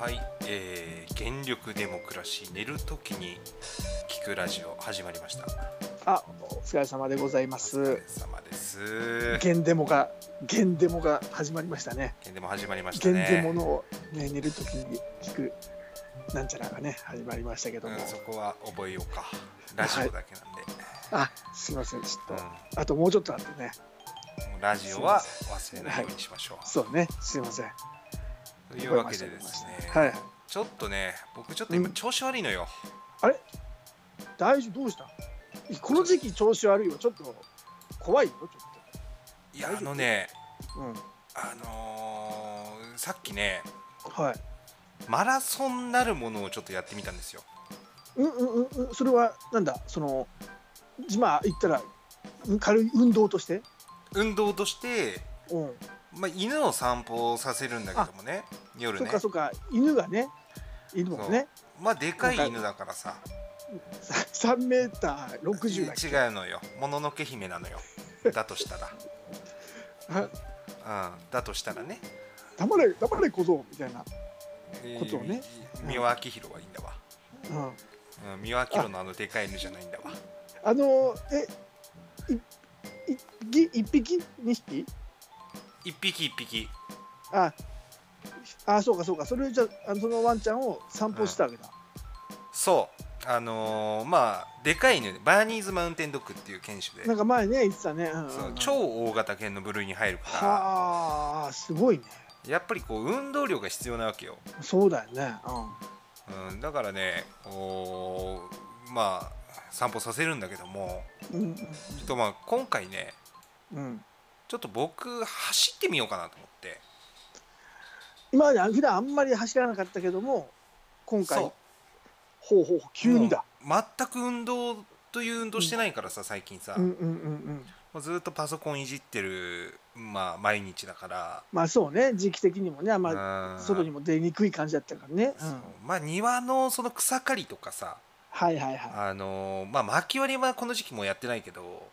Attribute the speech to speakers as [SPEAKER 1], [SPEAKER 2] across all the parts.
[SPEAKER 1] はい、えー、原力デモクラシー寝るときに聞くラジオ始まりました。
[SPEAKER 2] あ、お疲れ様でございま
[SPEAKER 1] お疲
[SPEAKER 2] す
[SPEAKER 1] れ。様です。
[SPEAKER 2] ゲンデモが、ゲンデモが始まりましたね。
[SPEAKER 1] ゲンデモ始まりました
[SPEAKER 2] ゲン
[SPEAKER 1] ね。
[SPEAKER 2] デモの、ね、寝るときに聞く、なんちゃらがね、始まりましたけども
[SPEAKER 1] うん、。そこは覚えようか。ラジオだけなんで。
[SPEAKER 2] あ、すいません、ち
[SPEAKER 1] う
[SPEAKER 2] ょっ
[SPEAKER 1] ん
[SPEAKER 2] と。あともうちょっとあってね。
[SPEAKER 1] もうラジオは忘れないようにしましょう。
[SPEAKER 2] そうね、すいません。
[SPEAKER 1] というわけでですね、
[SPEAKER 2] 覚えました覚えましたはい
[SPEAKER 1] ちょっとね、僕ちょっと今
[SPEAKER 2] うん
[SPEAKER 1] 調子悪いのよ。
[SPEAKER 2] 大丈夫、どうしたこの時期調子悪いよ。ちょっと、怖いよ、ちょっ
[SPEAKER 1] いや
[SPEAKER 2] 大丈夫
[SPEAKER 1] あのね、
[SPEAKER 2] と。うん。
[SPEAKER 1] あのーさっきね、
[SPEAKER 2] はい。
[SPEAKER 1] マラソンなるものをちょっとやってみたんですよ。
[SPEAKER 2] うんうんうんうん、それは、なんだ、その、今言ったら、うん軽い運動として。
[SPEAKER 1] 運動として、
[SPEAKER 2] うん。
[SPEAKER 1] まあ、犬を散歩させるんだけどもね、夜
[SPEAKER 2] そっ
[SPEAKER 1] ね
[SPEAKER 2] か。そっか、犬がね、いるもんね。
[SPEAKER 1] まあでかい犬だからさ
[SPEAKER 2] 3メーター60だっけ
[SPEAKER 1] 違うのよもののけ姫なのよだとした
[SPEAKER 2] あ
[SPEAKER 1] ら、うん、だとしたらね
[SPEAKER 2] 黙れ黙れ小僧みたいな、ことをね
[SPEAKER 1] えー三輪明宏はいいんだわ、
[SPEAKER 2] うん、
[SPEAKER 1] うん、三輪明宏のあのでかい犬じゃないんだわ
[SPEAKER 2] あのえいいぎ一匹二匹
[SPEAKER 1] 一匹一匹
[SPEAKER 2] ああそうかそうかそれじゃあそのワンちゃんを散歩したわけだ、
[SPEAKER 1] そうあのーまあでかい犬バーニーズマウンテンドッグっていう犬種で
[SPEAKER 2] なんか前ね言ってたね、うんうんうん
[SPEAKER 1] そう超大型犬の部類に入るか
[SPEAKER 2] はあすごいね
[SPEAKER 1] らやっぱりこう運動量が必要なわけよ、
[SPEAKER 2] そうだよね、うん、
[SPEAKER 1] うん、だからねおまあ散歩させるんだけども
[SPEAKER 2] うん
[SPEAKER 1] ちょっとまあ今回ね
[SPEAKER 2] うんうん
[SPEAKER 1] ちょっと僕走ってみようかなと思って
[SPEAKER 2] 今まで普段あんまり走らなかったけども今回
[SPEAKER 1] そう
[SPEAKER 2] ほうほうほう急にだ、
[SPEAKER 1] もう全く運動という運動してないからさ、最近さ、
[SPEAKER 2] うん、う
[SPEAKER 1] も
[SPEAKER 2] んうんうん
[SPEAKER 1] うずっとパソコンいじってる、まあ、毎日だから、
[SPEAKER 2] まあそうね時期的にもねあんまり
[SPEAKER 1] うん
[SPEAKER 2] 外にも出にくい感じだったからね、う
[SPEAKER 1] そ
[SPEAKER 2] ん
[SPEAKER 1] う、まあ庭のその草刈りとかさ
[SPEAKER 2] はいはいは
[SPEAKER 1] あのーまあ薪割りはこの時期もうやってないけど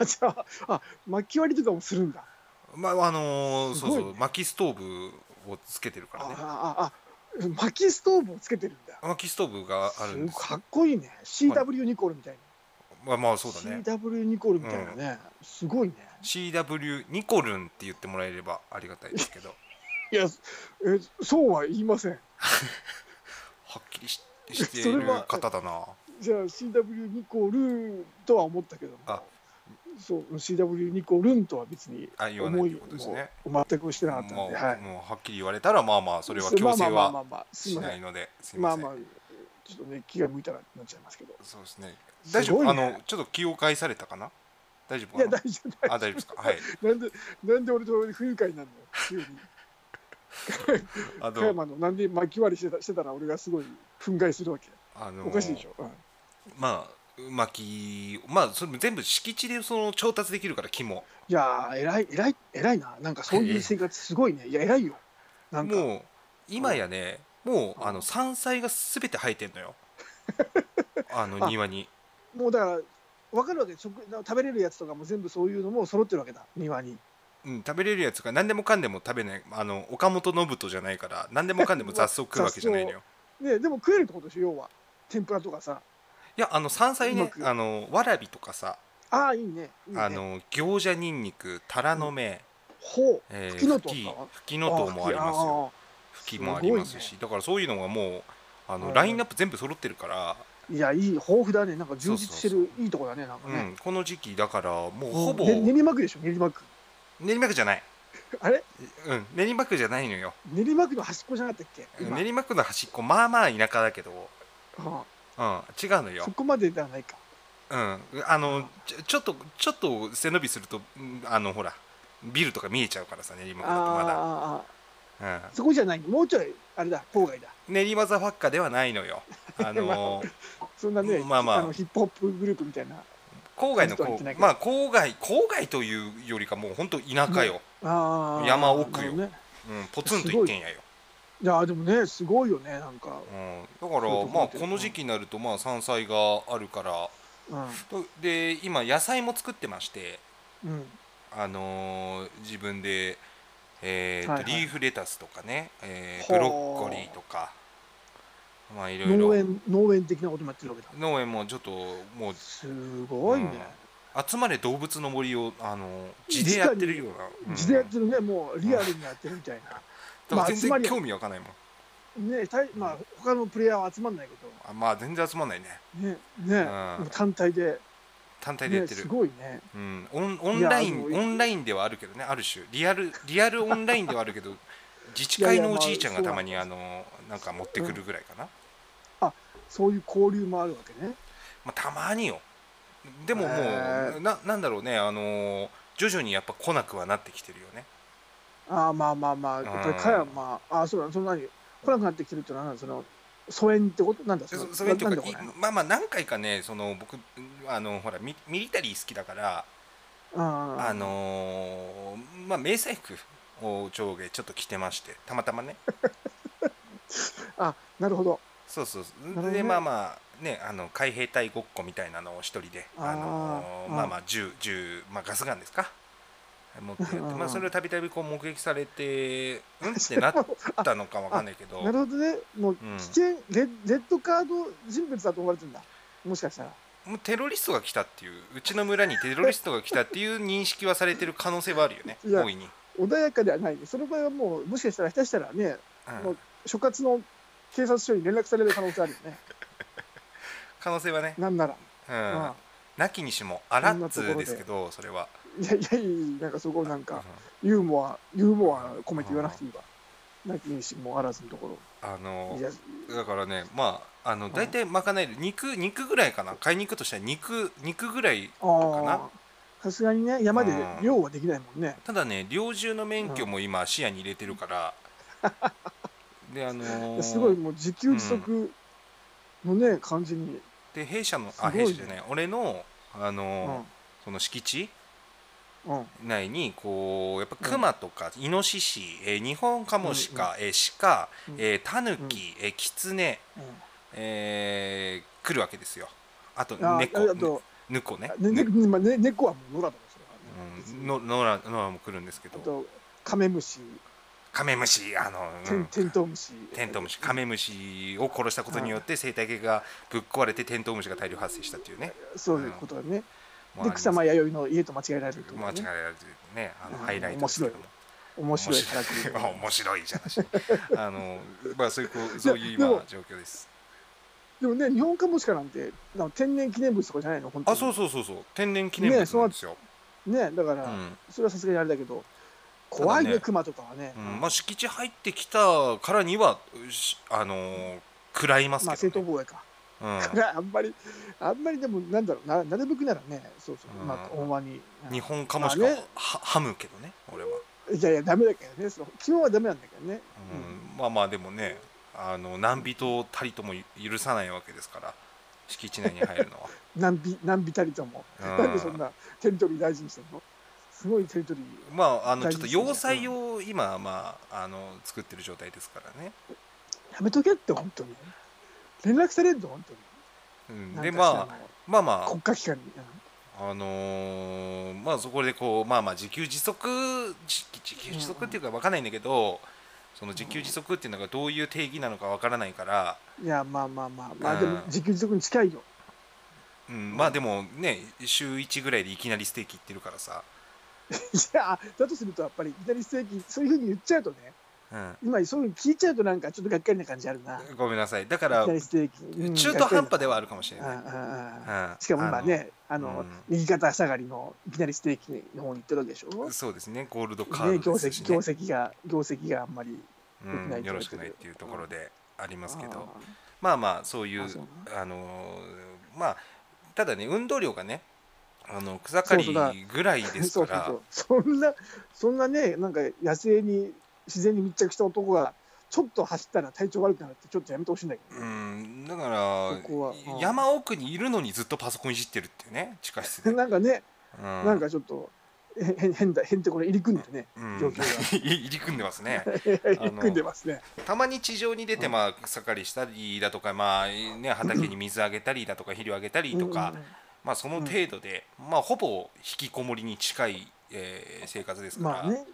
[SPEAKER 2] いじゃああ巻き割りとかもするんだ
[SPEAKER 1] まああのー
[SPEAKER 2] す
[SPEAKER 1] そう
[SPEAKER 2] ごい
[SPEAKER 1] そ
[SPEAKER 2] ね
[SPEAKER 1] う薪ストーブをつけてるからね
[SPEAKER 2] あああ巻きストーブをつけてるんだ
[SPEAKER 1] 薪ストーブがあるんです
[SPEAKER 2] ごい
[SPEAKER 1] す
[SPEAKER 2] かっこいいね CW ニコールみたい
[SPEAKER 1] まあまあ
[SPEAKER 2] な、
[SPEAKER 1] そうだね
[SPEAKER 2] CW ニコールみたいなね、すごいね
[SPEAKER 1] CW ニコルンって言ってもらえればありがたいですけ ど
[SPEAKER 2] いやえそうは言いません
[SPEAKER 1] はっきりしして
[SPEAKER 2] そ
[SPEAKER 1] い
[SPEAKER 2] れ
[SPEAKER 1] る
[SPEAKER 2] は
[SPEAKER 1] 方だな。
[SPEAKER 2] じゃあ CW ニコールとは思ったけども
[SPEAKER 1] あ
[SPEAKER 2] そう CW ニコールンとは別に
[SPEAKER 1] あ言わない
[SPEAKER 2] 思
[SPEAKER 1] と
[SPEAKER 2] い
[SPEAKER 1] いう
[SPEAKER 2] を
[SPEAKER 1] ことですね。
[SPEAKER 2] 全くしてなかったん
[SPEAKER 1] もう
[SPEAKER 2] で、はい、
[SPEAKER 1] もうはっきり言われたらまあまあそれは強制
[SPEAKER 2] まあまあまあま
[SPEAKER 1] は
[SPEAKER 2] あまあすい
[SPEAKER 1] し
[SPEAKER 2] ません
[SPEAKER 1] ないのですい
[SPEAKER 2] ま
[SPEAKER 1] ま
[SPEAKER 2] あ
[SPEAKER 1] せん
[SPEAKER 2] まあ、ちょっとね、気が向いたらってなっちゃいますけど。
[SPEAKER 1] そうですね
[SPEAKER 2] すご
[SPEAKER 1] 大丈
[SPEAKER 2] いね
[SPEAKER 1] 夫あのちょっと気を介されたかな大丈
[SPEAKER 2] い
[SPEAKER 1] 夫
[SPEAKER 2] や、
[SPEAKER 1] かな
[SPEAKER 2] 大丈夫、
[SPEAKER 1] あ大丈夫ですかはい
[SPEAKER 2] なんで、なんで俺と不愉快になるの急に。
[SPEAKER 1] あ
[SPEAKER 2] 加
[SPEAKER 1] の
[SPEAKER 2] 山の、なんで巻き割りしてたしてたら俺がすごい憤慨するわけ。
[SPEAKER 1] あの
[SPEAKER 2] おかしいでしょ。うん
[SPEAKER 1] まあ薪まあそれも全部敷地でその調達できるから木も
[SPEAKER 2] いやー、偉い、偉い、偉いな。なんかそういう生活すごいね。いや、偉いよ。なんか、
[SPEAKER 1] もう今やねもう
[SPEAKER 2] うん
[SPEAKER 1] あの山菜がすべて生えてんの よあの
[SPEAKER 2] あ
[SPEAKER 1] 庭に
[SPEAKER 2] もうだから、分かるわけ食食べれるやつとかも全部そういうのも揃ってるわけだ、庭に。
[SPEAKER 1] うん、食べれるやつが何でもかんでも食べないあの岡本信人じゃないから何でもかんでも雑草食うわけじゃないのよ
[SPEAKER 2] ね、でも食えるってことでしょ、要は。天ぷらとかさ。
[SPEAKER 1] いやあの山菜
[SPEAKER 2] うま
[SPEAKER 1] ね
[SPEAKER 2] く
[SPEAKER 1] あのわらびとかさ
[SPEAKER 2] ああ、いいね。いいね
[SPEAKER 1] あ、の行者にんにくタラの芽、
[SPEAKER 2] ほう。
[SPEAKER 1] えー
[SPEAKER 2] ふきのとう
[SPEAKER 1] ふき
[SPEAKER 2] か
[SPEAKER 1] ふきのとうもありますよ。ふきもあります
[SPEAKER 2] す
[SPEAKER 1] しだからそういうのがもうあ
[SPEAKER 2] う
[SPEAKER 1] の
[SPEAKER 2] ん
[SPEAKER 1] ラインナップ全部揃ってるから、
[SPEAKER 2] いやいい豊富だねなんか充実して
[SPEAKER 1] そう
[SPEAKER 2] るいいとこだねなんか
[SPEAKER 1] うん
[SPEAKER 2] ね、
[SPEAKER 1] この時期だからもうほぼ
[SPEAKER 2] ね練馬区でしょ練馬区
[SPEAKER 1] 練馬区じゃない、
[SPEAKER 2] あれ
[SPEAKER 1] うん、練馬区じゃないのよ
[SPEAKER 2] 練馬区の端っこじゃなかったっけ今、
[SPEAKER 1] 練馬区の端っこまあまあ田舎だけど、う
[SPEAKER 2] は
[SPEAKER 1] ん、違うの
[SPEAKER 2] あ
[SPEAKER 1] よ
[SPEAKER 2] そこまでではないか
[SPEAKER 1] うん、あのちょちょっとちょっと背伸びするとうんあのほらビルとか見えちゃうからさ練馬
[SPEAKER 2] あ
[SPEAKER 1] 区だとま
[SPEAKER 2] ああ
[SPEAKER 1] だ、うん
[SPEAKER 2] あ、そこじゃないもうちょいあれだ郊外だ
[SPEAKER 1] 練馬座ファッカではないのよあ の
[SPEAKER 2] そんなね、
[SPEAKER 1] まあまあ
[SPEAKER 2] のヒップホップグループみたいな
[SPEAKER 1] 郊外の
[SPEAKER 2] ちょっとは行ってない
[SPEAKER 1] 郊
[SPEAKER 2] けど
[SPEAKER 1] まあ郊外郊外というよりかもう本当田舎よ、
[SPEAKER 2] ああ
[SPEAKER 1] 山奥よ
[SPEAKER 2] なるほどね、
[SPEAKER 1] うん、ポツンと一軒家よ、
[SPEAKER 2] いやでもねすごいよねなんか、
[SPEAKER 1] うん、だから
[SPEAKER 2] そういうとこ
[SPEAKER 1] まあ
[SPEAKER 2] 見てる
[SPEAKER 1] この時期になるとまあ山菜があるから
[SPEAKER 2] うん
[SPEAKER 1] とで今野菜も作ってまして
[SPEAKER 2] うん、
[SPEAKER 1] あのー自分でえーと
[SPEAKER 2] はいはい
[SPEAKER 1] リーフレタスとかね、えー
[SPEAKER 2] ほ
[SPEAKER 1] ブ
[SPEAKER 2] う
[SPEAKER 1] ロッコリーとかまあいろい
[SPEAKER 2] 農
[SPEAKER 1] ろ
[SPEAKER 2] 園農園的なこともやってるわけだ
[SPEAKER 1] 農園もちょっともう
[SPEAKER 2] すごいね、
[SPEAKER 1] 集まれ動物の森をあの地でやってるような、うん
[SPEAKER 2] 自然やってるねもうリアルにやってるみたい
[SPEAKER 1] だから
[SPEAKER 2] まあ集
[SPEAKER 1] 全
[SPEAKER 2] まり
[SPEAKER 1] 然
[SPEAKER 2] や
[SPEAKER 1] 興味わかんないもん
[SPEAKER 2] なねたいまあ他のプレイヤーは集まんないけ
[SPEAKER 1] あまあ全然集まんないね
[SPEAKER 2] どねね
[SPEAKER 1] うん
[SPEAKER 2] 単体で
[SPEAKER 1] 単体でや
[SPEAKER 2] ね
[SPEAKER 1] ってる、
[SPEAKER 2] すごいね
[SPEAKER 1] うん、オンオンライン
[SPEAKER 2] いやあの
[SPEAKER 1] オンラインではあるけどねある種リアルリアルオンラインではあるけど自治会のおじいちゃんがたまに
[SPEAKER 2] いや
[SPEAKER 1] あ
[SPEAKER 2] い
[SPEAKER 1] のなんか持ってくるぐらいかな、
[SPEAKER 2] そういう交流もあるわけね
[SPEAKER 1] まあ、たまによでももう、
[SPEAKER 2] へー
[SPEAKER 1] ななんだろうねあの徐々にやっぱ来なくはなってきてるよね
[SPEAKER 2] ああまあまあまあやっぱり加山ああそうだそんなに来なくなってきてるってのはなんだその疎遠ってことなんだ
[SPEAKER 1] そ
[SPEAKER 2] の
[SPEAKER 1] それっていう
[SPEAKER 2] な
[SPEAKER 1] んか
[SPEAKER 2] だこれ
[SPEAKER 1] いまあまあ何回かねその僕あのほらミミリタリー好きだから、
[SPEAKER 2] うん
[SPEAKER 1] あのーまあ迷彩服を上下ちょっと着てましてたまた まね
[SPEAKER 2] あなるほど
[SPEAKER 1] そうそうそ
[SPEAKER 2] なるほ
[SPEAKER 1] う
[SPEAKER 2] ど
[SPEAKER 1] で
[SPEAKER 2] ね
[SPEAKER 1] まあまあねあの海兵隊ごっこみたいなのを一人で
[SPEAKER 2] あー
[SPEAKER 1] あの
[SPEAKER 2] うん
[SPEAKER 1] まあまあ銃銃、まあ、ガスガンですか持ってやって
[SPEAKER 2] うんうんうん
[SPEAKER 1] まあ、それをたびたびこう目撃されてうんってなったのかわかんないけど
[SPEAKER 2] なるほどねもう
[SPEAKER 1] うん
[SPEAKER 2] 危険、レレッドカード人物だと思われてるんだもしかしたら
[SPEAKER 1] もうテロリストが来たっていううちの村にテロリストが来たっていう認識はされてる可能性はあるよね
[SPEAKER 2] いや
[SPEAKER 1] 大いに、
[SPEAKER 2] 穏やかではないねその場合はもうもしかしたら下手したらね
[SPEAKER 1] う
[SPEAKER 2] も
[SPEAKER 1] ん
[SPEAKER 2] う、所轄の警察署に連絡される可能性あるよね
[SPEAKER 1] 可能性はね、
[SPEAKER 2] なんなら、
[SPEAKER 1] う
[SPEAKER 2] うんん、
[SPEAKER 1] なきにしもあらっ
[SPEAKER 2] そんな
[SPEAKER 1] つ
[SPEAKER 2] ところで
[SPEAKER 1] ですけどそれはい
[SPEAKER 2] やいやいやなんかそこなんか
[SPEAKER 1] うん
[SPEAKER 2] ユーモアユーモア込めて言わなくていいわなきにしもあらずのとこ
[SPEAKER 1] あの
[SPEAKER 2] ろいや
[SPEAKER 1] だからねまああの
[SPEAKER 2] ん
[SPEAKER 1] 大体まかないで肉肉ぐらいかな買いに行くとしたら肉肉ぐらい
[SPEAKER 2] ああさすがにね山で
[SPEAKER 1] うん
[SPEAKER 2] 漁はできないもんね
[SPEAKER 1] ただね猟銃の免許も今視野に入れてるから、であのー
[SPEAKER 2] すごいもう自給自足のね感じに、
[SPEAKER 1] で弊社の
[SPEAKER 2] すご
[SPEAKER 1] あ
[SPEAKER 2] いね
[SPEAKER 1] 弊社じゃない俺のあ
[SPEAKER 2] う
[SPEAKER 1] のー
[SPEAKER 2] ん
[SPEAKER 1] その敷地
[SPEAKER 2] うん、
[SPEAKER 1] 内にこうやっぱクマとかイノシシ、えー日本カモシカ、えー鹿、
[SPEAKER 2] うん
[SPEAKER 1] えータヌキ、えーキツネ、
[SPEAKER 2] うん
[SPEAKER 1] えー来るわけですよあと
[SPEAKER 2] あ
[SPEAKER 1] 猫
[SPEAKER 2] あと、
[SPEAKER 1] ぬこね
[SPEAKER 2] ねね
[SPEAKER 1] ぬ
[SPEAKER 2] まあね、猫はもう野良だもんそれはね別
[SPEAKER 1] う
[SPEAKER 2] に
[SPEAKER 1] ん、のノラノラも来るんですけ
[SPEAKER 2] あ
[SPEAKER 1] ど
[SPEAKER 2] とカメムシ、
[SPEAKER 1] カメムシあの、う
[SPEAKER 2] テン
[SPEAKER 1] ん、
[SPEAKER 2] テントウムシ
[SPEAKER 1] テントウムシカメムシを殺したことによって生態系がぶっ壊れてテントウムシが大量発生したっていうね
[SPEAKER 2] そういうことだね、
[SPEAKER 1] まあ
[SPEAKER 2] で草間弥生の家と間違えられるってこと
[SPEAKER 1] 間違
[SPEAKER 2] ね
[SPEAKER 1] えられてるねあの
[SPEAKER 2] うん
[SPEAKER 1] ハイライトですけども
[SPEAKER 2] 面白いキャラクタ
[SPEAKER 1] 面
[SPEAKER 2] ー
[SPEAKER 1] 白い面白いじゃなしあのまあそういうこうそういう
[SPEAKER 2] でも
[SPEAKER 1] 今状況です
[SPEAKER 2] でもね日本カモシカなんてなんか天然記念物とかじゃないの本当
[SPEAKER 1] あ
[SPEAKER 2] に
[SPEAKER 1] そうそうそうそう天然記念物なんですよ、
[SPEAKER 2] ねだか
[SPEAKER 1] う
[SPEAKER 2] ら、
[SPEAKER 1] ん
[SPEAKER 2] それはさすがにあれだけど怖
[SPEAKER 1] た
[SPEAKER 2] い
[SPEAKER 1] だ
[SPEAKER 2] ね
[SPEAKER 1] ね
[SPEAKER 2] クマとかはね、
[SPEAKER 1] うんまあ敷地入ってきたからにはしあのー食らいます
[SPEAKER 2] まあ
[SPEAKER 1] け
[SPEAKER 2] 正
[SPEAKER 1] ど、
[SPEAKER 2] 当
[SPEAKER 1] ね
[SPEAKER 2] 防衛
[SPEAKER 1] うん
[SPEAKER 2] か、これは あんまりあんまりでもなんだろうななるべくならねそうそうう、
[SPEAKER 1] ん
[SPEAKER 2] まあ大間に、うん
[SPEAKER 1] 日本カモシカ
[SPEAKER 2] まあ
[SPEAKER 1] は
[SPEAKER 2] ね
[SPEAKER 1] はむけどね俺は、
[SPEAKER 2] いやいやダメだけどねその基本はダメなんだけどね、
[SPEAKER 1] うんまあまあでもねあの何人たりとも許さないわけですから敷地内に入るのは
[SPEAKER 2] 何び何びたりとも、
[SPEAKER 1] うん
[SPEAKER 2] なんでそんなテリトリー大事にしてるのすごいテリトリー
[SPEAKER 1] まああの
[SPEAKER 2] 大
[SPEAKER 1] ちょっ
[SPEAKER 2] 事です
[SPEAKER 1] と
[SPEAKER 2] ね
[SPEAKER 1] 要塞を今まああの作ってる状態ですからね、
[SPEAKER 2] やめとけって本当に連絡されるの本当に
[SPEAKER 1] うん、
[SPEAKER 2] なん
[SPEAKER 1] で
[SPEAKER 2] か
[SPEAKER 1] まあ
[SPEAKER 2] その
[SPEAKER 1] まあま
[SPEAKER 2] 国家機関に、
[SPEAKER 1] ああのーまあそこでこうまあまあ自給自足自自給自足っていうかわかんないんだけどその自給自足っていうのがどういう定義なのかわからないから、
[SPEAKER 2] うんいやまあまあまあ
[SPEAKER 1] う
[SPEAKER 2] ま
[SPEAKER 1] ん
[SPEAKER 2] あでも自給自足に近いよ、
[SPEAKER 1] うん、まあでもね週1ぐらいでいきなりステーキ行ってるからさ、
[SPEAKER 2] いやだとするとやっぱり左ステーキそういうふうに言っちゃうとね
[SPEAKER 1] うん、
[SPEAKER 2] 今そういうふうに聞いちゃうとなんかちょっとがっかりな感じあるな
[SPEAKER 1] ごめんなさいだから
[SPEAKER 2] 左ステーキ、うん
[SPEAKER 1] 中途半端ではあるかもしれ
[SPEAKER 2] が
[SPEAKER 1] な
[SPEAKER 2] っ
[SPEAKER 1] い。
[SPEAKER 2] かりだなうんうんう
[SPEAKER 1] う
[SPEAKER 2] ん
[SPEAKER 1] ん
[SPEAKER 2] しかも今ねあの
[SPEAKER 1] うん
[SPEAKER 2] 右肩下がりのいきなりステーキの方に行ってるわけでし
[SPEAKER 1] あ
[SPEAKER 2] ょ
[SPEAKER 1] のそうですね、ゴールドカ
[SPEAKER 2] ね、
[SPEAKER 1] ー
[SPEAKER 2] 業
[SPEAKER 1] ドですし
[SPEAKER 2] 績業
[SPEAKER 1] ね、
[SPEAKER 2] 績が業績があんまり
[SPEAKER 1] うん
[SPEAKER 2] 良くないって言われてる
[SPEAKER 1] よろしくないっていうところでありますけど、
[SPEAKER 2] あ
[SPEAKER 1] まあまあそういう
[SPEAKER 2] あそう
[SPEAKER 1] あのーまあただね運動量がねあの草刈
[SPEAKER 2] そうそうだ
[SPEAKER 1] りぐらい
[SPEAKER 2] ー
[SPEAKER 1] です
[SPEAKER 2] そ
[SPEAKER 1] か
[SPEAKER 2] う そ
[SPEAKER 1] ら、
[SPEAKER 2] うそうそんなそんなねなんか野生に自然に密着した男がちょっと走ったら体調悪くなるってちょっとやめてほしいんだけど
[SPEAKER 1] う
[SPEAKER 2] ね、
[SPEAKER 1] んだか
[SPEAKER 2] そこは
[SPEAKER 1] ら
[SPEAKER 2] うん
[SPEAKER 1] 山奥にいるのにずっとパソコンいじってるっていうね地下室で、
[SPEAKER 2] なんかね、
[SPEAKER 1] うん
[SPEAKER 2] なんかちょっとへへん変だ変ってこれ入り組んでね
[SPEAKER 1] うん
[SPEAKER 2] 状況が
[SPEAKER 1] 入り組んでますね。
[SPEAKER 2] 入り組んでますね
[SPEAKER 1] たまに地上に出て、まあ、草刈りしたりだとか、まあね、畑に水あげたりだとか肥料あげたりとか、まあ、その程度で、まあ、ほぼ引きこもりに近い、えー生活です
[SPEAKER 2] うん
[SPEAKER 1] か
[SPEAKER 2] ま
[SPEAKER 1] ら、
[SPEAKER 2] あね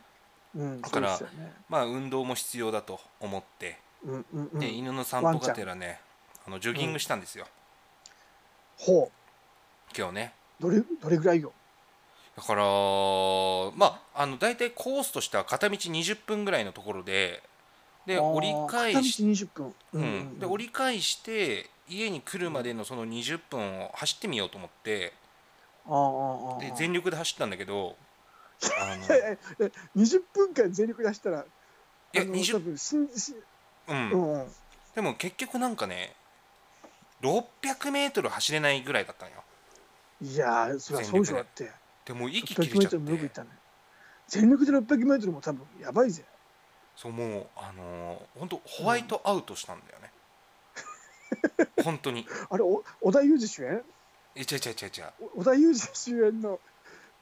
[SPEAKER 2] うん、
[SPEAKER 1] だから
[SPEAKER 2] そうですよね
[SPEAKER 1] まあ運動も必要だと思って、
[SPEAKER 2] うんうんう
[SPEAKER 1] ね
[SPEAKER 2] ん、
[SPEAKER 1] 犬の散歩がてらねあのジョギングしたんですよ、
[SPEAKER 2] ほ
[SPEAKER 1] 今日ね
[SPEAKER 2] うどれどれぐらいよ
[SPEAKER 1] だからまああの大体コースとしては片道20分ぐらいのところでで
[SPEAKER 2] あー
[SPEAKER 1] 折り返
[SPEAKER 2] 片道
[SPEAKER 1] し
[SPEAKER 2] 20分、
[SPEAKER 1] う
[SPEAKER 2] うんうん
[SPEAKER 1] ん、で折り返して家に来るまでのその20分を走ってみようと思って
[SPEAKER 2] ああああ
[SPEAKER 1] で全力で走ったんだけど あの
[SPEAKER 2] いやいや20分間全力出したら
[SPEAKER 1] いや
[SPEAKER 2] あの
[SPEAKER 1] 20
[SPEAKER 2] 多分しんし
[SPEAKER 1] うん
[SPEAKER 2] うんうん、
[SPEAKER 1] でも結局なんかね 600m 走れないぐらいだったんよ
[SPEAKER 2] いやーそれはそうでしょだって
[SPEAKER 1] でもう息切れちゃっ
[SPEAKER 2] 600m もよく行ってたね全力で 600m も多分やばいぜ
[SPEAKER 1] そうもうあの本当ホワイトアウトしたんだよね、本当に
[SPEAKER 2] あれお織田裕二主演
[SPEAKER 1] え違う違う違う違う
[SPEAKER 2] お織田裕二主演の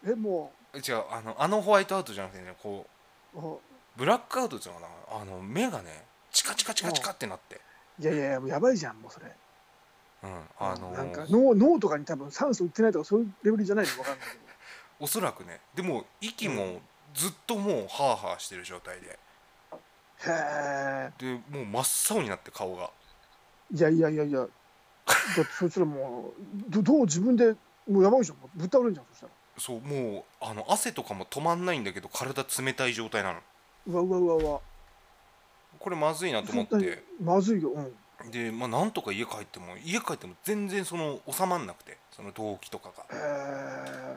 [SPEAKER 2] えも
[SPEAKER 1] 違うあのあのホワイトアウトじゃなくてねこ
[SPEAKER 2] うも
[SPEAKER 1] うブラックアウトっていうのかなあの目がねチカチカチカチカってなって、
[SPEAKER 2] ういやいやいやもうやばいじゃんもうそれ
[SPEAKER 1] うんあの
[SPEAKER 2] なんか脳脳とかに多分酸素売ってないとかそういうレベルじゃないのわかんないけど
[SPEAKER 1] おそらくねでも息もずっともうハーハーしてる状態で
[SPEAKER 2] へえ
[SPEAKER 1] でもう真っ青になって顔が
[SPEAKER 2] いやいやいやいやだってそしたらもうどどう自分でもうやばいじゃんもうぶっ倒れんじゃんそしたら
[SPEAKER 1] そうもうあの汗とかも止まんないんだけど体冷たい状態なの
[SPEAKER 2] うわうわうわうわ
[SPEAKER 1] これまずいなと思って
[SPEAKER 2] まずいようん
[SPEAKER 1] で、まあ、なんとか家帰っても家帰っても全然その収まんなくてその動機とかが
[SPEAKER 2] へえ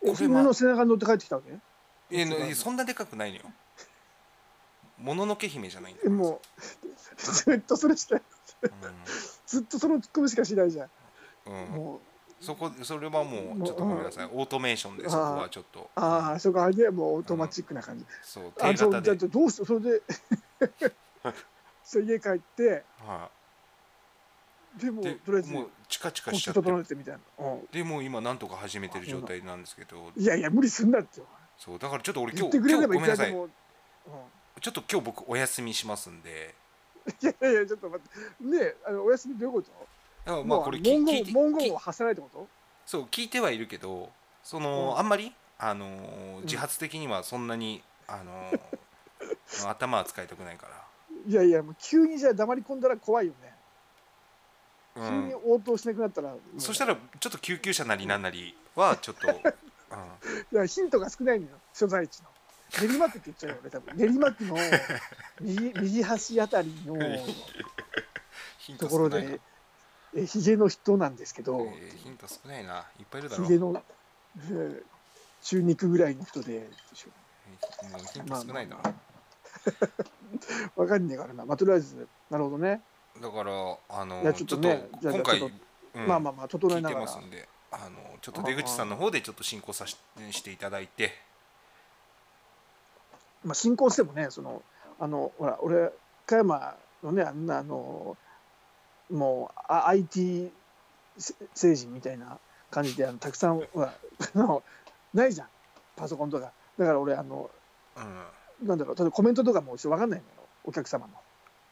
[SPEAKER 1] これは
[SPEAKER 2] お相撲の背中に乗って帰ってきたわけ
[SPEAKER 1] いや
[SPEAKER 2] 一番
[SPEAKER 1] いやそんなでかくないのよもののけ姫じゃないんだ
[SPEAKER 2] え
[SPEAKER 1] よ
[SPEAKER 2] もうずっとそれしてずっとそのツッコミしかしないじゃん、
[SPEAKER 1] うん、うん、
[SPEAKER 2] もう
[SPEAKER 1] そこそれはもうちょっとごめんなさいオートメーションでそこはちょっと
[SPEAKER 2] ああそこはねもうオートマチックな感じ、
[SPEAKER 1] そう
[SPEAKER 2] あ
[SPEAKER 1] 手
[SPEAKER 2] そう
[SPEAKER 1] 形
[SPEAKER 2] じ
[SPEAKER 1] で
[SPEAKER 2] ゃあどうしてそれで それ家帰って
[SPEAKER 1] は
[SPEAKER 2] でも
[SPEAKER 1] い、で
[SPEAKER 2] とりあえず
[SPEAKER 1] もうチカチカ
[SPEAKER 2] 呼
[SPEAKER 1] しちゃ
[SPEAKER 2] 吸
[SPEAKER 1] って
[SPEAKER 2] 整えてみたいな、うん
[SPEAKER 1] でもう今なんとか始めてる状態なんですけど
[SPEAKER 2] いやいや無理すんなって
[SPEAKER 1] そうだからちょっと俺
[SPEAKER 2] 言
[SPEAKER 1] 今
[SPEAKER 2] っ
[SPEAKER 1] 日
[SPEAKER 2] てくれ
[SPEAKER 1] 今
[SPEAKER 2] れ
[SPEAKER 1] 日
[SPEAKER 2] ば
[SPEAKER 1] ご
[SPEAKER 2] い
[SPEAKER 1] めんな
[SPEAKER 2] くら
[SPEAKER 1] さ
[SPEAKER 2] で
[SPEAKER 1] い
[SPEAKER 2] も、うん、
[SPEAKER 1] ちょっと今日僕お休みしますんで
[SPEAKER 2] いやいやちょっと待ってねえあのお休みどういうこと
[SPEAKER 1] だからまあ
[SPEAKER 2] もう
[SPEAKER 1] これ聞聞
[SPEAKER 2] 文言
[SPEAKER 1] い
[SPEAKER 2] を
[SPEAKER 1] て
[SPEAKER 2] 文言
[SPEAKER 1] 聞
[SPEAKER 2] を発さないってこ
[SPEAKER 1] そう聞いてはいるけどその、
[SPEAKER 2] うん
[SPEAKER 1] あんまり、あのー
[SPEAKER 2] ん
[SPEAKER 1] 自発的にはそんなに、あの ー頭は使いたくないか
[SPEAKER 2] といやいやもう急にじゃあ黙り込んだら怖いよね、
[SPEAKER 1] ら、う
[SPEAKER 2] 急に
[SPEAKER 1] ん、
[SPEAKER 2] 応答しなくなったら
[SPEAKER 1] そしたらちょっと救急車なりなんなりはちょっ と、うん、
[SPEAKER 2] いやヒントが少ないのよ所在地の練馬区って言っちゃうよ俺多分練馬 区の右右端あたりの
[SPEAKER 1] ヒン
[SPEAKER 2] と
[SPEAKER 1] ト
[SPEAKER 2] こ
[SPEAKER 1] 少
[SPEAKER 2] ろ
[SPEAKER 1] ないな
[SPEAKER 2] で、えひげの人なんですけど
[SPEAKER 1] えーヒント少ないないっぱいいるだ
[SPEAKER 2] ひ
[SPEAKER 1] ろう
[SPEAKER 2] げの、えー中肉ぐらいの人で
[SPEAKER 1] えーもうヒント少ないだろう、
[SPEAKER 2] ま わかんねえからなまあとりあえずなるほどね、
[SPEAKER 1] だからあの
[SPEAKER 2] いや
[SPEAKER 1] ー
[SPEAKER 2] ち
[SPEAKER 1] ち
[SPEAKER 2] ょ
[SPEAKER 1] ょっ
[SPEAKER 2] っ
[SPEAKER 1] と
[SPEAKER 2] とねじゃあ
[SPEAKER 1] 今回
[SPEAKER 2] ちょっと
[SPEAKER 1] うん
[SPEAKER 2] まあまあまあ整
[SPEAKER 1] 聞
[SPEAKER 2] え
[SPEAKER 1] い
[SPEAKER 2] な
[SPEAKER 1] て
[SPEAKER 2] が
[SPEAKER 1] ま
[SPEAKER 2] ら
[SPEAKER 1] すんであのちょっと出口さんの方でちょっと進行さししていただいて
[SPEAKER 2] まあ、進行してもねそのあのほら俺加山のねあんなあのもうあ IT せ成人みたいな感じであのたくさんほら あのないじゃんパソコンとかだから俺あの
[SPEAKER 1] うん
[SPEAKER 2] なんだろう例えばコメントとかも一緒わかんないのよお客様の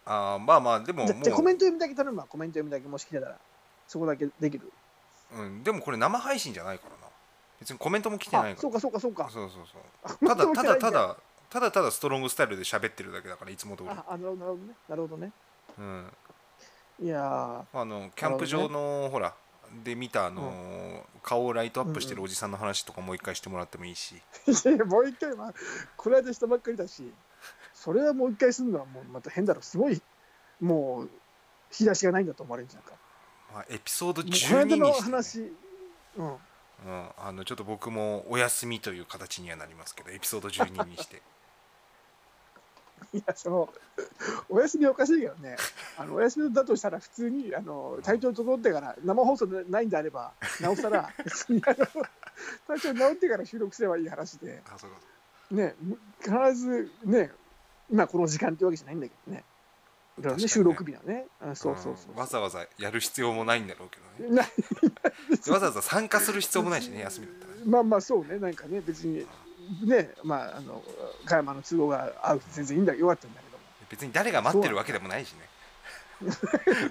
[SPEAKER 1] あーまあまあでも
[SPEAKER 2] じゃ
[SPEAKER 1] も
[SPEAKER 2] じゃあコ
[SPEAKER 1] う
[SPEAKER 2] メント読みだけ頼むわコメント読みだけもし来てたらそこだけできる
[SPEAKER 1] うん、でもこれ生配信じゃないからな別にコメントも来てな
[SPEAKER 2] あ
[SPEAKER 1] いか
[SPEAKER 2] そう
[SPEAKER 1] ら
[SPEAKER 2] かそうかそうか
[SPEAKER 1] そうそうそうただただた
[SPEAKER 2] あ
[SPEAKER 1] だただただストロングスタイルで喋ってるだけだからいつも通り、
[SPEAKER 2] あなるほどなるほどねなるほどね
[SPEAKER 1] うん、
[SPEAKER 2] いや
[SPEAKER 1] あのキャンプ場の、ほらで見たあの、顔をライトアップしてるおじさんの話とかもう一回してもらってもいいし、
[SPEAKER 2] ー いやもう一回まあこれ間したばっかりだしそれはもう一回するのはもうまた変だろすごいもう引き出しがないんだと思われるんじゃないか
[SPEAKER 1] まあ、エピソード
[SPEAKER 2] もうこ
[SPEAKER 1] 12
[SPEAKER 2] の
[SPEAKER 1] にしてね、
[SPEAKER 2] 間の話うん
[SPEAKER 1] うん、あのちょっと僕もお休みという形にはなりますけどエピソード12にして
[SPEAKER 2] いやそのお休みおかしいけどねあのお休みだとしたら普通にあの体調整ってから生放送でないんであればなお さら別にあの体調治ってから収録すればいい話で
[SPEAKER 1] あそうか
[SPEAKER 2] ねむ必ずね今この時間ってわけじゃないんだけどねだからね収
[SPEAKER 1] 確か
[SPEAKER 2] 録
[SPEAKER 1] に
[SPEAKER 2] 日はねあそうそうそ
[SPEAKER 1] ん
[SPEAKER 2] う、
[SPEAKER 1] わざわざやる必要もないんだろうけどね
[SPEAKER 2] な
[SPEAKER 1] わざわざ参加する必要もないしね休みだったらね
[SPEAKER 2] まあまあそうねなんかね別にねまああの加山の都合が合うと全然いいんだよかったんだけども
[SPEAKER 1] 別に誰が待ってるわけでもないしね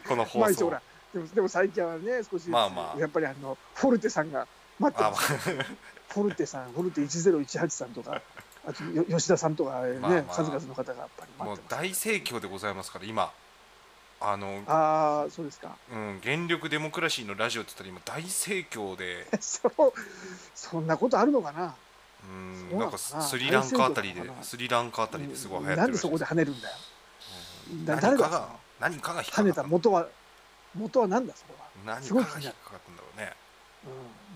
[SPEAKER 1] この
[SPEAKER 2] まあ
[SPEAKER 1] 放
[SPEAKER 2] 一応
[SPEAKER 1] 送
[SPEAKER 2] ほらでもでも最近はね少しずつ
[SPEAKER 1] まあまあ
[SPEAKER 2] やっぱりあのフォルテさんが待って
[SPEAKER 1] あ
[SPEAKER 2] ますフォルテさんフォルテ1018さんとかあとよ吉田さんとかね、
[SPEAKER 1] まあまあ
[SPEAKER 2] 数々の方がやっぱり
[SPEAKER 1] も
[SPEAKER 2] 待っ
[SPEAKER 1] う
[SPEAKER 2] てます
[SPEAKER 1] 大盛況でございますから今あの、
[SPEAKER 2] ああそうですか
[SPEAKER 1] うん、原力デモクラシーのラジオって言ったら今大盛況で、
[SPEAKER 2] そうそんなことあるのかな
[SPEAKER 1] うん、
[SPEAKER 2] そうな
[SPEAKER 1] なん
[SPEAKER 2] のかな
[SPEAKER 1] かスリランカあたりで
[SPEAKER 2] 大盛況なのかな
[SPEAKER 1] スリランカあたりですごい流行ってる
[SPEAKER 2] な
[SPEAKER 1] ら
[SPEAKER 2] んで
[SPEAKER 1] しい
[SPEAKER 2] そ
[SPEAKER 1] で
[SPEAKER 2] こ
[SPEAKER 1] す
[SPEAKER 2] で跳ねるんだよだ
[SPEAKER 1] 何
[SPEAKER 2] 誰
[SPEAKER 1] か
[SPEAKER 2] が
[SPEAKER 1] が何かが引っ
[SPEAKER 2] 跳
[SPEAKER 1] か
[SPEAKER 2] ね
[SPEAKER 1] か
[SPEAKER 2] た
[SPEAKER 1] った
[SPEAKER 2] 元は元は何だそれは、
[SPEAKER 1] 何
[SPEAKER 2] す
[SPEAKER 1] か
[SPEAKER 2] ご
[SPEAKER 1] が
[SPEAKER 2] い
[SPEAKER 1] 引っ
[SPEAKER 2] 気になる
[SPEAKER 1] かかったんだろうね、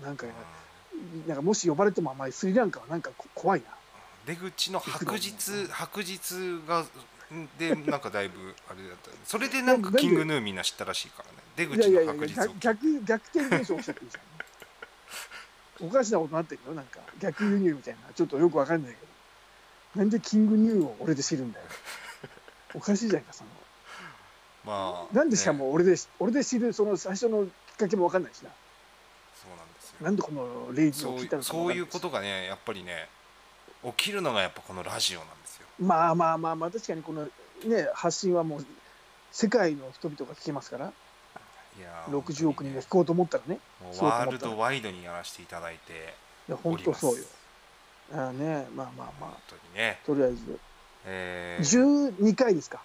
[SPEAKER 2] うん、なんか
[SPEAKER 1] うん
[SPEAKER 2] なんかもし呼ばれてもあんまりスリランカはなんかこ怖いな
[SPEAKER 1] 出口の白日
[SPEAKER 2] うん
[SPEAKER 1] 白日がでなんかだいぶあれだったそれでなんかキングヌーみんな知ったらしいからね出
[SPEAKER 2] いや
[SPEAKER 1] 口
[SPEAKER 2] いやい
[SPEAKER 1] の白
[SPEAKER 2] や
[SPEAKER 1] 日を
[SPEAKER 2] 逆逆逆転現象起きちゃってるじゃんおかしなことになってるよなんか逆輸入みたいなちょっとよくわかんないけどなんでキングニューを俺で知るんだよおかしいじゃないかその
[SPEAKER 1] まあ
[SPEAKER 2] なんでしか
[SPEAKER 1] ね
[SPEAKER 2] も俺で、俺で知るその最初のきっかけもわかんないしな
[SPEAKER 1] そうなんですよ
[SPEAKER 2] なんでこのレイジ
[SPEAKER 1] そ
[SPEAKER 2] を
[SPEAKER 1] う
[SPEAKER 2] 聞
[SPEAKER 1] い
[SPEAKER 2] いたの
[SPEAKER 1] う
[SPEAKER 2] か
[SPEAKER 1] そ
[SPEAKER 2] もわ
[SPEAKER 1] う
[SPEAKER 2] かん
[SPEAKER 1] い
[SPEAKER 2] な
[SPEAKER 1] う
[SPEAKER 2] し
[SPEAKER 1] ことがねやっぱりね起きるのがやっぱこのラジオなんですよ
[SPEAKER 2] まあまあまあまあ確かにこのね発信はもう世界の人々が聞けますから
[SPEAKER 1] いやー
[SPEAKER 2] 60億人が
[SPEAKER 1] 本
[SPEAKER 2] 聞こうと思ったらね
[SPEAKER 1] 当にね
[SPEAKER 2] そう
[SPEAKER 1] もう
[SPEAKER 2] と思った
[SPEAKER 1] ワールドワイドにやらせていただいて
[SPEAKER 2] いや
[SPEAKER 1] お
[SPEAKER 2] 本
[SPEAKER 1] り
[SPEAKER 2] 当
[SPEAKER 1] ます
[SPEAKER 2] そうよああねまあまあま
[SPEAKER 1] 本
[SPEAKER 2] あ
[SPEAKER 1] 当にね、
[SPEAKER 2] とりあえず
[SPEAKER 1] えー、
[SPEAKER 2] 12回ですか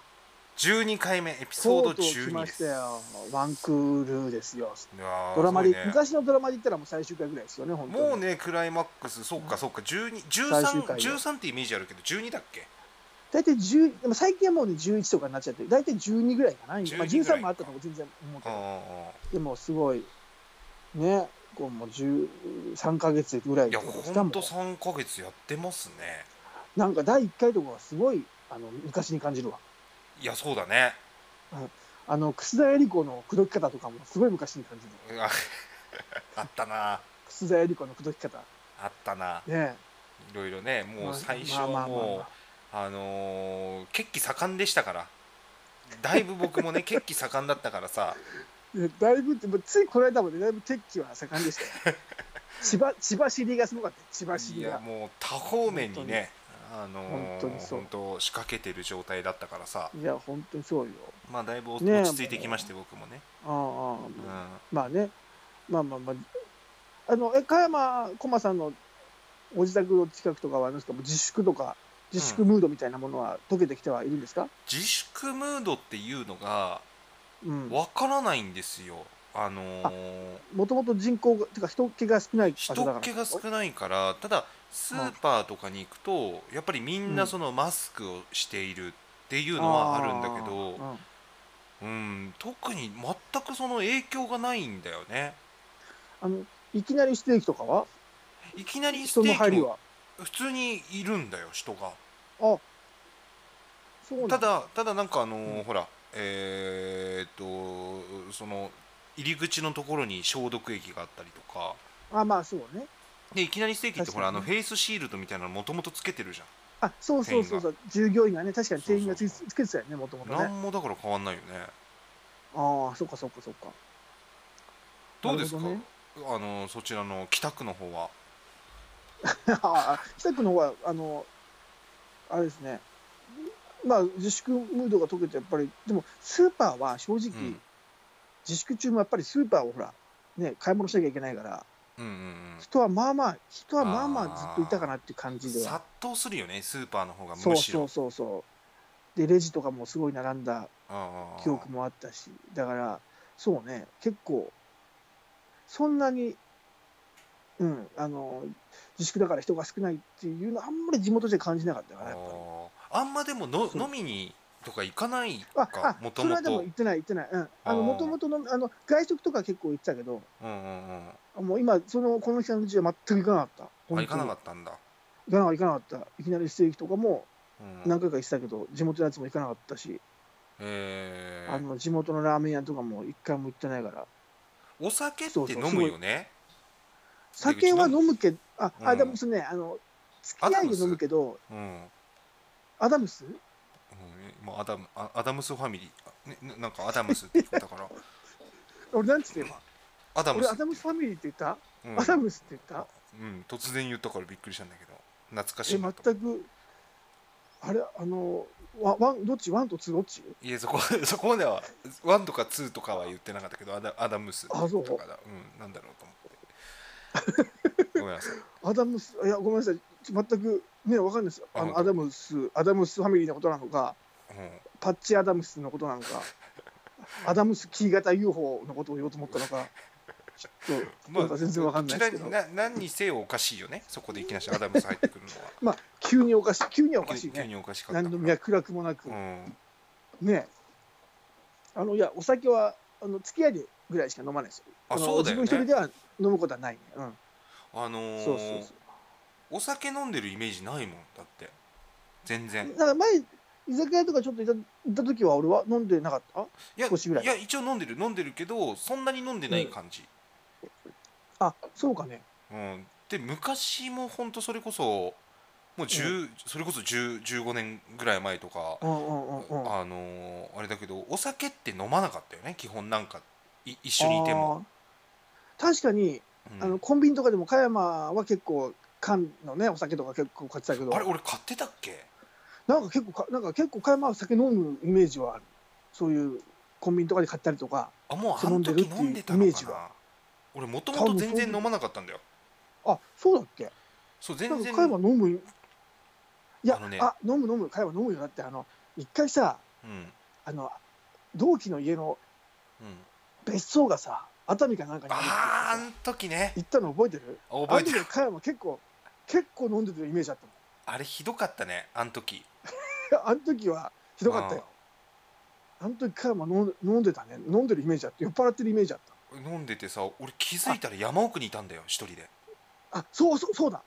[SPEAKER 1] 12回目エピソード
[SPEAKER 2] とうとう来
[SPEAKER 1] 12
[SPEAKER 2] ま
[SPEAKER 1] で
[SPEAKER 2] し
[SPEAKER 1] す
[SPEAKER 2] たよワンクールですよ
[SPEAKER 1] いやー
[SPEAKER 2] ドラマで、
[SPEAKER 1] すごいね
[SPEAKER 2] 昔のドラマで言ったらもう最終回ぐらいですよね本当に
[SPEAKER 1] もうねクライマックスそうかそうか12
[SPEAKER 2] 最終回で
[SPEAKER 1] 1313ってイメージあるけど12だっけ
[SPEAKER 2] 大体10でも最近はもうね11とかになっちゃって大体12ぐらいかな今、まあ、
[SPEAKER 1] 12ぐらいか
[SPEAKER 2] 13もあったのも全然思うけ
[SPEAKER 1] うんう
[SPEAKER 2] ど
[SPEAKER 1] んうん
[SPEAKER 2] でもすごいねこうもう13か月ぐらいっ
[SPEAKER 1] い
[SPEAKER 2] て
[SPEAKER 1] や
[SPEAKER 2] ことですか
[SPEAKER 1] ほん
[SPEAKER 2] も
[SPEAKER 1] と
[SPEAKER 2] う
[SPEAKER 1] 3ヶ月やってますね
[SPEAKER 2] なんか第1回とかはすごいあの昔に感じるわ
[SPEAKER 1] いやそうだね
[SPEAKER 2] あの楠田絵理子の口説き方とかもすごい昔に感じる
[SPEAKER 1] あ あったな
[SPEAKER 2] 楠田絵理子の口説き方ね
[SPEAKER 1] あったな
[SPEAKER 2] え
[SPEAKER 1] いろいろねもう最初は
[SPEAKER 2] まあまあまあまあ
[SPEAKER 1] もうあのー血気盛んでしたからだいぶ僕 もね血気盛んだったからさ
[SPEAKER 2] でだいぶってもうついこの間もねだいぶ鉄器は盛んでし たよ千葉千葉尻がすごかったよ千葉
[SPEAKER 1] い
[SPEAKER 2] 尻
[SPEAKER 1] や
[SPEAKER 2] が
[SPEAKER 1] もう多方面にねあの
[SPEAKER 2] 本
[SPEAKER 1] ー
[SPEAKER 2] 当にそう
[SPEAKER 1] 本当仕掛けてる状態だったからさ
[SPEAKER 2] いや本当にそうよ
[SPEAKER 1] まあだいぶ落
[SPEAKER 2] ね
[SPEAKER 1] ち着いてきまして僕もね
[SPEAKER 2] ああああ
[SPEAKER 1] うん
[SPEAKER 2] まあねまあまあまああのえ加山駒さんのご自宅の近くとかはあれですかもう自粛とか自粛ムードみたいなものは解けてきてはいるんですか、
[SPEAKER 1] 自粛ムードっていうのが
[SPEAKER 2] うん
[SPEAKER 1] わからないんですよ。あのー
[SPEAKER 2] もともと人口がてか人気が少ない場所だ
[SPEAKER 1] 人
[SPEAKER 2] から
[SPEAKER 1] 気が少ないからただスーパーとかに行くとやっぱりみん
[SPEAKER 2] う
[SPEAKER 1] なんそのマスクをしているっていうのはあるんだけど、
[SPEAKER 2] あ
[SPEAKER 1] うん、特に全くその影響がないんだよね
[SPEAKER 2] ーうんあのいきなりステーキとかはい
[SPEAKER 1] きなりス
[SPEAKER 2] 人の
[SPEAKER 1] テー
[SPEAKER 2] 入
[SPEAKER 1] キ
[SPEAKER 2] り
[SPEAKER 1] も
[SPEAKER 2] は
[SPEAKER 1] 普通にいるんだよ人が
[SPEAKER 2] あそうなん
[SPEAKER 1] ただただなんかあのー
[SPEAKER 2] うん
[SPEAKER 1] ほらえーっとその入り口のところに消毒液があったりとか
[SPEAKER 2] あまあそうね
[SPEAKER 1] でいきなりステーキってほらあ
[SPEAKER 2] 確かにね
[SPEAKER 1] のフェイスシールドみたいなのもともとつけてるじゃ
[SPEAKER 2] あそうそうそうそう従業員がね確かに店員がつつけてたよねもとも
[SPEAKER 1] ん、
[SPEAKER 2] と
[SPEAKER 1] なん、
[SPEAKER 2] ね
[SPEAKER 1] もだから変わんないよね
[SPEAKER 2] ああそっかそっかそっか
[SPEAKER 1] どうですか、
[SPEAKER 2] なる
[SPEAKER 1] あのそちらの北区の方は
[SPEAKER 2] ああ北区の方はあのあれですねまあ自粛ムードが解けてやっぱりでもスーパーは正直、
[SPEAKER 1] うん
[SPEAKER 2] 自粛中もやっぱりスーパーをほらね買い物しなきゃいけないから
[SPEAKER 1] うんうん
[SPEAKER 2] 人はまあまあ人はまあまあずっといたかなっていう感
[SPEAKER 1] うん
[SPEAKER 2] じでは
[SPEAKER 1] 殺到するよねスーパーの方がむし
[SPEAKER 2] そ
[SPEAKER 1] ろ
[SPEAKER 2] うそうそうそうでレジとかもすごい並んだ
[SPEAKER 1] ああ
[SPEAKER 2] 記憶もあったしだからそうね結構そんなにうんあの自粛だから人が少ないっていうのはあんまり地元じゃ感じなかったからやっぱり
[SPEAKER 1] あああんまでもの
[SPEAKER 2] そう
[SPEAKER 1] 飲みにとか行かない
[SPEAKER 2] あ
[SPEAKER 1] か
[SPEAKER 2] あ
[SPEAKER 1] もと
[SPEAKER 2] それ
[SPEAKER 1] も
[SPEAKER 2] はでも
[SPEAKER 1] と
[SPEAKER 2] 行ってない行ってないうんあの
[SPEAKER 1] あー
[SPEAKER 2] もともとのあの外食とか結構行ってたけど
[SPEAKER 1] うんうんうんあ
[SPEAKER 2] もう今そのこの期間のうちは全く行かなかった
[SPEAKER 1] 行かなか
[SPEAKER 2] っ
[SPEAKER 1] ったんだ、
[SPEAKER 2] た行かなかった行かなかったいきなりステーキとかも
[SPEAKER 1] うん
[SPEAKER 2] 何回か行ってたけど地元のやつも行かなかったし、
[SPEAKER 1] えー
[SPEAKER 2] あの地元のラーメン屋とかも一回も行ってないから
[SPEAKER 1] お酒って
[SPEAKER 2] そうそう
[SPEAKER 1] 飲むよね
[SPEAKER 2] 酒は飲むけどあ、あ
[SPEAKER 1] うん
[SPEAKER 2] でもそれねあの付き合いで飲むけど
[SPEAKER 1] うん、うん
[SPEAKER 2] アダムス
[SPEAKER 1] まあ、アダムあアダムスファミリー、ねね、なんかアダムスって聞いたから
[SPEAKER 2] 俺なんつって今
[SPEAKER 1] アダム
[SPEAKER 2] 俺
[SPEAKER 1] ス
[SPEAKER 2] アダムスファミリーって言った、
[SPEAKER 1] うん
[SPEAKER 2] アダムスって言っ
[SPEAKER 1] うん、突然言ったからびっくりしたんだけど懐か
[SPEAKER 2] た
[SPEAKER 1] しいな
[SPEAKER 2] え
[SPEAKER 1] と思っ
[SPEAKER 2] 全くあれあのワワンどっちワンとツーどっち
[SPEAKER 1] ていやそこ そこまでは1とか2とかは言ってなかったけどアダアダムスと
[SPEAKER 2] あそう
[SPEAKER 1] かだうんなんだろうと思ってごめんなさい。
[SPEAKER 2] アダムス、いや、ごめんなさい、全くね、わかんないです。あ
[SPEAKER 1] あ本
[SPEAKER 2] の
[SPEAKER 1] 当
[SPEAKER 2] アダムス、アダムスファミリーのことなのか、
[SPEAKER 1] うん
[SPEAKER 2] パッチアダムスのことな のか、アダムスキー型 UFO のことを言おうと思ったのか、ちょっと、
[SPEAKER 1] まあ
[SPEAKER 2] なんか全然わかんないですけど、
[SPEAKER 1] 嫌いな何にせよおかしいよね、そこでいきなしアダムス入ってくるのは。
[SPEAKER 2] まあ、急におかしい、急 にはおかしい
[SPEAKER 1] 急
[SPEAKER 2] ね。
[SPEAKER 1] におかしかった
[SPEAKER 2] 何の脈絡もなく
[SPEAKER 1] う、ん、
[SPEAKER 2] ね。あの、いや、お酒は、あの、付き合いでぐらいしか飲まないですよ。
[SPEAKER 1] あ
[SPEAKER 2] の
[SPEAKER 1] そうだよね
[SPEAKER 2] 自分一人では飲むことはないね。うん。
[SPEAKER 1] あのー
[SPEAKER 2] そうそうそう。
[SPEAKER 1] お酒飲んでるイメージないもんだって全然
[SPEAKER 2] なんか前居酒屋とかちょっといた行った時は俺は飲んでなかった
[SPEAKER 1] いや
[SPEAKER 2] 少しぐらい
[SPEAKER 1] や一応飲んでる飲んでるけどそんなに飲んでない感じ、
[SPEAKER 2] あそうかね
[SPEAKER 1] うんで昔も本当それこそもう10、それこそ10 15年ぐらい前とか、
[SPEAKER 2] うんうんうんうん
[SPEAKER 1] あのーあれだけどお酒って飲まなかったよね基本なんかい一緒にいても、
[SPEAKER 2] あー確かに、
[SPEAKER 1] うん
[SPEAKER 2] あのコンビニとかでも加山は結構缶のねお酒とか結構買ってたけど
[SPEAKER 1] あれ俺買ってたっけ
[SPEAKER 2] なんか結構かなんか結構加山は酒飲むイメージはあるそういうコンビニとかで買ったりとか
[SPEAKER 1] あもうあの時飲んでた
[SPEAKER 2] 飲んでるっていうイメ
[SPEAKER 1] の
[SPEAKER 2] ージ
[SPEAKER 1] かな
[SPEAKER 2] は
[SPEAKER 1] 俺もともと全然飲まなかったんだよ
[SPEAKER 2] あそうだっけ
[SPEAKER 1] そう
[SPEAKER 2] なん
[SPEAKER 1] 全
[SPEAKER 2] か
[SPEAKER 1] 然
[SPEAKER 2] 加山飲むいや
[SPEAKER 1] あの
[SPEAKER 2] あ,、
[SPEAKER 1] ね
[SPEAKER 2] 飲む飲む加山飲むよだってあの一回さ
[SPEAKER 1] うんうん
[SPEAKER 2] あの同期の家の別荘がさ熱海かなんかにあるって
[SPEAKER 1] あーあの時ね
[SPEAKER 2] 行ったの覚えてる
[SPEAKER 1] 覚えて
[SPEAKER 2] あの
[SPEAKER 1] る
[SPEAKER 2] 時加山結構結構飲んでるイメージあったもん
[SPEAKER 1] あれひどかったねあの時
[SPEAKER 2] あの時はひどかったよあの時加山飲ん飲んでたね飲んでるイメージあって酔っ払ってるイメージあっ
[SPEAKER 1] 飲んでてさ俺気づいたら山奥にいたんだよ一人で
[SPEAKER 2] たあそうそうそうだ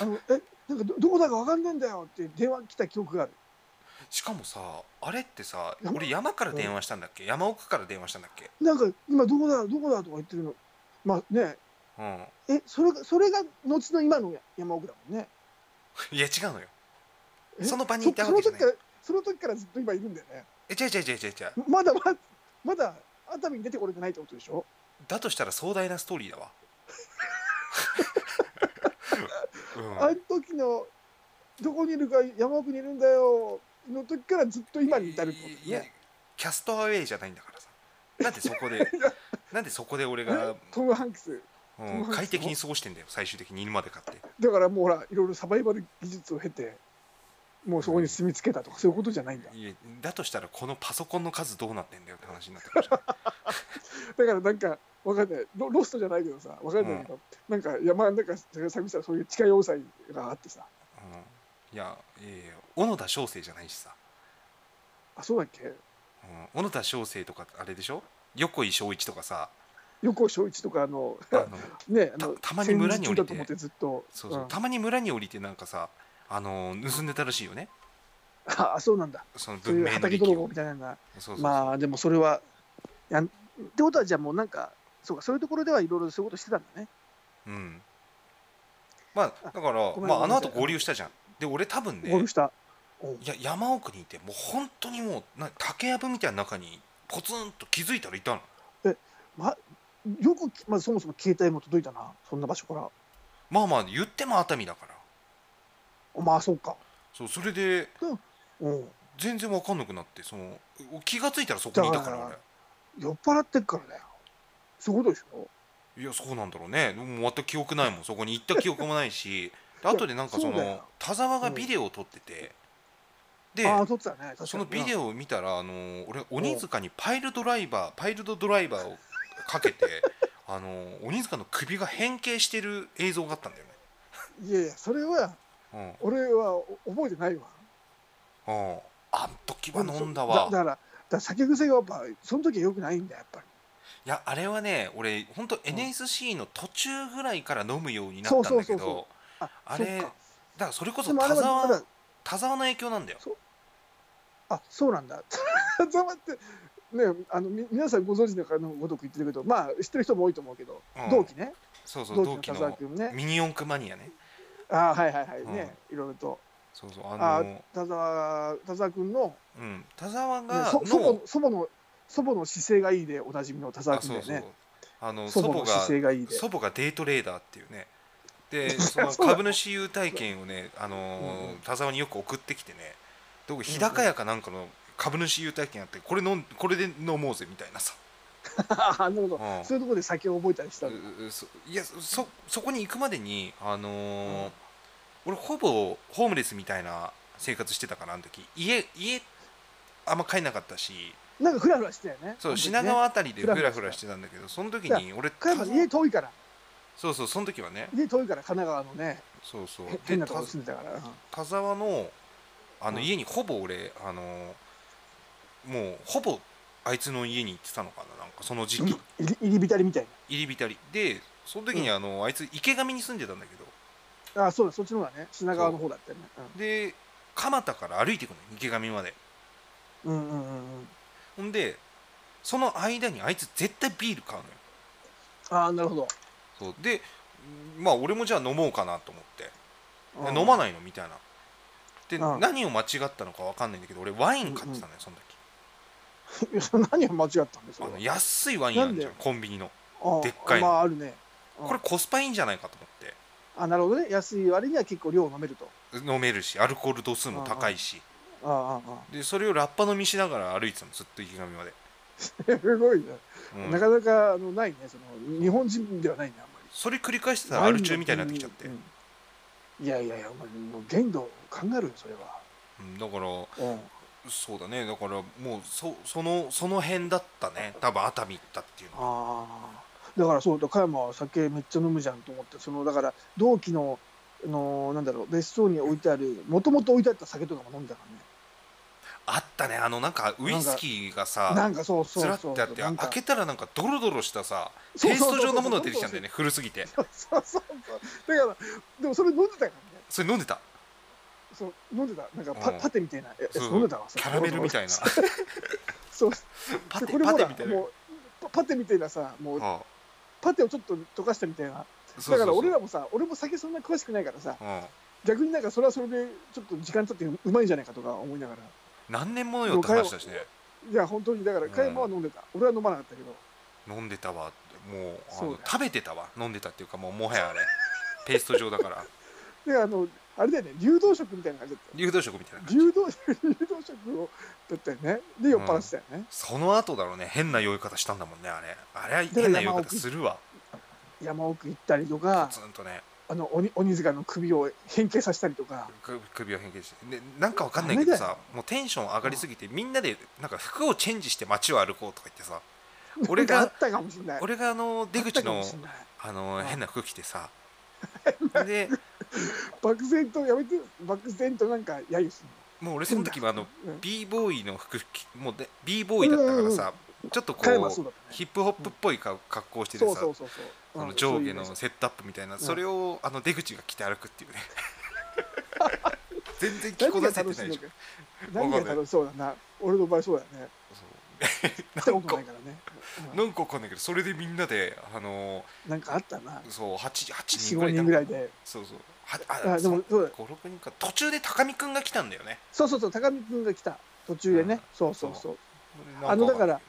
[SPEAKER 2] あのえなんかどどこだかわかんねえんだよって電話来た記憶がある
[SPEAKER 1] しかもさあれってさ
[SPEAKER 2] 山
[SPEAKER 1] 俺山から電話したんだっけ山奥から電話したんだっけ
[SPEAKER 2] なんか今どこだどこだとか言ってるのまあね
[SPEAKER 1] うん
[SPEAKER 2] えそれがそれが後の今の山奥だもんね
[SPEAKER 1] いや違うのよ
[SPEAKER 2] え
[SPEAKER 1] その場に
[SPEAKER 2] そ
[SPEAKER 1] いたわけじゃ
[SPEAKER 2] その
[SPEAKER 1] な
[SPEAKER 2] 時
[SPEAKER 1] い
[SPEAKER 2] からその時からずっと今いるんだよね
[SPEAKER 1] え違う違う違う違う違う
[SPEAKER 2] まだままだ熱海に出てこれてないってことでしょ
[SPEAKER 1] だとしたら壮大なストーリーだわ
[SPEAKER 2] あの時のどこにいるか山奥にいるんだよの時からずっと今に至るってこと
[SPEAKER 1] いや
[SPEAKER 2] ね。
[SPEAKER 1] キャストアウェイじゃないんだからさなんでそこ でなんでそこで俺が
[SPEAKER 2] え、トム・ハンクス
[SPEAKER 1] うん
[SPEAKER 2] 友達の
[SPEAKER 1] 快適に過ごしてんだよ最終的に犬まで買って
[SPEAKER 2] だからもうほらいろいろサバイバル技術を経てもうそこに住み着けたとかそういうことじゃないんだ
[SPEAKER 1] いやだとしたらこのパソコンの数どうなってんだよって話になってくるじゃん
[SPEAKER 2] だからなんかわかんないロロストじゃないけどさわかんないけど、なんか山の中探したらそういう地下要塞があってさ
[SPEAKER 1] うんいやいやいや小野田翔生じゃないしさ、
[SPEAKER 2] あそうだっけ
[SPEAKER 1] うん、小野田翔生とかあれでしょ横井翔一とかさ
[SPEAKER 2] 横正一とかあの
[SPEAKER 1] あの
[SPEAKER 2] ねあの
[SPEAKER 1] たたまに村に降りて
[SPEAKER 2] 戦時中だと思ってずっと
[SPEAKER 1] そうそう、
[SPEAKER 2] ん
[SPEAKER 1] たまに村に降りてなんかさあの盗んでたらしいよね
[SPEAKER 2] あそうなんだ
[SPEAKER 1] その
[SPEAKER 2] そうい
[SPEAKER 1] 文明
[SPEAKER 2] う
[SPEAKER 1] の
[SPEAKER 2] 畑
[SPEAKER 1] 利器
[SPEAKER 2] 泥棒
[SPEAKER 1] を
[SPEAKER 2] みたいなのが
[SPEAKER 1] そうそうそう、
[SPEAKER 2] まあでもそれはやんってことはじゃあもうなんかそうかそういうところではいろいろそういうことしてたんだね
[SPEAKER 1] うんまあだから
[SPEAKER 2] ごめん
[SPEAKER 1] まあ、あの
[SPEAKER 2] ごめんなさ
[SPEAKER 1] 後
[SPEAKER 2] い
[SPEAKER 1] 合流したじゃんで俺多分ね
[SPEAKER 2] ゴルフしたうん
[SPEAKER 1] いや山奥にいてもう本当にもうな竹やぶみたいな中にポツンと気づいたらいたの
[SPEAKER 2] まよくきまずそもそも携帯も届いたなそんな場所から
[SPEAKER 1] まあまあ言っても熱海だから
[SPEAKER 2] まあそうか
[SPEAKER 1] そうそれで
[SPEAKER 2] うん
[SPEAKER 1] 全然分かんなくなってそのお気が付いたらそこにいたから
[SPEAKER 2] だから
[SPEAKER 1] 俺
[SPEAKER 2] 酔っ払ってっからだよそういうことでしょ
[SPEAKER 1] いやそうなんだろうねもう全く記憶ないもんそこに行った記憶もないしで後でなんかそ
[SPEAKER 2] そうだ
[SPEAKER 1] の
[SPEAKER 2] よ
[SPEAKER 1] 田沢がビデオを撮ってて、で
[SPEAKER 2] ああ撮ってたね確かに
[SPEAKER 1] そのビデオを見たらあのー俺鬼塚にパイルドライバーパイルドドライバーをかけ てあのー鬼塚の首が変形してる映像があったんだよ
[SPEAKER 2] いやいやそれは
[SPEAKER 1] ね
[SPEAKER 2] 俺はお覚えてないわ
[SPEAKER 1] うん、うん、あん時は飲んだ
[SPEAKER 2] だ
[SPEAKER 1] わ
[SPEAKER 2] だからだから酒癖がやっぱその時はよくないんだやっぱり
[SPEAKER 1] いやあれはね俺本当 NSC の途中ぐらいから飲むようになったんだ
[SPEAKER 2] そ
[SPEAKER 1] け
[SPEAKER 2] うそうそう
[SPEAKER 1] ど
[SPEAKER 2] そあ
[SPEAKER 1] あれ
[SPEAKER 2] そっか
[SPEAKER 1] だからそれこ
[SPEAKER 2] で
[SPEAKER 1] そ
[SPEAKER 2] もあれ
[SPEAKER 1] 田
[SPEAKER 2] はま
[SPEAKER 1] 沢
[SPEAKER 2] だ
[SPEAKER 1] 田沢の影響なんだよ
[SPEAKER 2] あそうなんだ。 ざまってねあのみ皆さんご存知の方のごとく言ってるけどまあ知ってる人も多いと思うけど、
[SPEAKER 1] うん
[SPEAKER 2] 同期ね
[SPEAKER 1] そうそう
[SPEAKER 2] 同
[SPEAKER 1] 同期
[SPEAKER 2] 期の田沢
[SPEAKER 1] の
[SPEAKER 2] 君ね
[SPEAKER 1] ミニ四駆マニアね
[SPEAKER 2] あーはいはいはいね、いろいろと
[SPEAKER 1] そうそう
[SPEAKER 2] あ
[SPEAKER 1] あの
[SPEAKER 2] ー田沢田沢君の、
[SPEAKER 1] うん田沢
[SPEAKER 2] ね
[SPEAKER 1] が
[SPEAKER 2] そ祖母
[SPEAKER 1] の
[SPEAKER 2] の祖母の祖母の姿勢がいいでおなじみの田沢
[SPEAKER 1] あ
[SPEAKER 2] 君
[SPEAKER 1] そ
[SPEAKER 2] だ
[SPEAKER 1] う
[SPEAKER 2] よ
[SPEAKER 1] そう
[SPEAKER 2] ね
[SPEAKER 1] あの
[SPEAKER 2] 祖
[SPEAKER 1] 祖
[SPEAKER 2] 母
[SPEAKER 1] 母
[SPEAKER 2] の
[SPEAKER 1] が
[SPEAKER 2] 姿勢がいいで
[SPEAKER 1] 祖母がデートレーダーっていうね でそ
[SPEAKER 2] そうだ
[SPEAKER 1] の株主優待券をね、あ
[SPEAKER 2] うん
[SPEAKER 1] の
[SPEAKER 2] うん
[SPEAKER 1] ー田沢によく送ってきてねどこ日高屋かなんかの株主優待券あってこれ飲んこれで飲もうぜみたいなさ
[SPEAKER 2] あなるほど、
[SPEAKER 1] うん
[SPEAKER 2] そういうところで先を覚えたりしたの
[SPEAKER 1] ううそいやそそこに行くまでにあのー俺ほぼホームレスみたいな生活してたからあの時家家あんま帰んなかったし
[SPEAKER 2] なんかフラフラしてたよね
[SPEAKER 1] そう
[SPEAKER 2] その時ね
[SPEAKER 1] 品川あたりで
[SPEAKER 2] ふらふ
[SPEAKER 1] フ
[SPEAKER 2] ら
[SPEAKER 1] ラ
[SPEAKER 2] してた
[SPEAKER 1] フラしてたんだけどその時
[SPEAKER 2] い
[SPEAKER 1] に俺
[SPEAKER 2] 加山さん家遠いから
[SPEAKER 1] そうそうその時はね
[SPEAKER 2] 家遠いから神奈川のね
[SPEAKER 1] そうそう
[SPEAKER 2] へ
[SPEAKER 1] で
[SPEAKER 2] 変なとこ
[SPEAKER 1] た
[SPEAKER 2] ろ住んでたから、うん
[SPEAKER 1] 田沢のあの
[SPEAKER 2] うん
[SPEAKER 1] 家にほぼ俺あのーもうほぼあいつの家に行ってたのかななんかその時期
[SPEAKER 2] 入り入り浸りみたい
[SPEAKER 1] 入り浸りでその時にあの、あいつ池上に住んでたんだけど
[SPEAKER 2] なあそうだそっちの方だね品川の方だったよね
[SPEAKER 1] で蒲田から歩いていくのよ池上まで
[SPEAKER 2] うんうんうんうんうん
[SPEAKER 1] ほんでその間にあいつ絶対ビール買うのよ
[SPEAKER 2] ああなるほど
[SPEAKER 1] そうでまあ俺もじゃあ飲もうかなと思ってで飲
[SPEAKER 2] な
[SPEAKER 1] まないのみたいなで
[SPEAKER 2] うん
[SPEAKER 1] 何を間違ったのか分かんないんだけど俺ワイン買ってたのよその
[SPEAKER 2] いや何が間違ったんで
[SPEAKER 1] 時
[SPEAKER 2] すか
[SPEAKER 1] あの安いワインあるじゃん
[SPEAKER 2] なん
[SPEAKER 1] コンビニのでっかい
[SPEAKER 2] ま
[SPEAKER 1] の
[SPEAKER 2] ああるねうん
[SPEAKER 1] これコスパいいんじゃないかと思って
[SPEAKER 2] あなるほどね安い割には結構量飲めると
[SPEAKER 1] 飲めるしアルコール度数も高いし
[SPEAKER 2] あああああ
[SPEAKER 1] でそれをラッパ飲みしながら歩いてたのずっと池上まで、
[SPEAKER 2] あ すごいね
[SPEAKER 1] うん
[SPEAKER 2] なかなかあのないねその日本人ではないねあんまり
[SPEAKER 1] それ繰り返してたらアル中みたいになってきちゃって、
[SPEAKER 2] うんいやいやいやお前もう限度を考えるよそれは
[SPEAKER 1] うんだから
[SPEAKER 2] うん
[SPEAKER 1] そうだねだからもうそそのその辺だったね多分熱海行ったっていうのは
[SPEAKER 2] ああだからそうだ加山は酒めっちゃ飲むじゃんと思ってそのだから同期のあのーなんだろう別荘に置いてあるもともと置いてあった酒とかも飲んだから
[SPEAKER 1] あったねあのなんかウイスキーが
[SPEAKER 2] ねな
[SPEAKER 1] さ
[SPEAKER 2] んかそう
[SPEAKER 1] ず
[SPEAKER 2] そ
[SPEAKER 1] ら
[SPEAKER 2] う
[SPEAKER 1] って
[SPEAKER 2] そう
[SPEAKER 1] あって
[SPEAKER 2] な
[SPEAKER 1] 開
[SPEAKER 2] んか
[SPEAKER 1] けたらなんかドロドロしたさ
[SPEAKER 2] そ
[SPEAKER 1] ペー
[SPEAKER 2] う
[SPEAKER 1] ス
[SPEAKER 2] そ
[SPEAKER 1] ト
[SPEAKER 2] うそうそう
[SPEAKER 1] 状のものが出てきたんだよね古すぎて
[SPEAKER 2] そうそうそうそうだからでもそれ飲んでたからね
[SPEAKER 1] それ飲んでた
[SPEAKER 2] そう飲んでたなんかパ,、
[SPEAKER 1] うん
[SPEAKER 2] パテみたいなええ
[SPEAKER 1] そう
[SPEAKER 2] 飲んでたわそ
[SPEAKER 1] キ
[SPEAKER 2] れ
[SPEAKER 1] ャラメルみたいな
[SPEAKER 2] そう
[SPEAKER 1] パ
[SPEAKER 2] で
[SPEAKER 1] テ
[SPEAKER 2] これ
[SPEAKER 1] パ
[SPEAKER 2] ほ
[SPEAKER 1] テ
[SPEAKER 2] ら
[SPEAKER 1] みたいな、
[SPEAKER 2] もうパパテみたいなさもう
[SPEAKER 1] はあ
[SPEAKER 2] パテをちょっと溶かしたみたいな
[SPEAKER 1] そうそ
[SPEAKER 2] だか
[SPEAKER 1] うそ
[SPEAKER 2] ら
[SPEAKER 1] う
[SPEAKER 2] 俺らもさ俺も酒そんな詳しくないからさ
[SPEAKER 1] うん
[SPEAKER 2] 逆になんかそれはそれでちょっと時間経ってうまいんじゃないかとか思いながら
[SPEAKER 1] 何年ものよって話だしね
[SPEAKER 2] いや本当にだから
[SPEAKER 1] うん
[SPEAKER 2] 加山は飲んでた、俺は飲まなかったけど
[SPEAKER 1] 飲んでたわもうあ
[SPEAKER 2] そう
[SPEAKER 1] の
[SPEAKER 2] だよ
[SPEAKER 1] 食べてたわ飲んでたっていうかもうもはやあれペースト状だから
[SPEAKER 2] であのあれだよね流動食みたいな感じだったよ
[SPEAKER 1] 流動食みたいな
[SPEAKER 2] 流動流動食をだったよねで酔っ払ってたよね、
[SPEAKER 1] その後だろうね変な酔い方したんだもんねあれあれは
[SPEAKER 2] から
[SPEAKER 1] 変な酔い
[SPEAKER 2] 山
[SPEAKER 1] 方
[SPEAKER 2] 奥
[SPEAKER 1] するわ
[SPEAKER 2] 山奥行ったりとか
[SPEAKER 1] ずんとね
[SPEAKER 2] あの鬼鬼塚の首を変形させたりとか
[SPEAKER 1] く首を変形してでなんかわかんないけどさもうテンション上がりすぎてみんなでなんか服をチェンジして街を歩こうとか言ってさ 俺が
[SPEAKER 2] なんかあったかもしれない
[SPEAKER 1] 俺があの出口の
[SPEAKER 2] あったかもしんない
[SPEAKER 1] あの
[SPEAKER 2] うん
[SPEAKER 1] 変な服着てさで
[SPEAKER 2] 漠然とやめて漠然となんか揶揄す
[SPEAKER 1] もう俺その時はあの
[SPEAKER 2] るの、うん、
[SPEAKER 1] b ボーイの服着もうで b ボーイだったからさちょっとこ
[SPEAKER 2] 加山はそ
[SPEAKER 1] う
[SPEAKER 2] うだったね
[SPEAKER 1] ヒップホップっぽいか格好をしてて
[SPEAKER 2] そう
[SPEAKER 1] さ
[SPEAKER 2] そうそうそう
[SPEAKER 1] あの
[SPEAKER 2] うん
[SPEAKER 1] 上
[SPEAKER 2] そうい
[SPEAKER 1] 下
[SPEAKER 2] う
[SPEAKER 1] の
[SPEAKER 2] ね
[SPEAKER 1] セットアップみたいな、
[SPEAKER 2] ん
[SPEAKER 1] それをあの出口が来て歩く っていうね全然着こ
[SPEAKER 2] 何
[SPEAKER 1] な
[SPEAKER 2] が
[SPEAKER 1] せてな
[SPEAKER 2] 楽
[SPEAKER 1] い
[SPEAKER 2] しい
[SPEAKER 1] でし
[SPEAKER 2] の
[SPEAKER 1] ょ
[SPEAKER 2] か
[SPEAKER 1] わ
[SPEAKER 2] 何
[SPEAKER 1] か
[SPEAKER 2] が
[SPEAKER 1] んない
[SPEAKER 2] 楽しそうだな俺の場合そうだよね来
[SPEAKER 1] そ
[SPEAKER 2] た
[SPEAKER 1] う な
[SPEAKER 2] こ
[SPEAKER 1] ん
[SPEAKER 2] と
[SPEAKER 1] か
[SPEAKER 2] ないからねうん
[SPEAKER 1] なんかわかんないけどそれでみんなであの
[SPEAKER 2] なんかあったな
[SPEAKER 1] ーそう 8, 八人ぐ
[SPEAKER 2] 45
[SPEAKER 1] らいいたの
[SPEAKER 2] 人ぐらいで
[SPEAKER 1] そうそうはあ
[SPEAKER 2] あで
[SPEAKER 1] そ
[SPEAKER 2] も
[SPEAKER 1] う
[SPEAKER 2] そうだ
[SPEAKER 1] 56人か途中で高見くんが来たんだよね
[SPEAKER 2] そうそうそう高見君が来た途中でね、
[SPEAKER 1] うん
[SPEAKER 2] そうそうそう
[SPEAKER 1] なんわんない
[SPEAKER 2] あのだから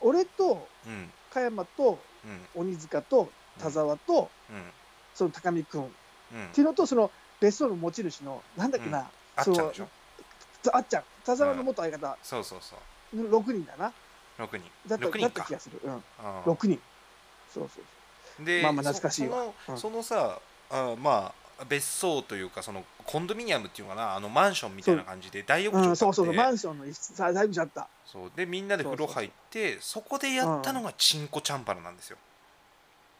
[SPEAKER 2] 俺と
[SPEAKER 1] うん
[SPEAKER 2] 加山と
[SPEAKER 1] うん
[SPEAKER 2] 鬼塚と田沢と、
[SPEAKER 1] うん
[SPEAKER 2] その高見君っ
[SPEAKER 1] うん
[SPEAKER 2] ていうのとその別荘の持ち主のなんだっけな、
[SPEAKER 1] あっちゃんでしょ
[SPEAKER 2] あっちゃん田沢の元相方、
[SPEAKER 1] そうそうそう
[SPEAKER 2] 6人だな
[SPEAKER 1] 6人
[SPEAKER 2] だった
[SPEAKER 1] 6
[SPEAKER 2] だ
[SPEAKER 1] 人
[SPEAKER 2] った
[SPEAKER 1] か
[SPEAKER 2] 気がする、うん、
[SPEAKER 1] あー
[SPEAKER 2] 6人そうそう
[SPEAKER 1] で
[SPEAKER 2] まあまあ懐かしいわ
[SPEAKER 1] そその,、
[SPEAKER 2] うん
[SPEAKER 1] そのさあまあ別荘というかそのコンドミニアムっていうのかなあのマンションみたいな感じで大浴
[SPEAKER 2] そ
[SPEAKER 1] 場
[SPEAKER 2] う,、
[SPEAKER 1] が
[SPEAKER 2] う
[SPEAKER 1] あっ
[SPEAKER 2] ん、
[SPEAKER 1] て、
[SPEAKER 2] そうそうそうマンションの一室さだいぶじゃった
[SPEAKER 1] そうでみんなで風呂入ってそこでやったのがチンコチャンバラなんですよ、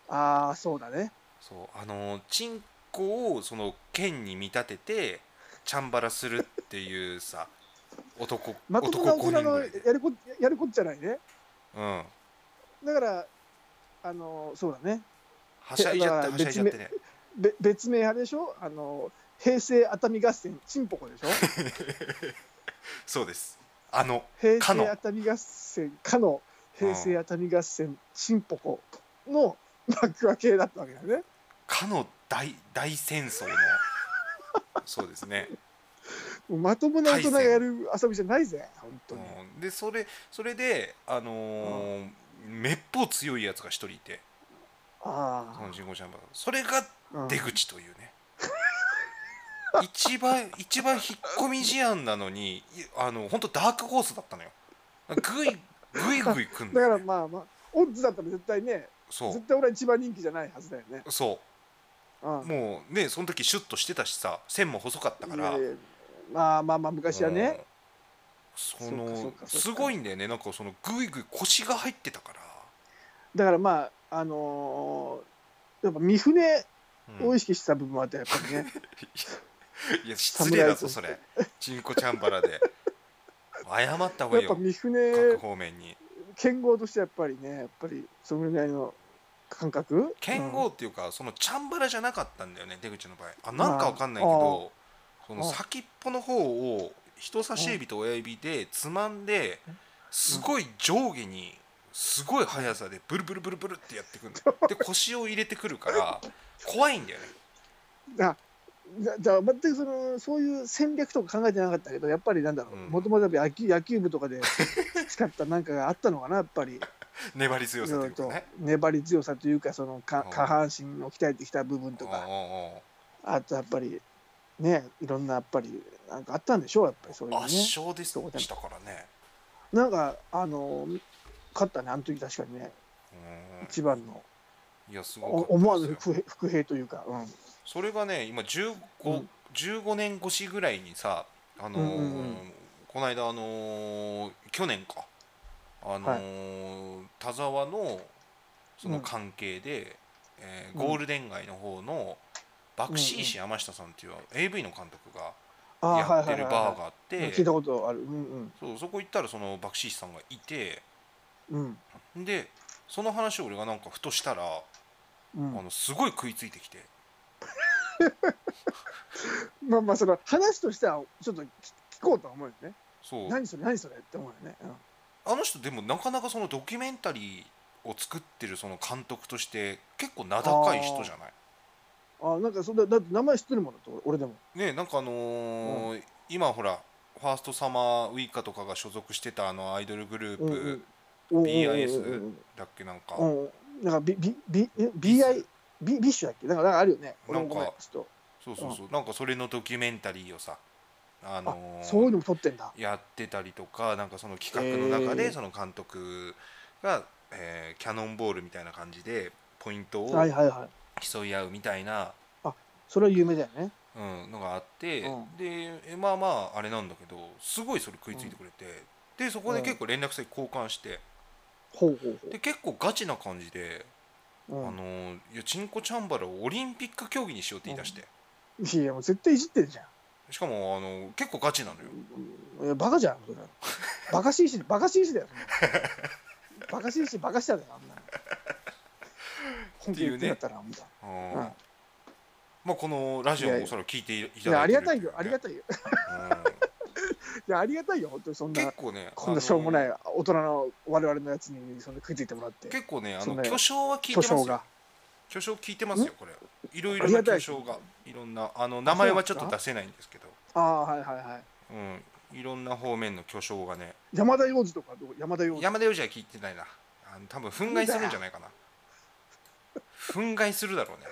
[SPEAKER 2] ああそうだね
[SPEAKER 1] そうあのチンコをその剣に見立ててチャンバラするっていう さ男
[SPEAKER 2] まともな
[SPEAKER 1] 男5
[SPEAKER 2] 大人
[SPEAKER 1] 人ぐら
[SPEAKER 2] のや
[SPEAKER 1] いで、
[SPEAKER 2] るこやるこっちゃないね
[SPEAKER 1] うん、
[SPEAKER 2] だからあのそうだね
[SPEAKER 1] はしゃいじゃって
[SPEAKER 2] だ
[SPEAKER 1] は
[SPEAKER 2] から
[SPEAKER 1] しゃいじゃってね
[SPEAKER 2] べ別名あれでしょあの平成熱海合戦チンポコでしょ
[SPEAKER 1] そうですあの
[SPEAKER 2] 平
[SPEAKER 1] かの
[SPEAKER 2] 成熱海合戦かの平成熱海合戦チンポコの幕開けだったわけだよね
[SPEAKER 1] かの大大戦争のそうですね
[SPEAKER 2] もうまともな大人がやる遊びじゃないぜ本当に、
[SPEAKER 1] うん、でそれそれであのーめっぽう強いやつが一人いてそ
[SPEAKER 2] あ
[SPEAKER 1] の人工チャンバラそれが
[SPEAKER 2] あ、うん
[SPEAKER 1] 出口というね一番一番引っ込み思案なのにいあの本当ダークホースだったのよぐいぐいぐい来んだ
[SPEAKER 2] だか
[SPEAKER 1] よ
[SPEAKER 2] ら
[SPEAKER 1] ね
[SPEAKER 2] まあまあオッズだったら絶対ね、
[SPEAKER 1] そ
[SPEAKER 2] 絶対俺は一番人気じゃないはずだよね。
[SPEAKER 1] うそう
[SPEAKER 2] うん
[SPEAKER 1] もうねその時シュッとしてたしさ線も細かったから
[SPEAKER 2] いやいやまあまあまあ昔はね、
[SPEAKER 1] うんそ
[SPEAKER 2] そ
[SPEAKER 1] の
[SPEAKER 2] うかそうかそうか
[SPEAKER 1] すごいんだよねなんかそのぐいぐい腰が入ってたから、
[SPEAKER 2] だからまああのーやっぱ三船
[SPEAKER 1] うん
[SPEAKER 2] を意識した部分はあったよやっ ぱりね、
[SPEAKER 1] いや失礼だ
[SPEAKER 2] 侍
[SPEAKER 1] ぞ
[SPEAKER 2] と
[SPEAKER 1] それチンコチャンバラで謝った方がいい
[SPEAKER 2] やっぱ
[SPEAKER 1] よ
[SPEAKER 2] 三船
[SPEAKER 1] 各方面に
[SPEAKER 2] 剣豪としてやっぱりねやっぱりそのぐらいの感覚
[SPEAKER 1] 剣
[SPEAKER 2] うん
[SPEAKER 1] 豪っていうか、そのチャンバラじゃなかったんだよね出口の場合あなんかわかんないけど、その
[SPEAKER 2] あ
[SPEAKER 1] 先っぽの方を人差し指と親指でつまんで、すごい上下にすごい速さでブルブルブルブルってやってくるので腰を入れてくるから怖いんだよね
[SPEAKER 2] あじゃじゃあ全くそのそういう戦略とか考えてなかったけどやっぱりなんだろう
[SPEAKER 1] うん
[SPEAKER 2] もともと野球野球部と かで培ったなんかがあったのかなやっぱり
[SPEAKER 1] 粘り強
[SPEAKER 2] い
[SPEAKER 1] さと
[SPEAKER 2] ろ
[SPEAKER 1] い
[SPEAKER 2] いうろ
[SPEAKER 1] か
[SPEAKER 2] と
[SPEAKER 1] ね
[SPEAKER 2] 粘り強さというかそのか
[SPEAKER 1] うん
[SPEAKER 2] 下半身を鍛えてきた部分と
[SPEAKER 1] おう
[SPEAKER 2] か
[SPEAKER 1] おう
[SPEAKER 2] あとやっぱりねいろんなやっぱりなんかあったんでしょうやっぱりそういう
[SPEAKER 1] おう
[SPEAKER 2] ね
[SPEAKER 1] 圧勝でしたからね
[SPEAKER 2] なんかあの勝ったねあの時確かにね一番の
[SPEAKER 1] うんいやす
[SPEAKER 2] お
[SPEAKER 1] ご
[SPEAKER 2] 思
[SPEAKER 1] か
[SPEAKER 2] わ
[SPEAKER 1] った
[SPEAKER 2] ぬ
[SPEAKER 1] ですよ
[SPEAKER 2] 伏兵伏兵というか、うん、
[SPEAKER 1] それがね今 15,、
[SPEAKER 2] うん
[SPEAKER 1] 15年越しぐらいにさあのー
[SPEAKER 2] うんうんうん
[SPEAKER 1] この間あのー去年かあのー田沢のその関係で、えー
[SPEAKER 2] うん
[SPEAKER 1] ゴールデン街の方のバクシーシー山下さんっていう AV の監督が
[SPEAKER 2] あー
[SPEAKER 1] やってるバーがあっ
[SPEAKER 2] はいはいはいはい
[SPEAKER 1] て
[SPEAKER 2] 聞いたことあるうん
[SPEAKER 1] そうそこ行ったらそのバクシーシーさんがいて
[SPEAKER 2] うんうん
[SPEAKER 1] でその話を俺がなんかふとしたら、
[SPEAKER 2] うん
[SPEAKER 1] あのすごい食いついてきて
[SPEAKER 2] まあまあその話としてはちょっと聞聞こうとは思うよね。
[SPEAKER 1] そう
[SPEAKER 2] 何それ何それって思うよね。
[SPEAKER 1] あの人でもなかなかそのドキュメンタリーを作ってるその監督として結構名高い人じゃない
[SPEAKER 2] うん、あなんかそれだって名前知ってるもんだって俺俺でも。
[SPEAKER 1] ねえなんかあのー今ほらファーストサマーウイカとかが所属してたあのアイドルグループ、
[SPEAKER 2] うんうんおうおうおうおう
[SPEAKER 1] BIS だっけなんか、
[SPEAKER 2] うんうん。なんかビビビえ BI ビビッシュだっけなんかなんかあるよね。俺もごめん
[SPEAKER 1] なんか
[SPEAKER 2] ちょっ
[SPEAKER 1] そうそうそう、なんかそれのドキュメンタリーをさ、あ
[SPEAKER 2] と。あ
[SPEAKER 1] のー
[SPEAKER 2] そういうのも撮ってんだ。
[SPEAKER 1] やってたりとかなんかその企画の中
[SPEAKER 2] へ
[SPEAKER 1] で
[SPEAKER 2] え
[SPEAKER 1] その監督が、えーキャノンボールみたいな感じでポイント
[SPEAKER 2] はい
[SPEAKER 1] を
[SPEAKER 2] はいはい。
[SPEAKER 1] 競い合うみたいな。
[SPEAKER 2] それは有名だよね。
[SPEAKER 1] うん、のがあって、
[SPEAKER 2] うん
[SPEAKER 1] でえまあまああれなんだけどすごいそれ食いついてくれて、でそこで結構連絡先交換して、
[SPEAKER 2] ほうほう
[SPEAKER 1] で結構ガチな感じで、
[SPEAKER 2] ほう。うん
[SPEAKER 1] あのいやチンコチャンバラをオリンピック競技にしようって言い出して、
[SPEAKER 2] いやいやもう絶対いじってるじゃん。
[SPEAKER 1] しかもあの結構ガチなのよ
[SPEAKER 2] いやバカじゃんそれバカ紳士バカ紳士だよそんなバカ紳士バカしただよあんなの本気で言ってんだったらあんな
[SPEAKER 1] うん、
[SPEAKER 2] うん
[SPEAKER 1] まあこのラジオもおそらく聞いていただいて
[SPEAKER 2] い
[SPEAKER 1] る
[SPEAKER 2] やありがたいよありが
[SPEAKER 1] た
[SPEAKER 2] たいよ
[SPEAKER 1] い、
[SPEAKER 2] いやありがたいよ本当にそ
[SPEAKER 1] うんん、結
[SPEAKER 2] な
[SPEAKER 1] 構ね
[SPEAKER 2] こんなしょうもない
[SPEAKER 1] あ
[SPEAKER 2] 大人の我々のやつにそんな食いついてもらって
[SPEAKER 1] の結構ねあ
[SPEAKER 2] そん
[SPEAKER 1] の
[SPEAKER 2] な
[SPEAKER 1] 巨匠は聞いてま
[SPEAKER 2] 巨
[SPEAKER 1] す
[SPEAKER 2] 匠
[SPEAKER 1] よ
[SPEAKER 2] が
[SPEAKER 1] 巨匠聞いてますよこれいろいろ
[SPEAKER 2] あり
[SPEAKER 1] な
[SPEAKER 2] がたい
[SPEAKER 1] 巨匠がいろんなあの名前はちょっと出せないんですけど
[SPEAKER 2] ああはいはいはい
[SPEAKER 1] うん、いろんな方面の巨匠がね
[SPEAKER 2] 山田洋次とかどう山田洋次
[SPEAKER 1] 山田洋次は聞いてないなあの多分憤慨するんじゃないかな憤慨するだろうね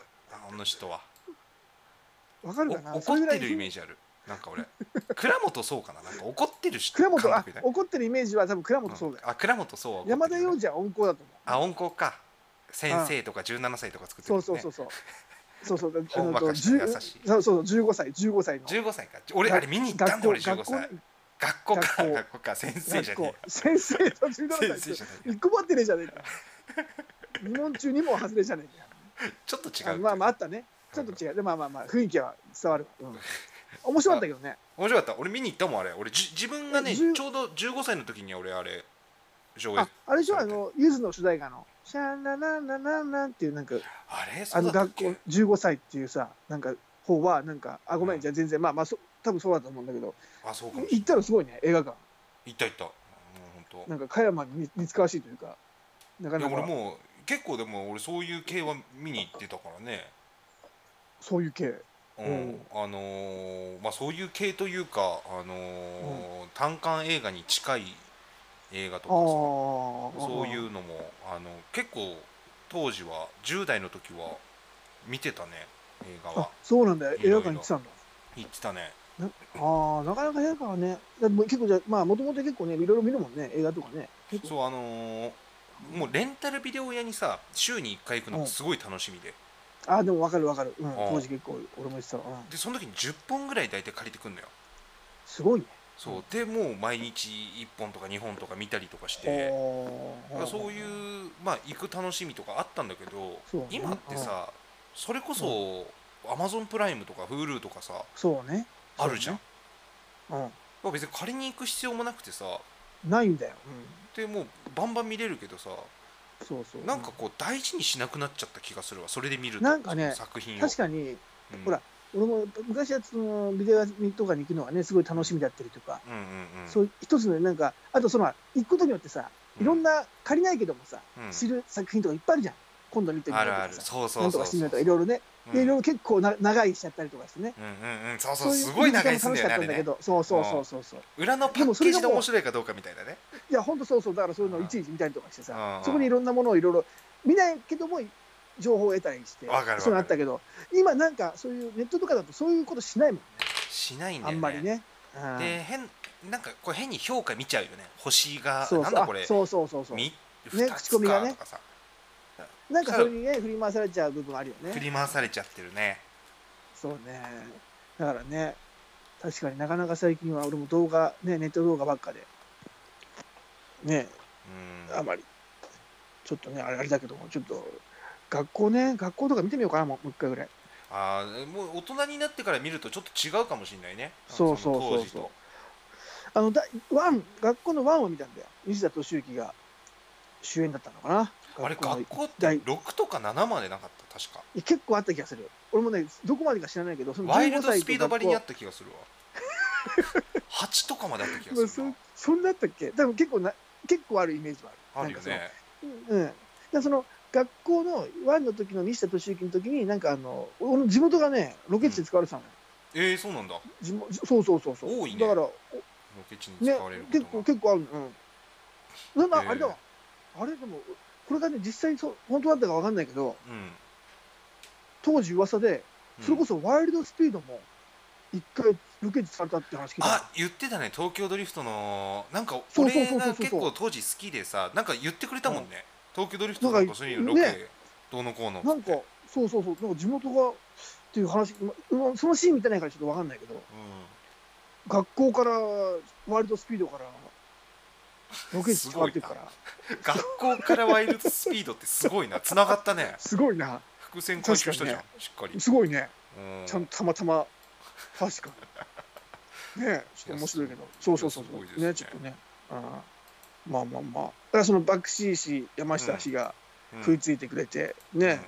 [SPEAKER 1] あの人は
[SPEAKER 2] わかるか
[SPEAKER 1] お
[SPEAKER 2] な
[SPEAKER 1] 怒
[SPEAKER 2] それぐら
[SPEAKER 1] って
[SPEAKER 2] い
[SPEAKER 1] るイメージあるなんか俺倉本そうかななんか怒ってるし
[SPEAKER 2] 倉本あ
[SPEAKER 1] 監督みたい
[SPEAKER 2] 怒ってるイメージは多分倉
[SPEAKER 1] うん
[SPEAKER 2] 本そうだよ
[SPEAKER 1] あ倉本そうは怒ってる
[SPEAKER 2] 山田洋次は温厚だと思う
[SPEAKER 1] あ温厚か先生とか17歳とか作ってる、
[SPEAKER 2] そう
[SPEAKER 1] ね、
[SPEAKER 2] そうそうそうそうそう
[SPEAKER 1] ほんわかして
[SPEAKER 2] 十
[SPEAKER 1] 優しい
[SPEAKER 2] そうそう15歳15歳の
[SPEAKER 1] 15歳か俺あれ見に行ったんだ俺15歳学校か
[SPEAKER 2] 学校
[SPEAKER 1] 学校か先生じゃ
[SPEAKER 2] 学校
[SPEAKER 1] ね
[SPEAKER 2] 先生と17
[SPEAKER 1] え先
[SPEAKER 2] 歳
[SPEAKER 1] 生じゃねえ
[SPEAKER 2] 一個も合ってねえじゃねえか2問中2問外れじゃねえか
[SPEAKER 1] ちょっと違
[SPEAKER 2] あ
[SPEAKER 1] う
[SPEAKER 2] まあまああったねちょっと違うでまあまあまあ雰囲気は伝わるわ、うん、面白かったけどね
[SPEAKER 1] 面白かった俺見に行ったもんあれ俺じ自分がね
[SPEAKER 2] え
[SPEAKER 1] ち
[SPEAKER 2] 十
[SPEAKER 1] ょうど15歳の時に俺あれ上映
[SPEAKER 2] あ
[SPEAKER 1] あ
[SPEAKER 2] あれでしょ
[SPEAKER 1] そ
[SPEAKER 2] あ
[SPEAKER 1] うだ
[SPEAKER 2] のゆずの主題歌の「シャンラランランランラン」っていうなんか
[SPEAKER 1] れそ
[SPEAKER 2] あ
[SPEAKER 1] うだった
[SPEAKER 2] の
[SPEAKER 1] っ
[SPEAKER 2] 学
[SPEAKER 1] け
[SPEAKER 2] 校15歳っていうさなんか方はなんかあごめ
[SPEAKER 1] うん
[SPEAKER 2] んじゃあ全然まあまあそ多分そうだと思うんだけど
[SPEAKER 1] あそうかもしれな
[SPEAKER 2] 行っ
[SPEAKER 1] い
[SPEAKER 2] たらすごいね映画館
[SPEAKER 1] 行った行ったもう本
[SPEAKER 2] なんか加山に似似つかわしいというか
[SPEAKER 1] 当
[SPEAKER 2] なか
[SPEAKER 1] い
[SPEAKER 2] な
[SPEAKER 1] や俺
[SPEAKER 2] か
[SPEAKER 1] もう結構でも俺そういう系は見に行ってたからね
[SPEAKER 2] そういう系
[SPEAKER 1] うん、
[SPEAKER 2] うん
[SPEAKER 1] あのーまあそういう系というかあのー単館映画に近い映画と
[SPEAKER 2] ああ
[SPEAKER 1] かさそうい
[SPEAKER 2] うん
[SPEAKER 1] うのもあの結構当時は10代の時は見てたね映画
[SPEAKER 2] あ
[SPEAKER 1] は
[SPEAKER 2] そうなんだよ
[SPEAKER 1] いろ
[SPEAKER 2] 映
[SPEAKER 1] いろ
[SPEAKER 2] 画館行ってたんだ
[SPEAKER 1] 行ってたね
[SPEAKER 2] ああ、なかなか映画館はね、だってもう結構じゃ、まあ、もともと結構ね、いろいろ見るもんね、映画とかね。結構
[SPEAKER 1] そうあのーもうレンタルビデオ屋にさ週に1回行くのがすごい楽しみで、
[SPEAKER 2] あでも分かる分かる、うん、
[SPEAKER 1] ん
[SPEAKER 2] 当時結構俺も言ってたわ、うん、
[SPEAKER 1] でその時に10本ぐらい大体借りてくんのよ
[SPEAKER 2] すごいね
[SPEAKER 1] そううでもう毎日1本とか2本とか見たりとかして
[SPEAKER 2] ほ
[SPEAKER 1] だからそういうまあ行く楽しみとかあったんだけど
[SPEAKER 2] そうね
[SPEAKER 1] 今ってさそれこそアマゾンプライムとか Hulu とかさ
[SPEAKER 2] そうね
[SPEAKER 1] あるじゃん、
[SPEAKER 2] そうね
[SPEAKER 1] 別に借りに行く必要もなくてさ
[SPEAKER 2] うんないんだよ、
[SPEAKER 1] でもうバンバン見れるけどさ
[SPEAKER 2] うん、そうそう
[SPEAKER 1] なんかこう大事にしなくなっちゃった気がするわそれで見ると
[SPEAKER 2] なんかね
[SPEAKER 1] その作品を
[SPEAKER 2] 確かに
[SPEAKER 1] うん
[SPEAKER 2] ほら俺も昔はそのビデオ屋とかに行くのがねすごい楽しみだったりとか、
[SPEAKER 1] うんうんうん
[SPEAKER 2] そういう一つのなんかあとその行くことによってさいろんな借りないけどもさ、
[SPEAKER 1] うん
[SPEAKER 2] 知る作品とかいっぱいあるじゃん今度見てみよ
[SPEAKER 1] あ
[SPEAKER 2] うと
[SPEAKER 1] るあ
[SPEAKER 2] か
[SPEAKER 1] る
[SPEAKER 2] さ
[SPEAKER 1] そうそ
[SPEAKER 2] な
[SPEAKER 1] うん
[SPEAKER 2] と
[SPEAKER 1] そ
[SPEAKER 2] か
[SPEAKER 1] う
[SPEAKER 2] して
[SPEAKER 1] そう
[SPEAKER 2] みようとかいろいろね
[SPEAKER 1] うん
[SPEAKER 2] でいろいろ結構な長いしちゃったりとかしてね
[SPEAKER 1] うんうんうんそうそう
[SPEAKER 2] そうう
[SPEAKER 1] すごい長いすんだよねあ
[SPEAKER 2] 楽しかったんだけ
[SPEAKER 1] れ
[SPEAKER 2] どそうそうそうそうそう
[SPEAKER 1] 裏のパッケージで面白いかどうかみたいなね
[SPEAKER 2] いや本当そうそうだからそういうのをいちいち見たりとかして
[SPEAKER 1] うん
[SPEAKER 2] さ
[SPEAKER 1] うん
[SPEAKER 2] そこにいろんなものをいろいろ見ないけども情報を得たりして
[SPEAKER 1] わかるわかる
[SPEAKER 2] そういうのあったけど今なんかそういうネットとかだとそういうことしないもんね
[SPEAKER 1] しないんだよ
[SPEAKER 2] あ
[SPEAKER 1] ね
[SPEAKER 2] んまりねうん
[SPEAKER 1] で変なんかこう変に評価見ちゃうよね星が
[SPEAKER 2] そう
[SPEAKER 1] なん
[SPEAKER 2] そう
[SPEAKER 1] だ
[SPEAKER 2] あ
[SPEAKER 1] これ
[SPEAKER 2] そうそうそうそう
[SPEAKER 1] み
[SPEAKER 2] ね
[SPEAKER 1] 2つ
[SPEAKER 2] 口コミが
[SPEAKER 1] か
[SPEAKER 2] ね
[SPEAKER 1] とかさ、
[SPEAKER 2] なんかそれにね振り回されちゃう部分あるよ
[SPEAKER 1] 振
[SPEAKER 2] ね
[SPEAKER 1] り回されちゃってるね
[SPEAKER 2] そうねだからね確かになかなか最近は俺も動画ねネット動画ばっかでね
[SPEAKER 1] うん
[SPEAKER 2] あまりちょっとねあれあれだけどもちょっと学校ね学校とか見てみようかなもうもう一回ぐらい
[SPEAKER 1] あーもう大人になってから見るとちょっと違うかもしれないね
[SPEAKER 2] そうそうそうそう
[SPEAKER 1] の当時と
[SPEAKER 2] あのだワン学校のワンを見たんだよ西田敏行が主演だったのかな
[SPEAKER 1] あれ
[SPEAKER 2] の
[SPEAKER 1] 学校って
[SPEAKER 2] 第
[SPEAKER 1] 6とか7までなかった確か
[SPEAKER 2] 結構あった気がする俺もねどこまでか知らないけどその
[SPEAKER 1] ワイル
[SPEAKER 2] 15
[SPEAKER 1] ド
[SPEAKER 2] 歳
[SPEAKER 1] スピードばりにあ
[SPEAKER 2] と
[SPEAKER 1] った気が するわ8とかまであった気
[SPEAKER 2] 学校ま
[SPEAKER 1] が
[SPEAKER 2] あ
[SPEAKER 1] す
[SPEAKER 2] そ
[SPEAKER 1] るな
[SPEAKER 2] そんなあったっけ多分結構な結構あるイメージはあ
[SPEAKER 1] あ
[SPEAKER 2] る
[SPEAKER 1] るよ
[SPEAKER 2] なんか
[SPEAKER 1] ね
[SPEAKER 2] そのうんでその学校のワンの時の西田敏行の時になんかあの俺の地元がねロケ地で使われてたのよ、
[SPEAKER 1] えー、そうなんだ
[SPEAKER 2] 地元そうそうそうそう
[SPEAKER 1] 多いね
[SPEAKER 2] だから
[SPEAKER 1] ロケ地に
[SPEAKER 2] ね
[SPEAKER 1] 使われる、こと
[SPEAKER 2] 結
[SPEAKER 1] が、
[SPEAKER 2] 構結構あるの。うん。なん
[SPEAKER 1] へ
[SPEAKER 2] か
[SPEAKER 1] え
[SPEAKER 2] あれだわ。あれでもこれがね実際にそう本当だったかわかんないけど、
[SPEAKER 1] うん、
[SPEAKER 2] 当時噂で
[SPEAKER 1] うん
[SPEAKER 2] それこそワイルドスピードも一回ロケ地されたって話聞いた。
[SPEAKER 1] あ言ってたね東京ドリフトのなんか
[SPEAKER 2] そうそう
[SPEAKER 1] 俺
[SPEAKER 2] そうそうそう
[SPEAKER 1] が結構当時好きでさなんか言ってくれたもんね、東京ドリフト
[SPEAKER 2] な
[SPEAKER 1] なんん
[SPEAKER 2] か
[SPEAKER 1] かそういうのロケ、
[SPEAKER 2] ね
[SPEAKER 1] どうのこうのっつ
[SPEAKER 2] な
[SPEAKER 1] っ
[SPEAKER 2] ん
[SPEAKER 1] て
[SPEAKER 2] かそうそうそうなんか地元がっていう話、まうんそのシーン見てないからちょっとわかんないけど、学校からワイルドスピードからロケ地使われてるから。
[SPEAKER 1] うん、学校からワイルドスピードってすごいな繋がったね
[SPEAKER 2] すごいな。
[SPEAKER 1] 伏線回収したじゃん、
[SPEAKER 2] 確
[SPEAKER 1] しっかり、
[SPEAKER 2] すごいね。
[SPEAKER 1] うん、
[SPEAKER 2] ちゃんとたまたま確かにねえちょっと面白いけどそうそうそう
[SPEAKER 1] いやすごいです
[SPEAKER 2] そう
[SPEAKER 1] ね
[SPEAKER 2] ねちょっとね、うん、まあまあまあだからそのバックシー氏山下氏が
[SPEAKER 1] うん
[SPEAKER 2] 食いついてくれて、ね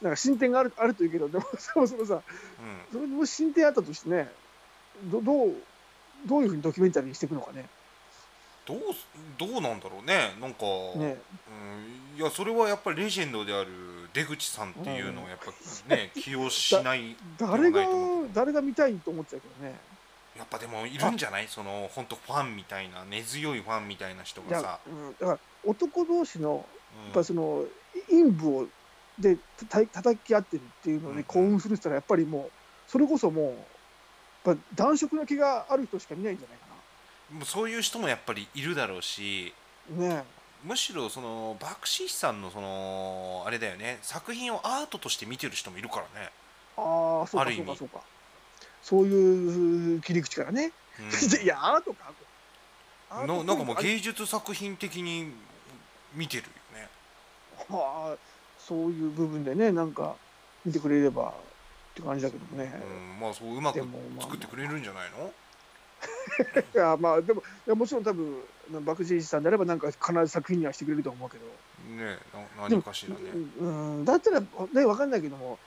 [SPEAKER 2] なんか進展があるあるというけどでも そもそもさ
[SPEAKER 1] うんうん
[SPEAKER 2] それもし進展あったとしてねどどうどういうふうにドキュメンタリーにしていくのかね
[SPEAKER 1] どうどうなんだろうねなんか、
[SPEAKER 2] ね
[SPEAKER 1] うん、いやそれはやっぱりレジェンドである出口さんっていうのをやっぱね、起用しない
[SPEAKER 2] 誰
[SPEAKER 1] な
[SPEAKER 2] が
[SPEAKER 1] いと思う
[SPEAKER 2] 誰が見たいと思っちゃうけどね
[SPEAKER 1] やっぱでもいるんじゃないその本当ファンみたいな根強いファンみたいな人
[SPEAKER 2] だ
[SPEAKER 1] が
[SPEAKER 2] か
[SPEAKER 1] さ、
[SPEAKER 2] ら,、うん、だから男同士の
[SPEAKER 1] うん
[SPEAKER 2] やっぱその陰部をでた叩き合ってるっていうの
[SPEAKER 1] うんうん
[SPEAKER 2] に興奮するって言ったらやっぱりもうそれこそもうやっぱ男色の気がある人しか見ないんじゃな
[SPEAKER 1] もうそういう人もやっぱりいるだろうし
[SPEAKER 2] いかな。ね
[SPEAKER 1] むしろそのバクシーさんのそのあれだよね作品をアートとして見てる人もいるからね、
[SPEAKER 2] えああそう
[SPEAKER 1] あ
[SPEAKER 2] か
[SPEAKER 1] る意
[SPEAKER 2] そうか
[SPEAKER 1] 味
[SPEAKER 2] そうかそういう切り口からね。
[SPEAKER 1] う
[SPEAKER 2] いやアートか。
[SPEAKER 1] ん、のなんかもう
[SPEAKER 2] あ
[SPEAKER 1] 芸術作品的に見てるよね
[SPEAKER 2] あそういう部分でねなんか見てくれればって感じだけどもね。
[SPEAKER 1] うん、まあそううまく
[SPEAKER 2] でもまあ
[SPEAKER 1] 作ってくれるんじゃないの
[SPEAKER 2] いやまあでもいやもちろん多分バクジーさんであればなんか必ず作品にはしてくれると思うけど。
[SPEAKER 1] ねな
[SPEAKER 2] で
[SPEAKER 1] 何
[SPEAKER 2] も
[SPEAKER 1] かしらね
[SPEAKER 2] うんうんだったらね分かんないけども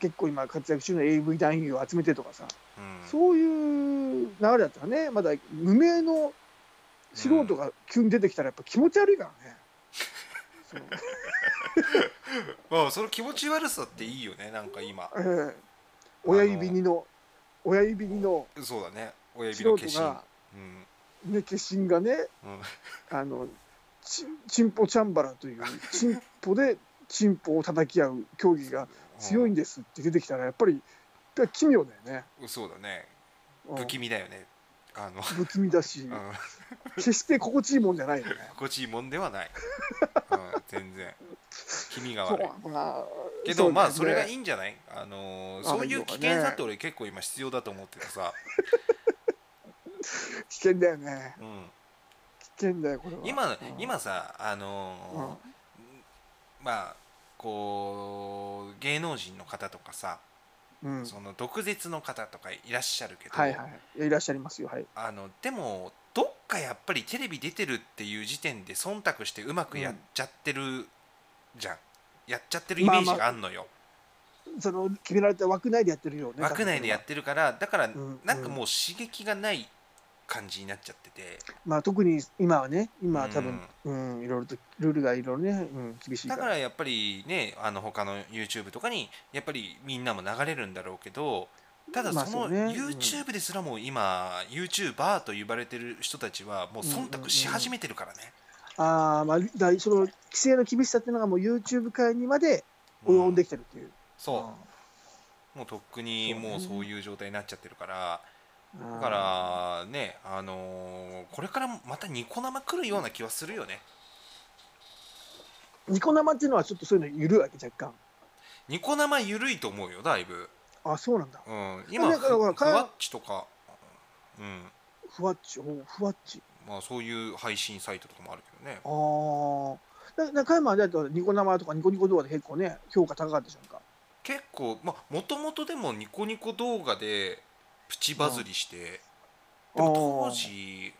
[SPEAKER 2] 結構今活躍中の AV 男優を集めてとかさ、
[SPEAKER 1] うん
[SPEAKER 2] そういう流れだったらねまだ無名の素人が急に出てきたらやっぱ気持ち悪いから ね。そう
[SPEAKER 1] まあその気持ち悪さっていいよねなんか今
[SPEAKER 2] ええ親指にの親指にの
[SPEAKER 1] そうだね親指の
[SPEAKER 2] 素
[SPEAKER 1] 化
[SPEAKER 2] 人
[SPEAKER 1] 身
[SPEAKER 2] が、
[SPEAKER 1] うん
[SPEAKER 2] ね、化身がね
[SPEAKER 1] うん
[SPEAKER 2] あのチンチンポチャンバラというチンポでチンポを叩き合う競技が強いんですって出てきたらやっぱりやっぱり奇妙だよね。
[SPEAKER 1] うんそうだね
[SPEAKER 2] うん
[SPEAKER 1] 不気味だよねあの、
[SPEAKER 2] 不気味だし
[SPEAKER 1] う、ん、
[SPEAKER 2] 決して心地いいもんじゃないよね。
[SPEAKER 1] 心地いいもんではない、うん全然気味が
[SPEAKER 2] そう
[SPEAKER 1] 悪い
[SPEAKER 2] なのかな
[SPEAKER 1] けどまあそれが
[SPEAKER 2] い
[SPEAKER 1] いいんじゃないあのー
[SPEAKER 2] あ
[SPEAKER 1] そうい
[SPEAKER 2] いいうの
[SPEAKER 1] 危
[SPEAKER 2] かね
[SPEAKER 1] 険さって俺結構今必要だと思っててさ、
[SPEAKER 2] 危険だよね
[SPEAKER 1] うん、
[SPEAKER 2] 危険だよこれは
[SPEAKER 1] 今
[SPEAKER 2] うん
[SPEAKER 1] 今さあのーまあこう芸能人の方とかさ
[SPEAKER 2] うん、うん
[SPEAKER 1] その毒舌の方とかいらっしゃるけど、
[SPEAKER 2] はいはいいやいらっしゃいますよはい
[SPEAKER 1] あのでもどっかやっぱりテレビ出てるっていう時点で忖度してうまくやっちゃってるじゃん、やっちゃってるイメージがあんのよ、
[SPEAKER 2] その決められた枠内でやってるよね
[SPEAKER 1] 枠内でやってるからだから
[SPEAKER 2] ん
[SPEAKER 1] なんかもう刺激がない感じになっちゃってて、
[SPEAKER 2] まあ特に今はね今は多分
[SPEAKER 1] う
[SPEAKER 2] うん、いろいろとルールがいろいろね、うん、厳しい
[SPEAKER 1] ん
[SPEAKER 2] か
[SPEAKER 1] だ
[SPEAKER 2] ら
[SPEAKER 1] からやっぱりねあの他の YouTube とかにやっぱりみんなも流れるんだろうけどただ
[SPEAKER 2] まあ
[SPEAKER 1] その
[SPEAKER 2] そうねうん
[SPEAKER 1] YouTube ですらもう今 YouTuber と呼ばれてる人たちはもう忖度し始めてるからね。
[SPEAKER 2] ああまあだいその規制の厳しさっていうのがもう YouTube 界にまで及んできてるっていう、
[SPEAKER 1] そう、
[SPEAKER 2] うん
[SPEAKER 1] もうとっくに
[SPEAKER 2] そうね
[SPEAKER 1] もうそういう状態になっちゃってるから、だか
[SPEAKER 2] あ
[SPEAKER 1] らね、あのーこれからまたニコ生来るような気はするよね。
[SPEAKER 2] ーニコ生っていうのはちょっとそういうの緩いわけ若干
[SPEAKER 1] ニコ生緩いと思うよ、だいぶ。
[SPEAKER 2] あそうなんだ
[SPEAKER 1] うん、今、
[SPEAKER 2] だからほ
[SPEAKER 1] ふ
[SPEAKER 2] ら
[SPEAKER 1] ふ
[SPEAKER 2] か
[SPEAKER 1] わっちとか、うん
[SPEAKER 2] ふわっちおうふわっち
[SPEAKER 1] まあ、そういう配信サイトとかもあるけどね。
[SPEAKER 2] ああだ中山だとニコ生とかニコニコ動画で結構ね評価高かったじゃんか
[SPEAKER 1] 結構、まあ、もともとでもニコニコ動画でプチバズりして、でも当時、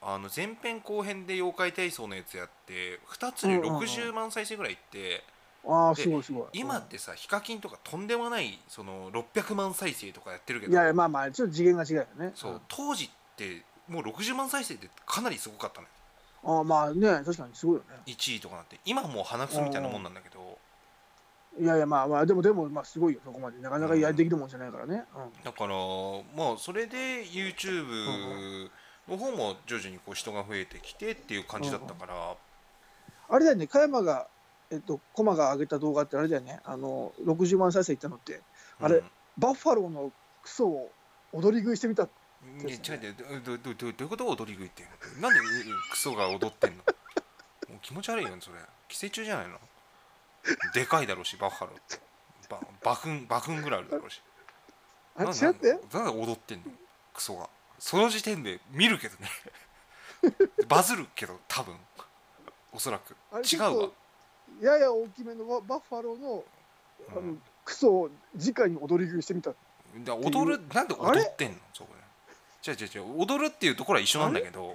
[SPEAKER 1] あの前編後編で妖怪体操のやつやって2つで60万再生ぐらいいって、
[SPEAKER 2] ああ
[SPEAKER 1] です
[SPEAKER 2] ごいすごい
[SPEAKER 1] 今ってさヒカキンとかとんでもないその600万再生とかやってるけ
[SPEAKER 2] うん
[SPEAKER 1] ど
[SPEAKER 2] いやいやまあまあちょっと次元が違うよね
[SPEAKER 1] そう当時ってもう60万再生ってかなりすごかったのよ
[SPEAKER 2] ああまあね確かにすごいよね
[SPEAKER 1] 1位とかなって今もう鼻くそみたいなもんなんだけど
[SPEAKER 2] いやいやまあまあでもでもまあすごいよそこまでなかなかやりできるもんじゃないからね、うん
[SPEAKER 1] だからまあそれで YouTube の方も徐々にこう人が増えてきてっていう感じだったから
[SPEAKER 2] あれだよね加山がえっと駒が上げた動画ってあれだよねあの60万再生いったのってうんあれバッファローのクソを踊り食いしてみた
[SPEAKER 1] うん
[SPEAKER 2] そう
[SPEAKER 1] いや
[SPEAKER 2] で
[SPEAKER 1] 違
[SPEAKER 2] すね
[SPEAKER 1] う違うどどどどういうこと踊り食いってなんでううクソが踊ってんのもう気持ち悪いよねそれ寄生虫じゃないのでかいだろうしバッファローってばバフンバフンぐらいあるだろうし
[SPEAKER 2] あれ
[SPEAKER 1] なん
[SPEAKER 2] 違って
[SPEAKER 1] なんなんで踊ってんのクソがその時点で見るけ どねバズるけど多分おそらく
[SPEAKER 2] あれ
[SPEAKER 1] 違
[SPEAKER 2] ちょっ
[SPEAKER 1] うわ
[SPEAKER 2] とやや大きめのババッファローのあの、
[SPEAKER 1] うん
[SPEAKER 2] クソを直に踊り食いしてみた
[SPEAKER 1] だ踊るなんで踊ってんのそこで違う違う違う踊るっていうところは一緒なんだけど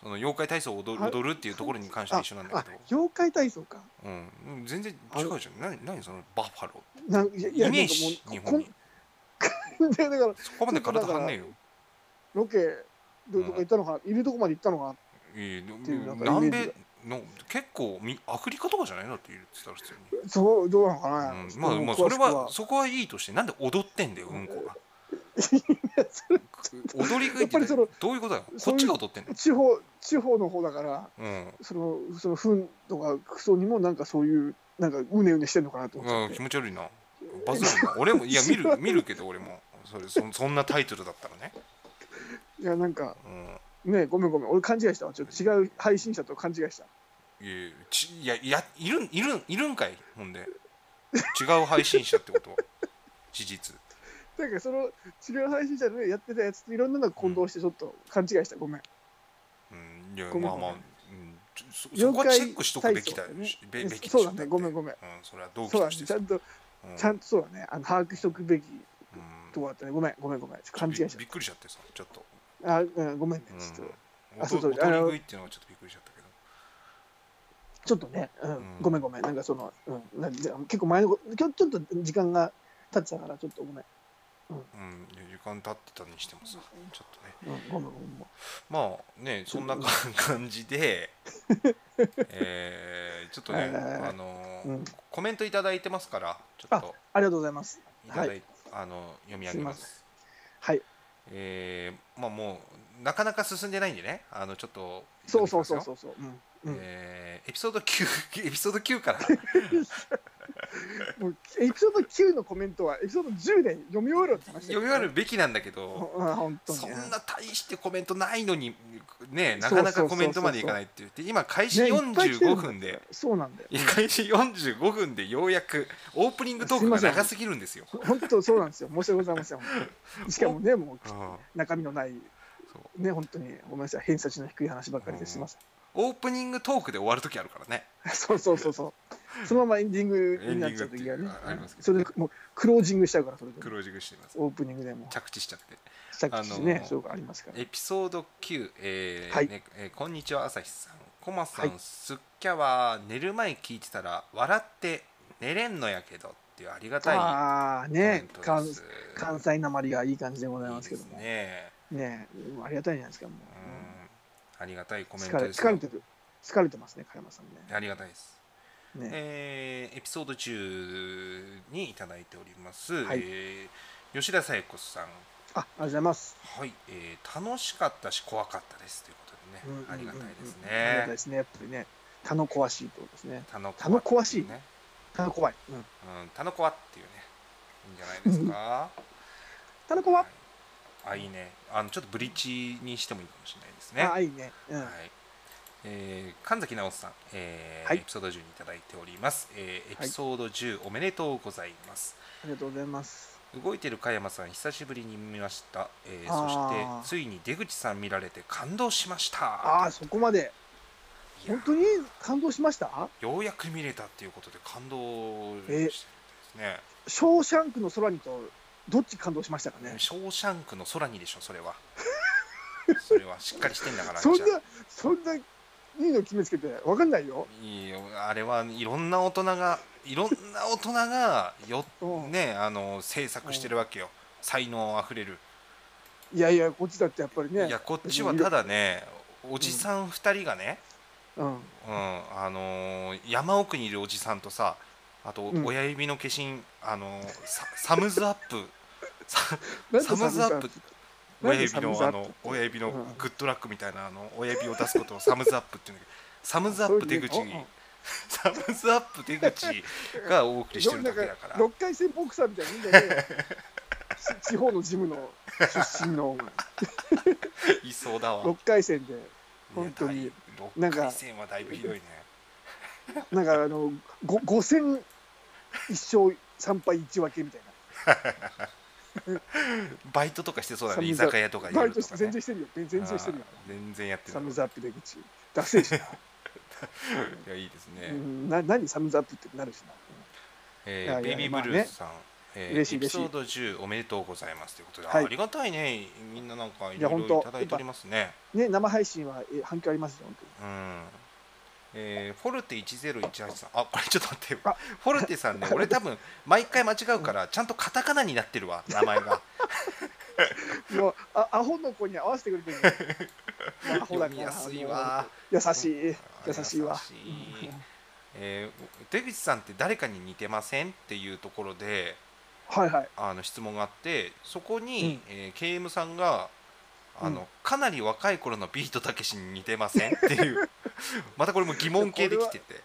[SPEAKER 1] その妖怪体操を踊る
[SPEAKER 2] あれ
[SPEAKER 1] 踊るっていうところに関しては一緒なんだ
[SPEAKER 2] あ
[SPEAKER 1] けど
[SPEAKER 2] 妖怪体操か
[SPEAKER 1] うん、うん全然違うじゃん。何何そのバッファロ
[SPEAKER 2] なんいや
[SPEAKER 1] ー。
[SPEAKER 2] いや
[SPEAKER 1] イメージ
[SPEAKER 2] な
[SPEAKER 1] 日
[SPEAKER 2] んかも
[SPEAKER 1] 本
[SPEAKER 2] う
[SPEAKER 1] に
[SPEAKER 2] こんでだから
[SPEAKER 1] そこまで体張んねえよ。
[SPEAKER 2] ロケどうとか行ったのかな、いるとこまで行ったのかない
[SPEAKER 1] い
[SPEAKER 2] ていうなんか
[SPEAKER 1] 南
[SPEAKER 2] イメージ
[SPEAKER 1] 米の結構みアフリカとかじゃないのって言ってたら普通に。
[SPEAKER 2] そうどうなのかな、
[SPEAKER 1] うん、まあまあそ
[SPEAKER 2] 詳
[SPEAKER 1] れ
[SPEAKER 2] しく
[SPEAKER 1] はそこはいいとしてなんで踊ってんだようんこが。踊り食いって
[SPEAKER 2] やっぱりその
[SPEAKER 1] どういうことだよ。こ
[SPEAKER 2] そう
[SPEAKER 1] っ
[SPEAKER 2] いう
[SPEAKER 1] ちが踊ってんだよ。
[SPEAKER 2] 地方地方の方だから
[SPEAKER 1] うん
[SPEAKER 2] そのその糞とかクソにもなんかそういうなんかうねうねしてんのかなと思っちゃ
[SPEAKER 1] う
[SPEAKER 2] っ
[SPEAKER 1] ん、
[SPEAKER 2] て
[SPEAKER 1] 気持ち悪いな。バズるな。俺もいや見 る見るけど俺もそれそそんなタイトルだったらね。
[SPEAKER 2] いやなんか
[SPEAKER 1] うん
[SPEAKER 2] ねごめんごめん俺勘違いしたわちょっと違う配信者と勘違いした
[SPEAKER 1] いやちいやいやいるんいるんいるんかいほんで違う配信者ってこと は事実
[SPEAKER 2] なんかその違う配信者でやってたやつといろんなのが混同してちょっと勘違いしたごめん
[SPEAKER 1] うんいや
[SPEAKER 2] ごめん
[SPEAKER 1] まあまあ、
[SPEAKER 2] ごめん
[SPEAKER 1] うん、ちょそそこはチェックしとくべきだよ、
[SPEAKER 2] 妖
[SPEAKER 1] べ
[SPEAKER 2] 怪体操
[SPEAKER 1] べきでしょ
[SPEAKER 2] そうだねごめん
[SPEAKER 1] う
[SPEAKER 2] ごめん
[SPEAKER 1] んそれは同期
[SPEAKER 2] そう
[SPEAKER 1] と
[SPEAKER 2] だね
[SPEAKER 1] して
[SPEAKER 2] ちゃんと
[SPEAKER 1] うん
[SPEAKER 2] ちゃんとそうだねあの把握しとくべき
[SPEAKER 1] うん
[SPEAKER 2] とこだったねごめんごめんごめんちょっと勘違いし
[SPEAKER 1] びびっくりしちゃってさちょっと、
[SPEAKER 2] たあ、うん、ごめんね
[SPEAKER 1] うん、
[SPEAKER 2] ちょっと
[SPEAKER 1] あ
[SPEAKER 2] あ
[SPEAKER 1] そ
[SPEAKER 2] そうう
[SPEAKER 1] そ
[SPEAKER 2] そう
[SPEAKER 1] 踊
[SPEAKER 2] う
[SPEAKER 1] り
[SPEAKER 2] あの
[SPEAKER 1] 食いっていうのはちょっとびっくりしちゃったけど
[SPEAKER 2] ちょっとね、うん
[SPEAKER 1] うん
[SPEAKER 2] ごめんごめんなんかその、うん、なんじゃ結構前のこと今日ちょっと時間が経ってたからちょっとごめん、
[SPEAKER 1] うんいや時間経ってたにしてもさちょっとね
[SPEAKER 2] うん、ごめんごめんごめん
[SPEAKER 1] まあねそんなか感じ でえー、ちょっとね、
[SPEAKER 2] はいはいはい
[SPEAKER 1] あのー
[SPEAKER 2] うん
[SPEAKER 1] コメントいただいてますからちょっと
[SPEAKER 2] ありがとうございます
[SPEAKER 1] いただい、あの読み上げます
[SPEAKER 2] はい
[SPEAKER 1] えーまあもうなかなか進んでないんでねあのちょっと、
[SPEAKER 2] そうそうそうそううそううん、うん
[SPEAKER 1] えーエピソード9エピソード9から
[SPEAKER 2] もうエピソード9のコメントはエピソード10で読み終わるって話だ
[SPEAKER 1] 読
[SPEAKER 2] よ
[SPEAKER 1] み終わるべきなんだけど、
[SPEAKER 2] うん 本当に
[SPEAKER 1] そん
[SPEAKER 2] ね
[SPEAKER 1] な大してコメントないのにねなかなかコメントまでいかないって言って今開始
[SPEAKER 2] ねいっぱい来てる
[SPEAKER 1] 45
[SPEAKER 2] んだ
[SPEAKER 1] 分で、
[SPEAKER 2] そうなんだよ
[SPEAKER 1] いや開始45分でようやくオープニングトークが長すぎるんですよ。
[SPEAKER 2] 本当そうなんですよ申し訳ございません本当にしかもねもう
[SPEAKER 1] うん
[SPEAKER 2] 中身のない
[SPEAKER 1] そう
[SPEAKER 2] ね本当にごめんなさい偏差値の低い話ばっかりですいません
[SPEAKER 1] オープニングトークで終わる時あるからね。
[SPEAKER 2] そうそうそうそう。そのままエンディングになっちゃう時が
[SPEAKER 1] エンディングっていう
[SPEAKER 2] ね
[SPEAKER 1] かあります。け
[SPEAKER 2] そ
[SPEAKER 1] ど
[SPEAKER 2] れでもうクロージングしちゃうからそれで
[SPEAKER 1] ク。ロージングしてます。
[SPEAKER 2] オープニングでも
[SPEAKER 1] 着地しちゃって。
[SPEAKER 2] 着地しね、
[SPEAKER 1] あのー
[SPEAKER 2] そういうのありますから。
[SPEAKER 1] エピソード9、えー
[SPEAKER 2] はい
[SPEAKER 1] ねえーこんにちは、朝日さん。コマさん、
[SPEAKER 2] はい
[SPEAKER 1] すっきゃは寝る前聞いてたら笑って寝れんのやけどっていうありがたいコ
[SPEAKER 2] ああ
[SPEAKER 1] メ
[SPEAKER 2] ね
[SPEAKER 1] ン、ト
[SPEAKER 2] 関
[SPEAKER 1] です。
[SPEAKER 2] 関西なまりがいい感じでございますけど
[SPEAKER 1] いいで
[SPEAKER 2] も。
[SPEAKER 1] す
[SPEAKER 2] ね
[SPEAKER 1] ね
[SPEAKER 2] ありがたいじゃないですかも
[SPEAKER 1] うんありがたいコ
[SPEAKER 2] う。
[SPEAKER 1] メン
[SPEAKER 2] 疲
[SPEAKER 1] ト
[SPEAKER 2] れ
[SPEAKER 1] です
[SPEAKER 2] 疲れてる疲れてますね、加山さん
[SPEAKER 1] ありがたいです。
[SPEAKER 2] ね。ね
[SPEAKER 1] えーエピソード10にいただいております、
[SPEAKER 2] はい
[SPEAKER 1] えー吉田紗友子さん、
[SPEAKER 2] あ、ありがとうございます。
[SPEAKER 1] はいえー楽しかったし怖かったですということで
[SPEAKER 2] うんうん
[SPEAKER 1] ね
[SPEAKER 2] う、ん
[SPEAKER 1] ありがたいです
[SPEAKER 2] ありがた
[SPEAKER 1] ね
[SPEAKER 2] いで。すね、やっぱりね。田の壊しいってことですね。
[SPEAKER 1] 田の
[SPEAKER 2] 田の
[SPEAKER 1] 子
[SPEAKER 2] 壊
[SPEAKER 1] って
[SPEAKER 2] し
[SPEAKER 1] い。
[SPEAKER 2] いう
[SPEAKER 1] ね、
[SPEAKER 2] 田の怖い。うん。
[SPEAKER 1] うん、田の子はっていうね、いいんじゃないですか。
[SPEAKER 2] 田の怖い。
[SPEAKER 1] あ、いいね、あのちょっとブリッジにしてもいいかもしれないですね。
[SPEAKER 2] ああ、いいね。う
[SPEAKER 1] はい
[SPEAKER 2] ん。
[SPEAKER 1] えー神崎直さん、えー
[SPEAKER 2] はい
[SPEAKER 1] エピソード10にいただいております、えーエ
[SPEAKER 2] はい
[SPEAKER 1] ピソード10、おめでとうございます
[SPEAKER 2] ありがとうございます。
[SPEAKER 1] 動いてる加山さん久しぶりに見ました、えー
[SPEAKER 2] あー
[SPEAKER 1] そしてついに出口さん見られて感動しました
[SPEAKER 2] ああ、そこまで。
[SPEAKER 1] いや
[SPEAKER 2] 本当に感動しました
[SPEAKER 1] ようやく見れたっていうことで感動してるん
[SPEAKER 2] え
[SPEAKER 1] ですね
[SPEAKER 2] 「ショーシャンクの空に」とどっち感動しましたかね
[SPEAKER 1] ショーシャンクの空にでしょそれ はそれはしっかりしてんだから
[SPEAKER 2] そん
[SPEAKER 1] じゃ
[SPEAKER 2] なそんないいの決めつけてわかんないよ
[SPEAKER 1] あいいよあれはいろんな大人がいろんな大人がよ
[SPEAKER 2] うん
[SPEAKER 1] ねあの制作してるわけよ才能あふれる、
[SPEAKER 2] いやいやこっちだってやっぱりね
[SPEAKER 1] いやこっちはただねおじさん2人がね、
[SPEAKER 2] う
[SPEAKER 1] う
[SPEAKER 2] ん、
[SPEAKER 1] ん、あのー山奥にいるおじさんとさあと
[SPEAKER 2] うん
[SPEAKER 1] 親指の化身、あのーササムズアップサ
[SPEAKER 2] なんで
[SPEAKER 1] サムズアップ親指
[SPEAKER 2] なんで
[SPEAKER 1] の
[SPEAKER 2] サムズア
[SPEAKER 1] あ
[SPEAKER 2] ップ
[SPEAKER 1] の親指の
[SPEAKER 2] うん
[SPEAKER 1] グッドラックみたいなあの親指を出すことをサムズアップっていうんだけどサムズアップ出口
[SPEAKER 2] そういうの
[SPEAKER 1] サムズアップ出口がお送りしてるだけだから
[SPEAKER 2] 六回戦ボクサーみたいにいいん だよねし地方のジムの出身の
[SPEAKER 1] いそうだわ
[SPEAKER 2] 六回戦で本当に
[SPEAKER 1] 6
[SPEAKER 2] なんか
[SPEAKER 1] 回戦はだいぶひどいね
[SPEAKER 2] なんかあのご五戦一勝三敗一分けみたいな
[SPEAKER 1] バイトとかしてそうだ
[SPEAKER 2] サ
[SPEAKER 1] ね
[SPEAKER 2] ム
[SPEAKER 1] 居
[SPEAKER 2] ズアップ
[SPEAKER 1] 酒屋とか
[SPEAKER 2] バイ
[SPEAKER 1] 夜
[SPEAKER 2] ト
[SPEAKER 1] と
[SPEAKER 2] し
[SPEAKER 1] か
[SPEAKER 2] て
[SPEAKER 1] ね
[SPEAKER 2] 全然してるよ全然してるよ
[SPEAKER 1] あー全然やってる
[SPEAKER 2] サムズアップ出口 ダセーしな、
[SPEAKER 1] いやいいですね、
[SPEAKER 2] うん、な何サムズアップってなるしな
[SPEAKER 1] えー
[SPEAKER 2] いやいや
[SPEAKER 1] ベイビーブルースさん、えー
[SPEAKER 2] 嬉しい
[SPEAKER 1] エピソード10おめでとうございますということで、あ
[SPEAKER 2] はい
[SPEAKER 1] ありがたいねみんななんかい
[SPEAKER 2] や
[SPEAKER 1] ろ
[SPEAKER 2] 本
[SPEAKER 1] い
[SPEAKER 2] 当
[SPEAKER 1] ろいただいておりますね
[SPEAKER 2] ね、生配信はえ反響ありますよ、本
[SPEAKER 1] うんえーフォルテ1018さんあこれちょっと待って
[SPEAKER 2] あ
[SPEAKER 1] フォルテさんね俺多分毎回間違うからちゃんとカタカナになってるわ名前が
[SPEAKER 2] 当に。もうあアホの子に合わせてくれてるの。 まあアホだ
[SPEAKER 1] 読
[SPEAKER 2] か
[SPEAKER 1] み
[SPEAKER 2] ら
[SPEAKER 1] やすいわ
[SPEAKER 2] 優しい、 優しいわ。
[SPEAKER 1] 優しいえー出口さんって誰かに似てませんっていうところで
[SPEAKER 2] はいはい。
[SPEAKER 1] あの質問があってそこ
[SPEAKER 2] う
[SPEAKER 1] に
[SPEAKER 2] ん、
[SPEAKER 1] えー KM さんがあの、
[SPEAKER 2] うん
[SPEAKER 1] かなり若い頃のビートたけしに似てませんっていう またこれも疑問系できてて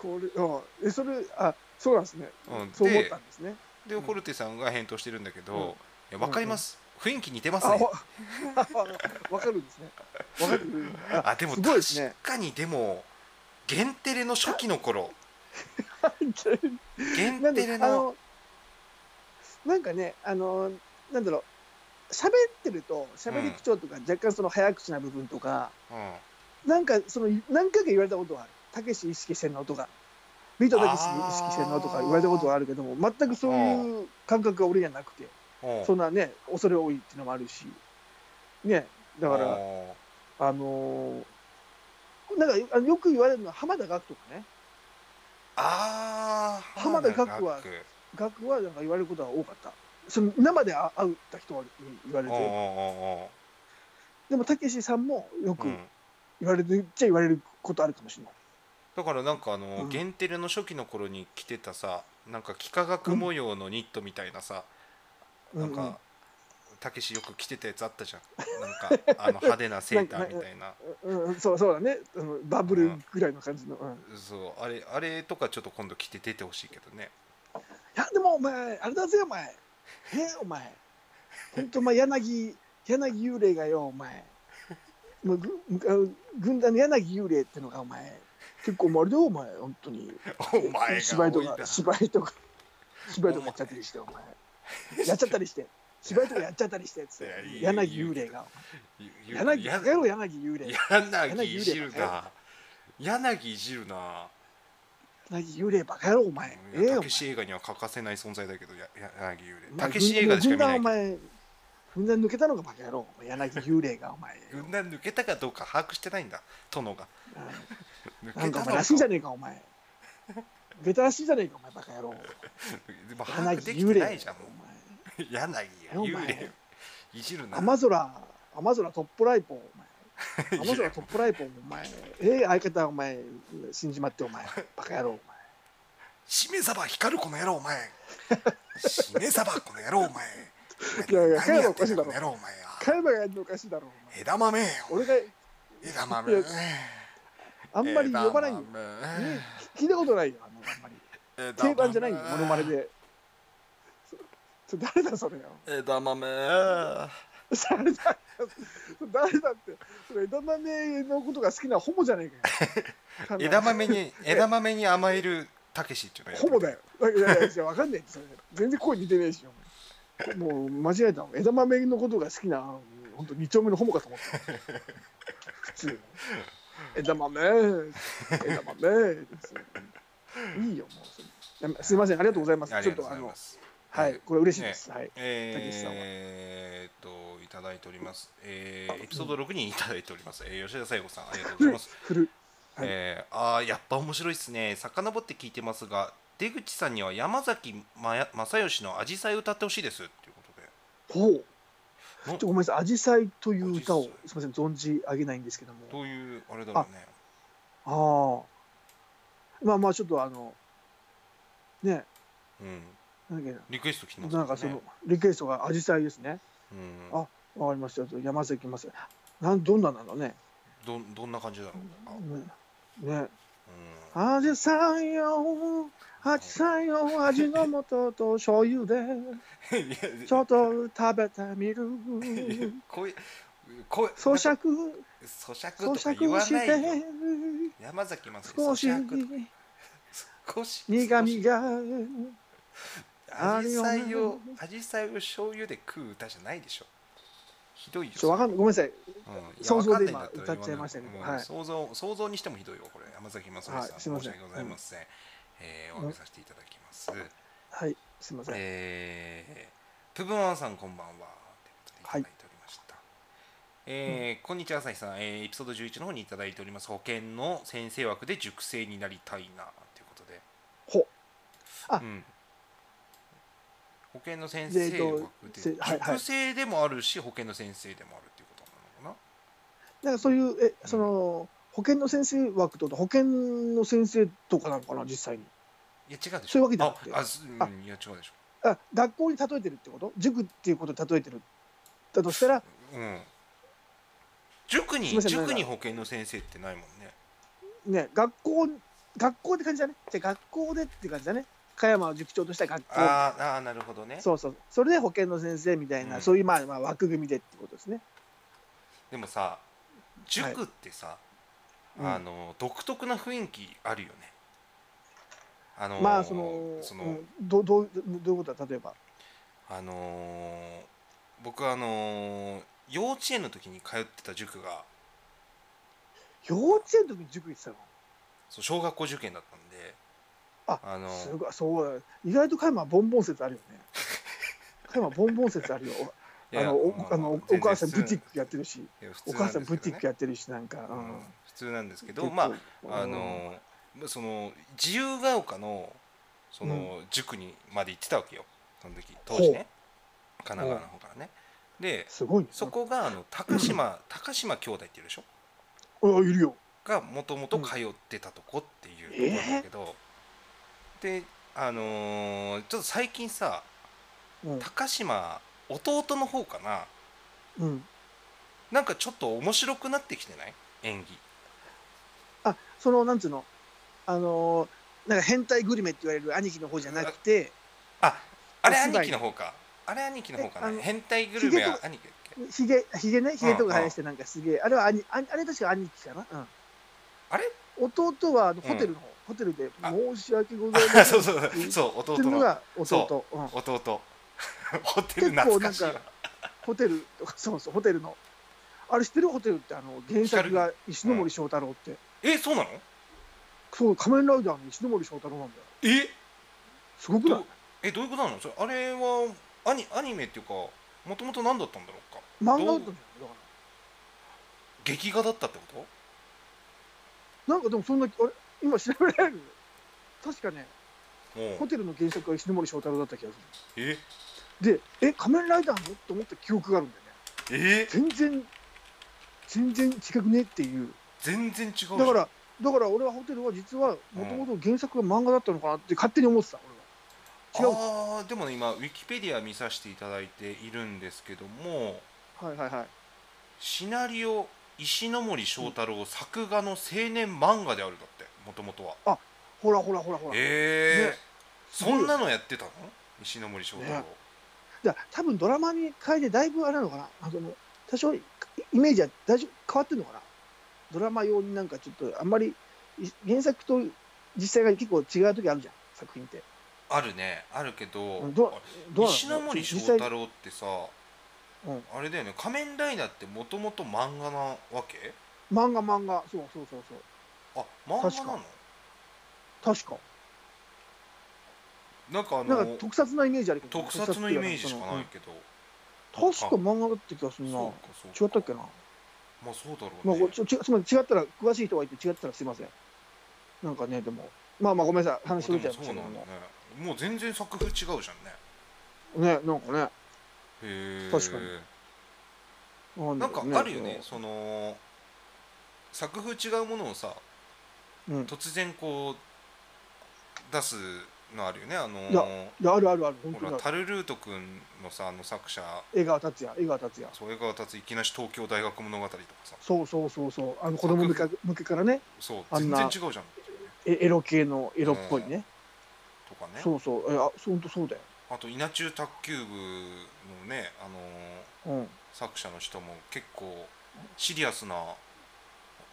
[SPEAKER 2] これ、うん、え、それ、あ、そうなんですね。
[SPEAKER 1] うん
[SPEAKER 2] そう思っ
[SPEAKER 1] で
[SPEAKER 2] たんですね。
[SPEAKER 1] でホルテさんが返答してるんだけ
[SPEAKER 2] うん
[SPEAKER 1] ど「いやわ、かります、雰囲気似てます
[SPEAKER 2] あ、
[SPEAKER 1] ね
[SPEAKER 2] わ、わかるんで すね。わかる。」
[SPEAKER 1] あでも
[SPEAKER 2] す
[SPEAKER 1] 確
[SPEAKER 2] ごいですね。
[SPEAKER 1] かにでも「ゲンテレ」の初期の 頃ゲン
[SPEAKER 2] なん
[SPEAKER 1] テ
[SPEAKER 2] で、
[SPEAKER 1] レ
[SPEAKER 2] あ
[SPEAKER 1] の
[SPEAKER 2] の、なんかね、あの、なんだろう。喋ってると、喋り口調とか、若干その早口な部分とか。
[SPEAKER 1] うん
[SPEAKER 2] なんかその何回か言われたことはある。たけし意識してんのとか、ビートたけし意識してんのとか言われたことはあるけども、全くそういう感覚が俺にはなくて、
[SPEAKER 1] うん
[SPEAKER 2] そんなね、恐れ多いっていうのもあるし、ね、だか
[SPEAKER 1] う
[SPEAKER 2] ら、
[SPEAKER 1] ん
[SPEAKER 2] あのーなんかあのよく言われるのは浜田岳とかね、
[SPEAKER 1] あー
[SPEAKER 2] 浜田岳は岳はなんか言われることが多かった。その生で会うた人に言わ
[SPEAKER 1] う
[SPEAKER 2] れ
[SPEAKER 1] んうんう
[SPEAKER 2] て、
[SPEAKER 1] んうん
[SPEAKER 2] でもたけしさんもよ
[SPEAKER 1] う
[SPEAKER 2] く
[SPEAKER 1] ん
[SPEAKER 2] 言われるっちゃ言われることあるかもしれない。
[SPEAKER 1] だからなんかあの、
[SPEAKER 2] うん
[SPEAKER 1] ゲンテレの初期の頃に着てたさなんか幾何学模様のニットみたいなさ、
[SPEAKER 2] うん
[SPEAKER 1] なんか、たけしよく着てたやつあったじゃんなん かあの派手なセーターみたいな
[SPEAKER 2] うん、そうそうだねあのバブルぐらいの感じの、うん、い
[SPEAKER 1] そうあれあれとかちょっと今度着て出てほしいけ どね
[SPEAKER 2] やでもお前あれだぜお前ねお前本当お前柳柳幽霊がよお前もうぐあの軍団の柳幽霊ってのがお前結構もうあれだよお前本当に
[SPEAKER 1] お前が
[SPEAKER 2] 芝居と
[SPEAKER 1] 多い
[SPEAKER 2] か
[SPEAKER 1] な
[SPEAKER 2] 芝居とか芝居とかやっちゃったりしてお前やっちゃったりして芝居とかやっちゃったりしてっつっ
[SPEAKER 1] いやい
[SPEAKER 2] て
[SPEAKER 1] い
[SPEAKER 2] 柳幽霊が
[SPEAKER 1] ゆ
[SPEAKER 2] 柳
[SPEAKER 1] や
[SPEAKER 2] やろ柳幽霊
[SPEAKER 1] 柳いじるな柳いじるな
[SPEAKER 2] 柳幽霊バカ野郎お前ええよお
[SPEAKER 1] た
[SPEAKER 2] 前
[SPEAKER 1] けし映画には欠かせない存在だけどやや柳幽
[SPEAKER 2] お
[SPEAKER 1] 霊
[SPEAKER 2] 前
[SPEAKER 1] たけし映画でしか見ないけど
[SPEAKER 2] 軍団お前軍団抜けたのがバカ野郎お前柳幽霊がお前
[SPEAKER 1] 軍団抜けたかどうか把握してないんだ殿が抜
[SPEAKER 2] なん
[SPEAKER 1] け
[SPEAKER 2] か
[SPEAKER 1] た
[SPEAKER 2] お前らしいじゃ
[SPEAKER 1] ね
[SPEAKER 2] ねえかお前抜けたらしいじゃねえかお前バカ野郎
[SPEAKER 1] でも把
[SPEAKER 2] 柳
[SPEAKER 1] 握でき
[SPEAKER 2] 幽
[SPEAKER 1] て
[SPEAKER 2] 霊
[SPEAKER 1] ないじゃんもう柳や
[SPEAKER 2] お前
[SPEAKER 1] 幽霊いじるな
[SPEAKER 2] 雨空雨空トップライポお前
[SPEAKER 1] いや
[SPEAKER 2] 雨空トップライポお前ええ相方お前死んじまってお前バカ野郎お前
[SPEAKER 1] しめ鯖光るこの野郎お前しめ鯖この野郎お前
[SPEAKER 2] いやいや
[SPEAKER 1] 何やってん
[SPEAKER 2] 帰ろ
[SPEAKER 1] だ
[SPEAKER 2] う
[SPEAKER 1] この野郎お前
[SPEAKER 2] 加山がやるのおかしいだろお前
[SPEAKER 1] 枝豆
[SPEAKER 2] 俺が
[SPEAKER 1] 枝豆
[SPEAKER 2] いやあんまり呼ばないよ
[SPEAKER 1] 枝豆
[SPEAKER 2] ね聞いたことないよあのあんまり
[SPEAKER 1] 枝豆
[SPEAKER 2] 定番じゃないよモノマネでそそ誰だそれよ
[SPEAKER 1] 枝豆
[SPEAKER 2] 誰だ誰だってそれ枝豆のことが好きなホモじゃねえか よ
[SPEAKER 1] 枝豆に枝豆に甘えるたけしっていうのやって
[SPEAKER 2] ホ
[SPEAKER 1] み
[SPEAKER 2] モ
[SPEAKER 1] て
[SPEAKER 2] だよいやいやいやわかんないそれ全然声似てねえしお前もう間違えたもん枝豆のことが好きな本当二丁目のホモかと思った普通枝豆枝豆いいよもうそれすいませんありがとうございます
[SPEAKER 1] あり
[SPEAKER 2] ちょっ
[SPEAKER 1] がとうご
[SPEAKER 2] とあ
[SPEAKER 1] ざい
[SPEAKER 2] の
[SPEAKER 1] ます
[SPEAKER 2] はいこれ嬉しいです、はい
[SPEAKER 1] えー、っといただいております、えー、エピソード6にいただいております、えー、吉田聖子さんありがとうございます
[SPEAKER 2] 古い はい
[SPEAKER 1] えーあーやっぱ面白いですね遡って聞いてますが出口さんには山崎まや正義の「アジサイ」歌ってほしいですっていうことで
[SPEAKER 2] ほうちょ
[SPEAKER 1] の
[SPEAKER 2] っとごめんなさい「アジサイ」という歌を
[SPEAKER 1] 紫陽
[SPEAKER 2] すみません存じ上げないんですけども
[SPEAKER 1] どういうあれだろうね
[SPEAKER 2] ああまあまあちょっとあのね
[SPEAKER 1] うん
[SPEAKER 2] なんだっ
[SPEAKER 1] リクエスト来て
[SPEAKER 2] け
[SPEAKER 1] ます
[SPEAKER 2] なんかその、リクエストが「アジサイ」ですね
[SPEAKER 1] うん、
[SPEAKER 2] あわかりましたちょっと山崎まさなんどんなんなのね
[SPEAKER 1] どんどんな感じだろうあ、うん
[SPEAKER 2] ねね「アジサイよアジサイよ味の素と醤油で
[SPEAKER 1] いや
[SPEAKER 2] ちょっと食べてみる」
[SPEAKER 1] いや声声
[SPEAKER 2] 咀嚼
[SPEAKER 1] 咀嚼
[SPEAKER 2] 咀
[SPEAKER 1] とか言
[SPEAKER 2] 嚼
[SPEAKER 1] わ
[SPEAKER 2] し
[SPEAKER 1] ないよ
[SPEAKER 2] て
[SPEAKER 1] 山崎まさ
[SPEAKER 2] 少し
[SPEAKER 1] 少し
[SPEAKER 2] 苦みが
[SPEAKER 1] アジサイ
[SPEAKER 2] あるよ
[SPEAKER 1] をアジサイを醤油で食う歌じゃないでしょひどいよ
[SPEAKER 2] ちょわかんないごめんなさい
[SPEAKER 1] うんいや
[SPEAKER 2] 想像で
[SPEAKER 1] わかんないんだら
[SPEAKER 2] 今歌っちゃいましたけど
[SPEAKER 1] 言わ
[SPEAKER 2] はい
[SPEAKER 1] ないもう想像想像にしてもひどいよこれ山崎まさみさん、
[SPEAKER 2] はいすい
[SPEAKER 1] 申
[SPEAKER 2] ま
[SPEAKER 1] し
[SPEAKER 2] せん
[SPEAKER 1] 訳ございません、えー、お詫びさせていただきます、
[SPEAKER 2] はいすいません
[SPEAKER 1] えー、プブマンさんこんばんはということでいただいておりました、えーこんにちは朝日さん、えーエピソード11の方にいただいております保険の先生枠で塾生になりたいなということで
[SPEAKER 2] ほ
[SPEAKER 1] う
[SPEAKER 2] あ
[SPEAKER 1] ん、保険の先
[SPEAKER 2] でえ
[SPEAKER 1] 生
[SPEAKER 2] っと
[SPEAKER 1] 枠で
[SPEAKER 2] せはいは
[SPEAKER 1] 塾
[SPEAKER 2] い
[SPEAKER 1] 生でもあるし保険の先生でもあるっていうことなのか
[SPEAKER 2] なんかそういうえその保険の先生枠ってこと保険の先生とかなのかな実際に
[SPEAKER 1] ないや違うでしょ
[SPEAKER 2] そういうわけじゃなくて
[SPEAKER 1] ああすうん
[SPEAKER 2] あ
[SPEAKER 1] いや違うでしょ
[SPEAKER 2] あ学校に例えてるってこと塾っていうことに例えてるだとしたら
[SPEAKER 1] うん塾
[SPEAKER 2] すい
[SPEAKER 1] に
[SPEAKER 2] ませんなん
[SPEAKER 1] 塾
[SPEAKER 2] か
[SPEAKER 1] に保険の先生ってないもんね
[SPEAKER 2] ね学校学校って感じだねじゃあ学校でって感じだね加山を塾長とした学校
[SPEAKER 1] あーあーなるほどね
[SPEAKER 2] そうそうそれで保険の先生みたいな、
[SPEAKER 1] うん
[SPEAKER 2] そういうまあまあ枠組みでってことですね、
[SPEAKER 1] でもさ塾ってさ、
[SPEAKER 2] うん
[SPEAKER 1] あの独特な雰囲気あるよねあのー
[SPEAKER 2] まあその
[SPEAKER 1] その
[SPEAKER 2] うんどどうどういうことだ例えば
[SPEAKER 1] あのー僕あのー幼稚園の時に通ってた塾が
[SPEAKER 2] 幼稚園の時に塾行ってたの
[SPEAKER 1] そう小学校受験だったんで
[SPEAKER 2] あ
[SPEAKER 1] のー
[SPEAKER 2] すごいそう意外と加山はボンボン説ある よね加山はボンボン説あるよ
[SPEAKER 1] い
[SPEAKER 2] あ
[SPEAKER 1] や
[SPEAKER 2] の
[SPEAKER 1] ま
[SPEAKER 2] お
[SPEAKER 1] あ
[SPEAKER 2] あのお
[SPEAKER 1] 全然
[SPEAKER 2] 母さん
[SPEAKER 1] 普通
[SPEAKER 2] ブティックやってるし、
[SPEAKER 1] いや普
[SPEAKER 2] お
[SPEAKER 1] 通なん
[SPEAKER 2] 母
[SPEAKER 1] ですけど
[SPEAKER 2] さん
[SPEAKER 1] ね
[SPEAKER 2] ブティックやってるしなんか、う
[SPEAKER 1] うんん普通なんですけ
[SPEAKER 2] 結
[SPEAKER 1] ど
[SPEAKER 2] 構
[SPEAKER 1] まあ
[SPEAKER 2] うん
[SPEAKER 1] あのーその自由が丘のその塾にまで行ってたわけよその時当時ね神奈川の方からねで、
[SPEAKER 2] すごいね
[SPEAKER 1] そこがあの高島高島兄弟っていうでしょ
[SPEAKER 2] あいるよ
[SPEAKER 1] がもともと通ってたとこっていうところだけど、であのーちょっと最近さ
[SPEAKER 2] うん
[SPEAKER 1] 高島弟の方かな
[SPEAKER 2] うん、
[SPEAKER 1] なんかちょっと面白くなってきてない演技
[SPEAKER 2] あそのなんつうのあのーなんか変態グルメって言われる兄貴の方じゃなくて
[SPEAKER 1] ああれ
[SPEAKER 2] お芝居
[SPEAKER 1] 兄貴の方かあれ兄貴の方か
[SPEAKER 2] えあ
[SPEAKER 1] ね
[SPEAKER 2] の
[SPEAKER 1] 変態グルメ
[SPEAKER 2] ヒゲ
[SPEAKER 1] は
[SPEAKER 2] と
[SPEAKER 1] 兄貴だっけ
[SPEAKER 2] ひげひげねひげとか生やしてなんかすげえあれは兄ああれ確か兄貴かな、うん、
[SPEAKER 1] あれ
[SPEAKER 2] 弟はあの
[SPEAKER 1] うん
[SPEAKER 2] ホテルの方、ホテルで
[SPEAKER 1] あ
[SPEAKER 2] 申し訳ございませ
[SPEAKER 1] あ
[SPEAKER 2] ん
[SPEAKER 1] そうそうそう
[SPEAKER 2] っ
[SPEAKER 1] 弟
[SPEAKER 2] ていうの
[SPEAKER 1] の
[SPEAKER 2] が弟、うん、
[SPEAKER 1] 弟ホテル
[SPEAKER 2] 結構
[SPEAKER 1] 懐
[SPEAKER 2] なん
[SPEAKER 1] かしいわ
[SPEAKER 2] かホテルとかそうそうホテルのあれ知ってるホテルってあの原作が石ノ森章太郎って、
[SPEAKER 1] えそうなの
[SPEAKER 2] そう仮面ライダーの石ノ森章太郎なんだよ
[SPEAKER 1] え
[SPEAKER 2] すごく
[SPEAKER 1] ど
[SPEAKER 2] ないう
[SPEAKER 1] えどういうことなのそれあれはアニアニメっていうかもともと何だったんだろうか
[SPEAKER 2] 漫画だったんだよ
[SPEAKER 1] どう
[SPEAKER 2] だか
[SPEAKER 1] 劇画だったってこ
[SPEAKER 2] らなんかでもそんなあれ今調べられる確かね
[SPEAKER 1] とお
[SPEAKER 2] ホ
[SPEAKER 1] う
[SPEAKER 2] テルの原作が石ノ森章太郎だった気がす
[SPEAKER 1] え
[SPEAKER 2] るでえ仮面ライダーのと思った記憶があるんだよね
[SPEAKER 1] え
[SPEAKER 2] 全然全然違くねっていう
[SPEAKER 1] 全然違うじゃん
[SPEAKER 2] だからだから俺はホテルは実はもともと原作が漫画だったのかなって勝手に思ってた俺は違う
[SPEAKER 1] あーでもね今ウィキペディア見させていただいているんですけども
[SPEAKER 2] はいはいはい
[SPEAKER 1] シナリオ石ノ森章太郎作画の青年漫画であるだってもともとは
[SPEAKER 2] ほらほらほらほら
[SPEAKER 1] ええ
[SPEAKER 2] ね
[SPEAKER 1] そんなのやってたの石ノ森章太郎、
[SPEAKER 2] ねだから多分ドラマに変えてだいぶあれなのかなあの多少イメージは大丈夫変わってるのかなドラマ用になんかちょっとあんまりい原作と実際が結構違う時あるじゃん作品って
[SPEAKER 1] あるねあるけど
[SPEAKER 2] うんどうどうなの
[SPEAKER 1] 石ノ森章
[SPEAKER 2] 実際
[SPEAKER 1] 太郎ってさ、
[SPEAKER 2] うん
[SPEAKER 1] あれだよね仮面ライダーってもともと漫画なわけ
[SPEAKER 2] 漫画漫画そうそうそうそう
[SPEAKER 1] あ漫画
[SPEAKER 2] 確
[SPEAKER 1] なの
[SPEAKER 2] か確か
[SPEAKER 1] なんかあ
[SPEAKER 2] な
[SPEAKER 1] の
[SPEAKER 2] んか特撮のイメージあるけど
[SPEAKER 1] 特撮のイメージしかない
[SPEAKER 2] 特
[SPEAKER 1] けど、
[SPEAKER 2] 撮っていうかそのうん確か漫画だった気がするな
[SPEAKER 1] そう
[SPEAKER 2] ま
[SPEAKER 1] かそう
[SPEAKER 2] 違ったっけな
[SPEAKER 1] まあそうだろう
[SPEAKER 2] あ
[SPEAKER 1] ね、
[SPEAKER 2] これちょちょつまり違ったら詳しい人がいて違ったらすいませんなんかねでもまあまあごめんなさい話し
[SPEAKER 1] で
[SPEAKER 2] と
[SPEAKER 1] も
[SPEAKER 2] れちゃい
[SPEAKER 1] そ
[SPEAKER 2] ま
[SPEAKER 1] うな
[SPEAKER 2] した
[SPEAKER 1] ん
[SPEAKER 2] け
[SPEAKER 1] だ
[SPEAKER 2] ど
[SPEAKER 1] ね
[SPEAKER 2] も
[SPEAKER 1] もう全然作風違うじゃんね
[SPEAKER 2] ねなんかね
[SPEAKER 1] へえ
[SPEAKER 2] 確かに
[SPEAKER 1] なんか
[SPEAKER 2] だろう
[SPEAKER 1] あるよねその作風違うものをさ
[SPEAKER 2] うん
[SPEAKER 1] 突然こう出すのあるよねあの
[SPEAKER 2] いいやあるあるある本当
[SPEAKER 1] ほ
[SPEAKER 2] にあ
[SPEAKER 1] ら
[SPEAKER 2] る
[SPEAKER 1] タルルート君のさあの作者
[SPEAKER 2] 江川達也江川達也
[SPEAKER 1] そう江川達いきなし東京大学物語とかさ
[SPEAKER 2] そうそうそうそうあの子供向け向けからね
[SPEAKER 1] そう
[SPEAKER 2] あ
[SPEAKER 1] 全
[SPEAKER 2] んな
[SPEAKER 1] 然違うじゃんとか
[SPEAKER 2] えエロ系のエロっぽいね、
[SPEAKER 1] ね
[SPEAKER 2] そうそうえあそう本当そうだよ
[SPEAKER 1] あと稲中卓球部のねあの
[SPEAKER 2] うん
[SPEAKER 1] 作者の人も結構シリアスな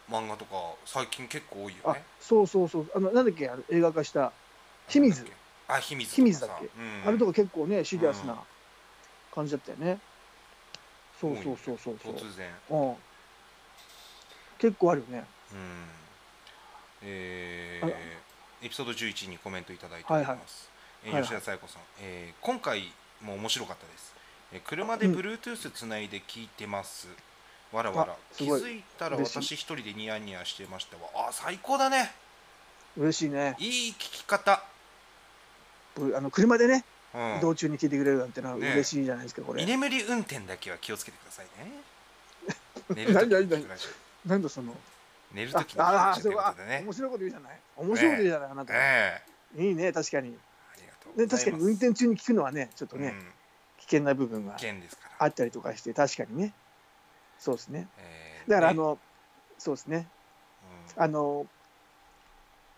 [SPEAKER 1] 漫画とか最近結構多いよ
[SPEAKER 2] あ
[SPEAKER 1] ね
[SPEAKER 2] そうそうそうあのなんだっけあの映画化した清水
[SPEAKER 1] なんだっけあ清水
[SPEAKER 2] 清水だっけ
[SPEAKER 1] とかさうん
[SPEAKER 2] あれとか結構ねシリアスな感じだったよね、
[SPEAKER 1] 多い
[SPEAKER 2] そうそうそうそうそう
[SPEAKER 1] 突然
[SPEAKER 2] うん結構あるよね
[SPEAKER 1] うんえ
[SPEAKER 2] あら
[SPEAKER 1] ーエピソード11にコメントいただいてお
[SPEAKER 2] はい
[SPEAKER 1] り
[SPEAKER 2] はい
[SPEAKER 1] ます、えー
[SPEAKER 2] はいはい
[SPEAKER 1] 吉田紗子さん、えー今回も面白かったです、えー車で
[SPEAKER 2] うん
[SPEAKER 1] Bluetooth つないで聞いてます、わらわら
[SPEAKER 2] あす
[SPEAKER 1] 気
[SPEAKER 2] ごい
[SPEAKER 1] づいたら
[SPEAKER 2] 嬉しい
[SPEAKER 1] 私一人でニヤニヤしてましたわあ最高だね
[SPEAKER 2] 嬉しいね
[SPEAKER 1] いい聞き方、
[SPEAKER 2] ぶあの車でね、
[SPEAKER 1] うん
[SPEAKER 2] 移動中に聞いてくれるなんてのは
[SPEAKER 1] ね
[SPEAKER 2] 嬉しいじゃないですか、これ
[SPEAKER 1] 居眠り運転だけは気をつけてくださいね 寝るときに聞くラジ
[SPEAKER 2] なんだその
[SPEAKER 1] オ寝ると
[SPEAKER 2] あ
[SPEAKER 1] きに聞く
[SPEAKER 2] あ
[SPEAKER 1] ラ
[SPEAKER 2] あ
[SPEAKER 1] ジオとい
[SPEAKER 2] そ
[SPEAKER 1] ううこ
[SPEAKER 2] か
[SPEAKER 1] とでね
[SPEAKER 2] 面白いこと言うじゃない面白いこと言うじゃない、あなた、
[SPEAKER 1] ええ
[SPEAKER 2] いいね確かに
[SPEAKER 1] ありがとうござい
[SPEAKER 2] ね
[SPEAKER 1] ます
[SPEAKER 2] 確かに運転中に聞くのはねちょっとね、
[SPEAKER 1] うん
[SPEAKER 2] 危険な部分が
[SPEAKER 1] 危険ですから
[SPEAKER 2] あったりとかして確かにねそうですね
[SPEAKER 1] えー
[SPEAKER 2] だからあ
[SPEAKER 1] ね
[SPEAKER 2] の、そうですね
[SPEAKER 1] うん
[SPEAKER 2] あの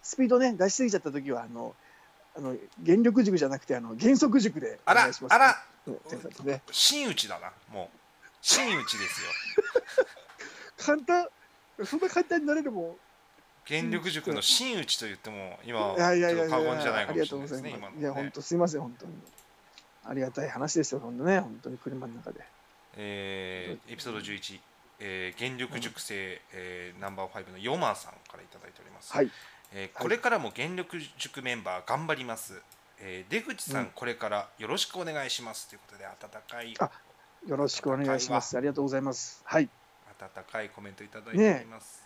[SPEAKER 2] スピードね出しすぎちゃった時はあのあの原力塾じゃなくてあの減速塾で
[SPEAKER 1] あ
[SPEAKER 2] お
[SPEAKER 1] ら、
[SPEAKER 2] 願いします、
[SPEAKER 1] あら、
[SPEAKER 2] うんってことで
[SPEAKER 1] 真打ちだな、もう。真打ちですよ。
[SPEAKER 2] 簡単そんな簡単になれるもん
[SPEAKER 1] 原力塾の真打ちと言っても、今は、
[SPEAKER 2] いやいやいやい
[SPEAKER 1] 過言じゃな
[SPEAKER 2] や
[SPEAKER 1] い
[SPEAKER 2] あ
[SPEAKER 1] か
[SPEAKER 2] り
[SPEAKER 1] も
[SPEAKER 2] が
[SPEAKER 1] し
[SPEAKER 2] と
[SPEAKER 1] れないです
[SPEAKER 2] うござい
[SPEAKER 1] ね、
[SPEAKER 2] ま
[SPEAKER 1] 今の
[SPEAKER 2] すいや本
[SPEAKER 1] ね。
[SPEAKER 2] 当すいません本当にありがたい話ですよ本当ね本当に車の中で
[SPEAKER 1] えーエピソード11、えー、原力塾生、えーナンバー5のヨマさんからいただいております。
[SPEAKER 2] はい
[SPEAKER 1] えーこれからも原力塾メンバー頑張ります。えー出口さん、
[SPEAKER 2] うん
[SPEAKER 1] これからよろしくお願いしますということで、温かい、
[SPEAKER 2] あよろしくお願いしますありがとうございますはい
[SPEAKER 1] 温かいコメントいただいております。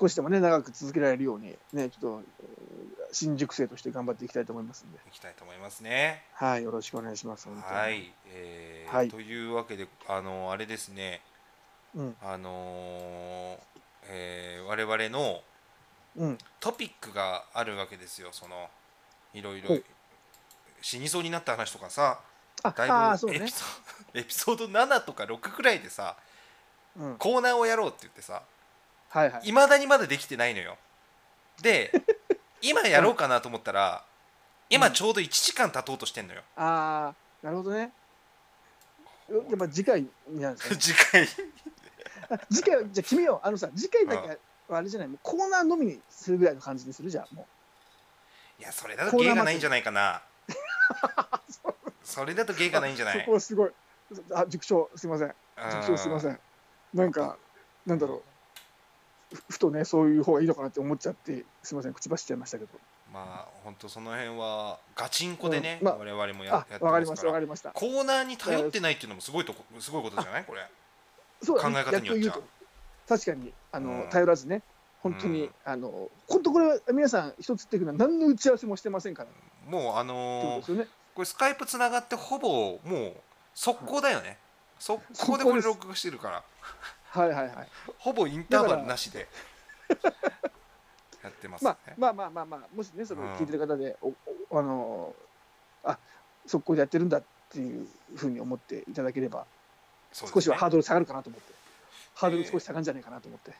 [SPEAKER 2] 少しでもね長く続けられるようにねちょっとえー新熟生として頑張っていきたいと思いますんで
[SPEAKER 1] いきたいと思いますね。
[SPEAKER 2] はいよろしくお願いします本当に
[SPEAKER 1] はい、えー
[SPEAKER 2] はい
[SPEAKER 1] というわけで、あのあれですね、
[SPEAKER 2] うん
[SPEAKER 1] あのーえー我々の
[SPEAKER 2] うん
[SPEAKER 1] トピックがあるわけですよ、そのいろいろ
[SPEAKER 2] ほう
[SPEAKER 1] 死にそうになった話とかさ、
[SPEAKER 2] あ
[SPEAKER 1] だい
[SPEAKER 2] あーそう
[SPEAKER 1] ぶエ
[SPEAKER 2] ね
[SPEAKER 1] ピ、ソード エピソード7とか6くらいでさ
[SPEAKER 2] うん、
[SPEAKER 1] コーナーをやろうって言ってさ
[SPEAKER 2] はいはい
[SPEAKER 1] いまだにまだできてないのよ で今やろうかなと思ったら今ちょうど1時間経とうとしてんのよ
[SPEAKER 2] ああなるほどねよやっぱ次回になるんですね
[SPEAKER 1] 次回
[SPEAKER 2] あ 次回はじゃあ決めようあのさ次回だけはあれじゃないもうコーナーのみにするぐらいの感じにするじゃんも
[SPEAKER 1] いやそれだと芸がないんじゃないか なそれだと芸がないんじゃ
[SPEAKER 2] う
[SPEAKER 1] な
[SPEAKER 2] そ
[SPEAKER 1] い
[SPEAKER 2] こはすごいあ塾長すいません塾長すいませ
[SPEAKER 1] ん
[SPEAKER 2] んなんかなんだろうふふとねそういう方がいいのかなって思っちゃってすいません口走っちゃいましたけど
[SPEAKER 1] まあ本当その辺はガチンコでね、
[SPEAKER 2] うんまあ
[SPEAKER 1] 我々もや
[SPEAKER 2] あ
[SPEAKER 1] やって
[SPEAKER 2] わか
[SPEAKER 1] ま
[SPEAKER 2] りますした
[SPEAKER 1] か
[SPEAKER 2] わからりました
[SPEAKER 1] コーナーに頼ってないっていうのもすごいとこすごいことじゃないこれ
[SPEAKER 2] そうだね
[SPEAKER 1] 考え方によっちゃ
[SPEAKER 2] やと確かにあの、
[SPEAKER 1] うん
[SPEAKER 2] 頼らずね本当に、
[SPEAKER 1] うん
[SPEAKER 2] あの本当これは皆さん一つっていうのは何の打ち合わせもしてませんからって
[SPEAKER 1] もうあ
[SPEAKER 2] こと
[SPEAKER 1] の
[SPEAKER 2] で
[SPEAKER 1] ー
[SPEAKER 2] すよね
[SPEAKER 1] これスカイプつながってほぼもう速攻だよね速攻でこれ録画してるから
[SPEAKER 2] はいはいはい
[SPEAKER 1] ほぼインターバルなしでやってますね
[SPEAKER 2] まあ、まあまあまあまあもしねそれを聞いてる方で、おおあのあ速攻でやってるんだっていうふうに思っていただければ、
[SPEAKER 1] そうですね
[SPEAKER 2] 少しはハードル下がるかなと思ってハードル少し下がるんじゃないかなと思って、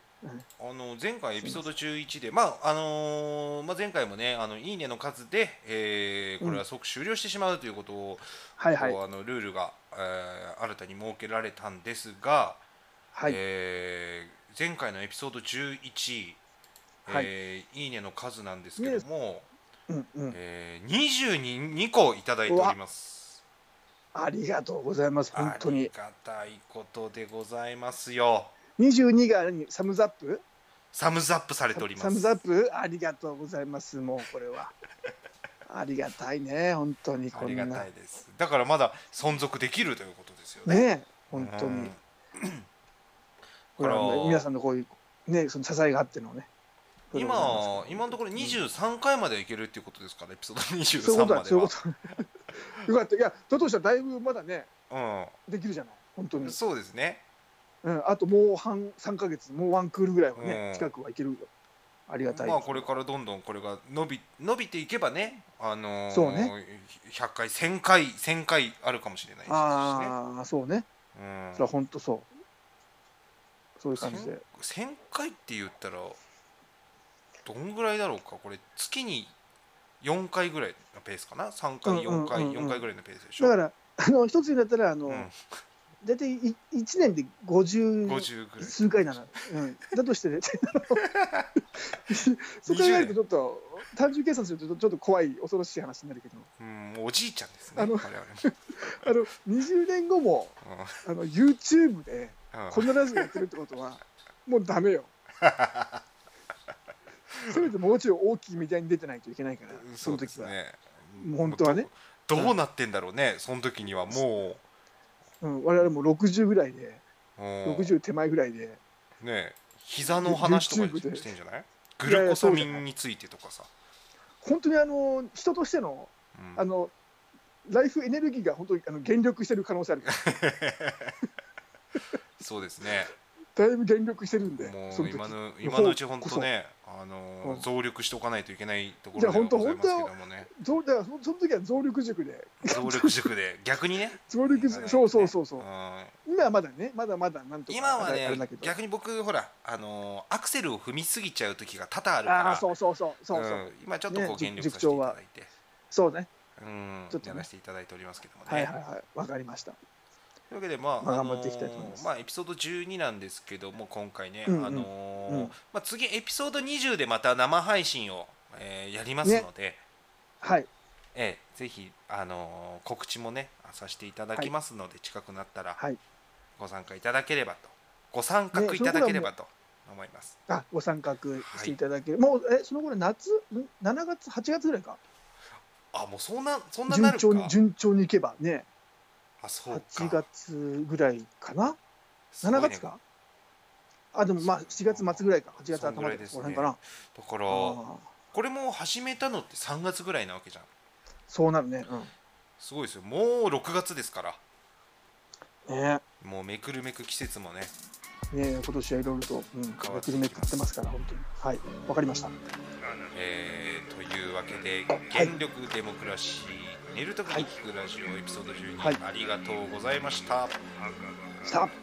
[SPEAKER 1] あの前回エピソード11で、まああのーまあ、前回もねあのいいねの数で、えーこれは即終了してしまうということを、
[SPEAKER 2] はいはい
[SPEAKER 1] こうあのルールが、えー新たに設けられたんですが、
[SPEAKER 2] はい、
[SPEAKER 1] えー前回のエピソード11、
[SPEAKER 2] はい
[SPEAKER 1] えーいいねの数なんですけども、
[SPEAKER 2] うんうん
[SPEAKER 1] えー、22個いただいております。
[SPEAKER 2] ありがとうございます本当
[SPEAKER 1] あり
[SPEAKER 2] に
[SPEAKER 1] がたいことでございますよ。
[SPEAKER 2] 22が何サムズアップ
[SPEAKER 1] サムズアップされております。
[SPEAKER 2] サムズアップありがとうございますもうこれ はありがたいね本当に
[SPEAKER 1] あ
[SPEAKER 2] こん
[SPEAKER 1] り
[SPEAKER 2] な
[SPEAKER 1] がたいです。だからまだ存続できるということですよね。
[SPEAKER 2] ね本当に、
[SPEAKER 1] うん
[SPEAKER 2] これは
[SPEAKER 1] あ
[SPEAKER 2] ね
[SPEAKER 1] の
[SPEAKER 2] 皆さんのこういうねその支えがあってのね
[SPEAKER 1] 今今のところ23回までいけるっていうことですからエピソ
[SPEAKER 2] そう
[SPEAKER 1] ー
[SPEAKER 2] いう
[SPEAKER 1] ド
[SPEAKER 2] こ
[SPEAKER 1] 23ま
[SPEAKER 2] とだ、
[SPEAKER 1] で
[SPEAKER 2] そういう
[SPEAKER 1] は
[SPEAKER 2] こと。よ かった、いや、だとしたらだいぶまだね、できるじゃない、本当
[SPEAKER 1] う
[SPEAKER 2] に
[SPEAKER 1] ん。そうですね
[SPEAKER 2] うん、あともう半三ヶ月、もうワンクールぐらいは
[SPEAKER 1] う
[SPEAKER 2] ね
[SPEAKER 1] ん、
[SPEAKER 2] 近くはいけるよ。ありがたい。
[SPEAKER 1] まあこれからどんどんこれが伸び伸びていけばねあのー
[SPEAKER 2] そうね
[SPEAKER 1] 100回1000回1000回あるかもしれないし
[SPEAKER 2] ああ、そうね、
[SPEAKER 1] うん
[SPEAKER 2] それは本当そう。そういう感じで。
[SPEAKER 1] 1000回って言ったらどんぐらいだろうかこれ月に4回ぐらいのペースかな3回
[SPEAKER 2] うんうんうんう
[SPEAKER 1] 4
[SPEAKER 2] ん
[SPEAKER 1] 回4回ぐらいのペースでしょ
[SPEAKER 2] だから、あの一つになったら、あの
[SPEAKER 1] う、ん、
[SPEAKER 2] 大体い一年で五十。
[SPEAKER 1] 50ぐらい
[SPEAKER 2] 数回なら、うん、だとして ね、そう考えるとちょっと単純計算するとちょっと怖い恐ろしい話になるけど、
[SPEAKER 1] うんもうおじいちゃんですね
[SPEAKER 2] あの
[SPEAKER 1] 我々も
[SPEAKER 2] あの20年後もあの YouTube で
[SPEAKER 1] うんうん
[SPEAKER 2] こんなラジオやってるってことはもうダ メよせめてもうちょい大きいメディアに出てないといけないからそ
[SPEAKER 1] そう
[SPEAKER 2] の
[SPEAKER 1] で
[SPEAKER 2] 時
[SPEAKER 1] す
[SPEAKER 2] は、
[SPEAKER 1] ね。
[SPEAKER 2] 本当はね
[SPEAKER 1] どう。どうなってんだろうね、その時にはも
[SPEAKER 2] うん、我々も60ぐらいで
[SPEAKER 1] う。うん
[SPEAKER 2] 60手前ぐらいで
[SPEAKER 1] ね膝の話とか
[SPEAKER 2] YouTube で
[SPEAKER 1] してんじゃない
[SPEAKER 2] い
[SPEAKER 1] グ
[SPEAKER 2] やいや
[SPEAKER 1] ルコサミンについてとかさ。
[SPEAKER 2] 本当にあの人としての
[SPEAKER 1] うん
[SPEAKER 2] あのライフエネルギーが本当にあの減力してる可能性あるから
[SPEAKER 1] そうですね。
[SPEAKER 2] だいぶ減力してるんで
[SPEAKER 1] も
[SPEAKER 2] そうの時
[SPEAKER 1] 今の今のうち本当
[SPEAKER 2] こ
[SPEAKER 1] ね、あの
[SPEAKER 2] うん
[SPEAKER 1] 増力しておかないといけないとこ
[SPEAKER 2] い
[SPEAKER 1] ろ
[SPEAKER 2] や
[SPEAKER 1] では
[SPEAKER 2] 本当
[SPEAKER 1] ございますけどもね。
[SPEAKER 2] 増だからそその時は増力塾で
[SPEAKER 1] 増力塾で逆にね。
[SPEAKER 2] 増力塾そうそうそうそう、
[SPEAKER 1] ん
[SPEAKER 2] 今はまだねまだまだなんとか
[SPEAKER 1] 今は
[SPEAKER 2] あれあ
[SPEAKER 1] ね
[SPEAKER 2] れだけど
[SPEAKER 1] 逆に僕ほらあのアクセルを踏みすぎちゃう時が多々あるか
[SPEAKER 2] ああ
[SPEAKER 1] ら。
[SPEAKER 2] そうそうそうそうそう、
[SPEAKER 1] うん今ちょっとこう
[SPEAKER 2] ね
[SPEAKER 1] 減力させていただいて。
[SPEAKER 2] そうね
[SPEAKER 1] うん、
[SPEAKER 2] ちょっとね
[SPEAKER 1] やらせていただいておりますけどもね。
[SPEAKER 2] はいはいはいわかりました
[SPEAKER 1] というわけで、まあ、
[SPEAKER 2] まあ
[SPEAKER 1] あのー
[SPEAKER 2] 頑張っていきたいと思います
[SPEAKER 1] まあ、エピソード12なんですけども、今回ね、
[SPEAKER 2] うんうん
[SPEAKER 1] あのー
[SPEAKER 2] うん
[SPEAKER 1] まあ、次、エピソード20でまた生配信を、えーやりますので、
[SPEAKER 2] はい
[SPEAKER 1] ええぜひ、あのー告知もね、させていただきますので、近くなったら
[SPEAKER 2] はい
[SPEAKER 1] ご参加いただければと、ご参画いただければと思います。
[SPEAKER 2] あご参画していただける、もうえその頃夏ん7月8月ぐらいか
[SPEAKER 1] あ、もうそんな、そんなな
[SPEAKER 2] 順
[SPEAKER 1] る
[SPEAKER 2] 調に
[SPEAKER 1] か。
[SPEAKER 2] 順調にいけばね
[SPEAKER 1] あ、そう
[SPEAKER 2] 8
[SPEAKER 1] か。
[SPEAKER 2] 月ぐらいかな
[SPEAKER 1] すごいね
[SPEAKER 2] 7月か、あでもまあ7月末ぐらいか8月
[SPEAKER 1] そんぐ
[SPEAKER 2] 頭
[SPEAKER 1] らい
[SPEAKER 2] で
[SPEAKER 1] です
[SPEAKER 2] こ
[SPEAKER 1] ね
[SPEAKER 2] の辺かな
[SPEAKER 1] だから、
[SPEAKER 2] あ
[SPEAKER 1] これも始めたのって3月ぐらいなわけじゃん。
[SPEAKER 2] ーそうなるね、
[SPEAKER 1] すごいですよ。もう6月ですから。
[SPEAKER 2] ね
[SPEAKER 1] もうめくるめく季節もね。
[SPEAKER 2] ね今年はいろいろと、うん、
[SPEAKER 1] 変わ
[SPEAKER 2] め
[SPEAKER 1] ってきます
[SPEAKER 2] くりめくってますから本当にはいわかりました
[SPEAKER 1] えーというわけで「原力デモクラシー」寝るときに聞くラジオエピソード12、
[SPEAKER 2] はい
[SPEAKER 1] ありがとうございました。
[SPEAKER 2] さあ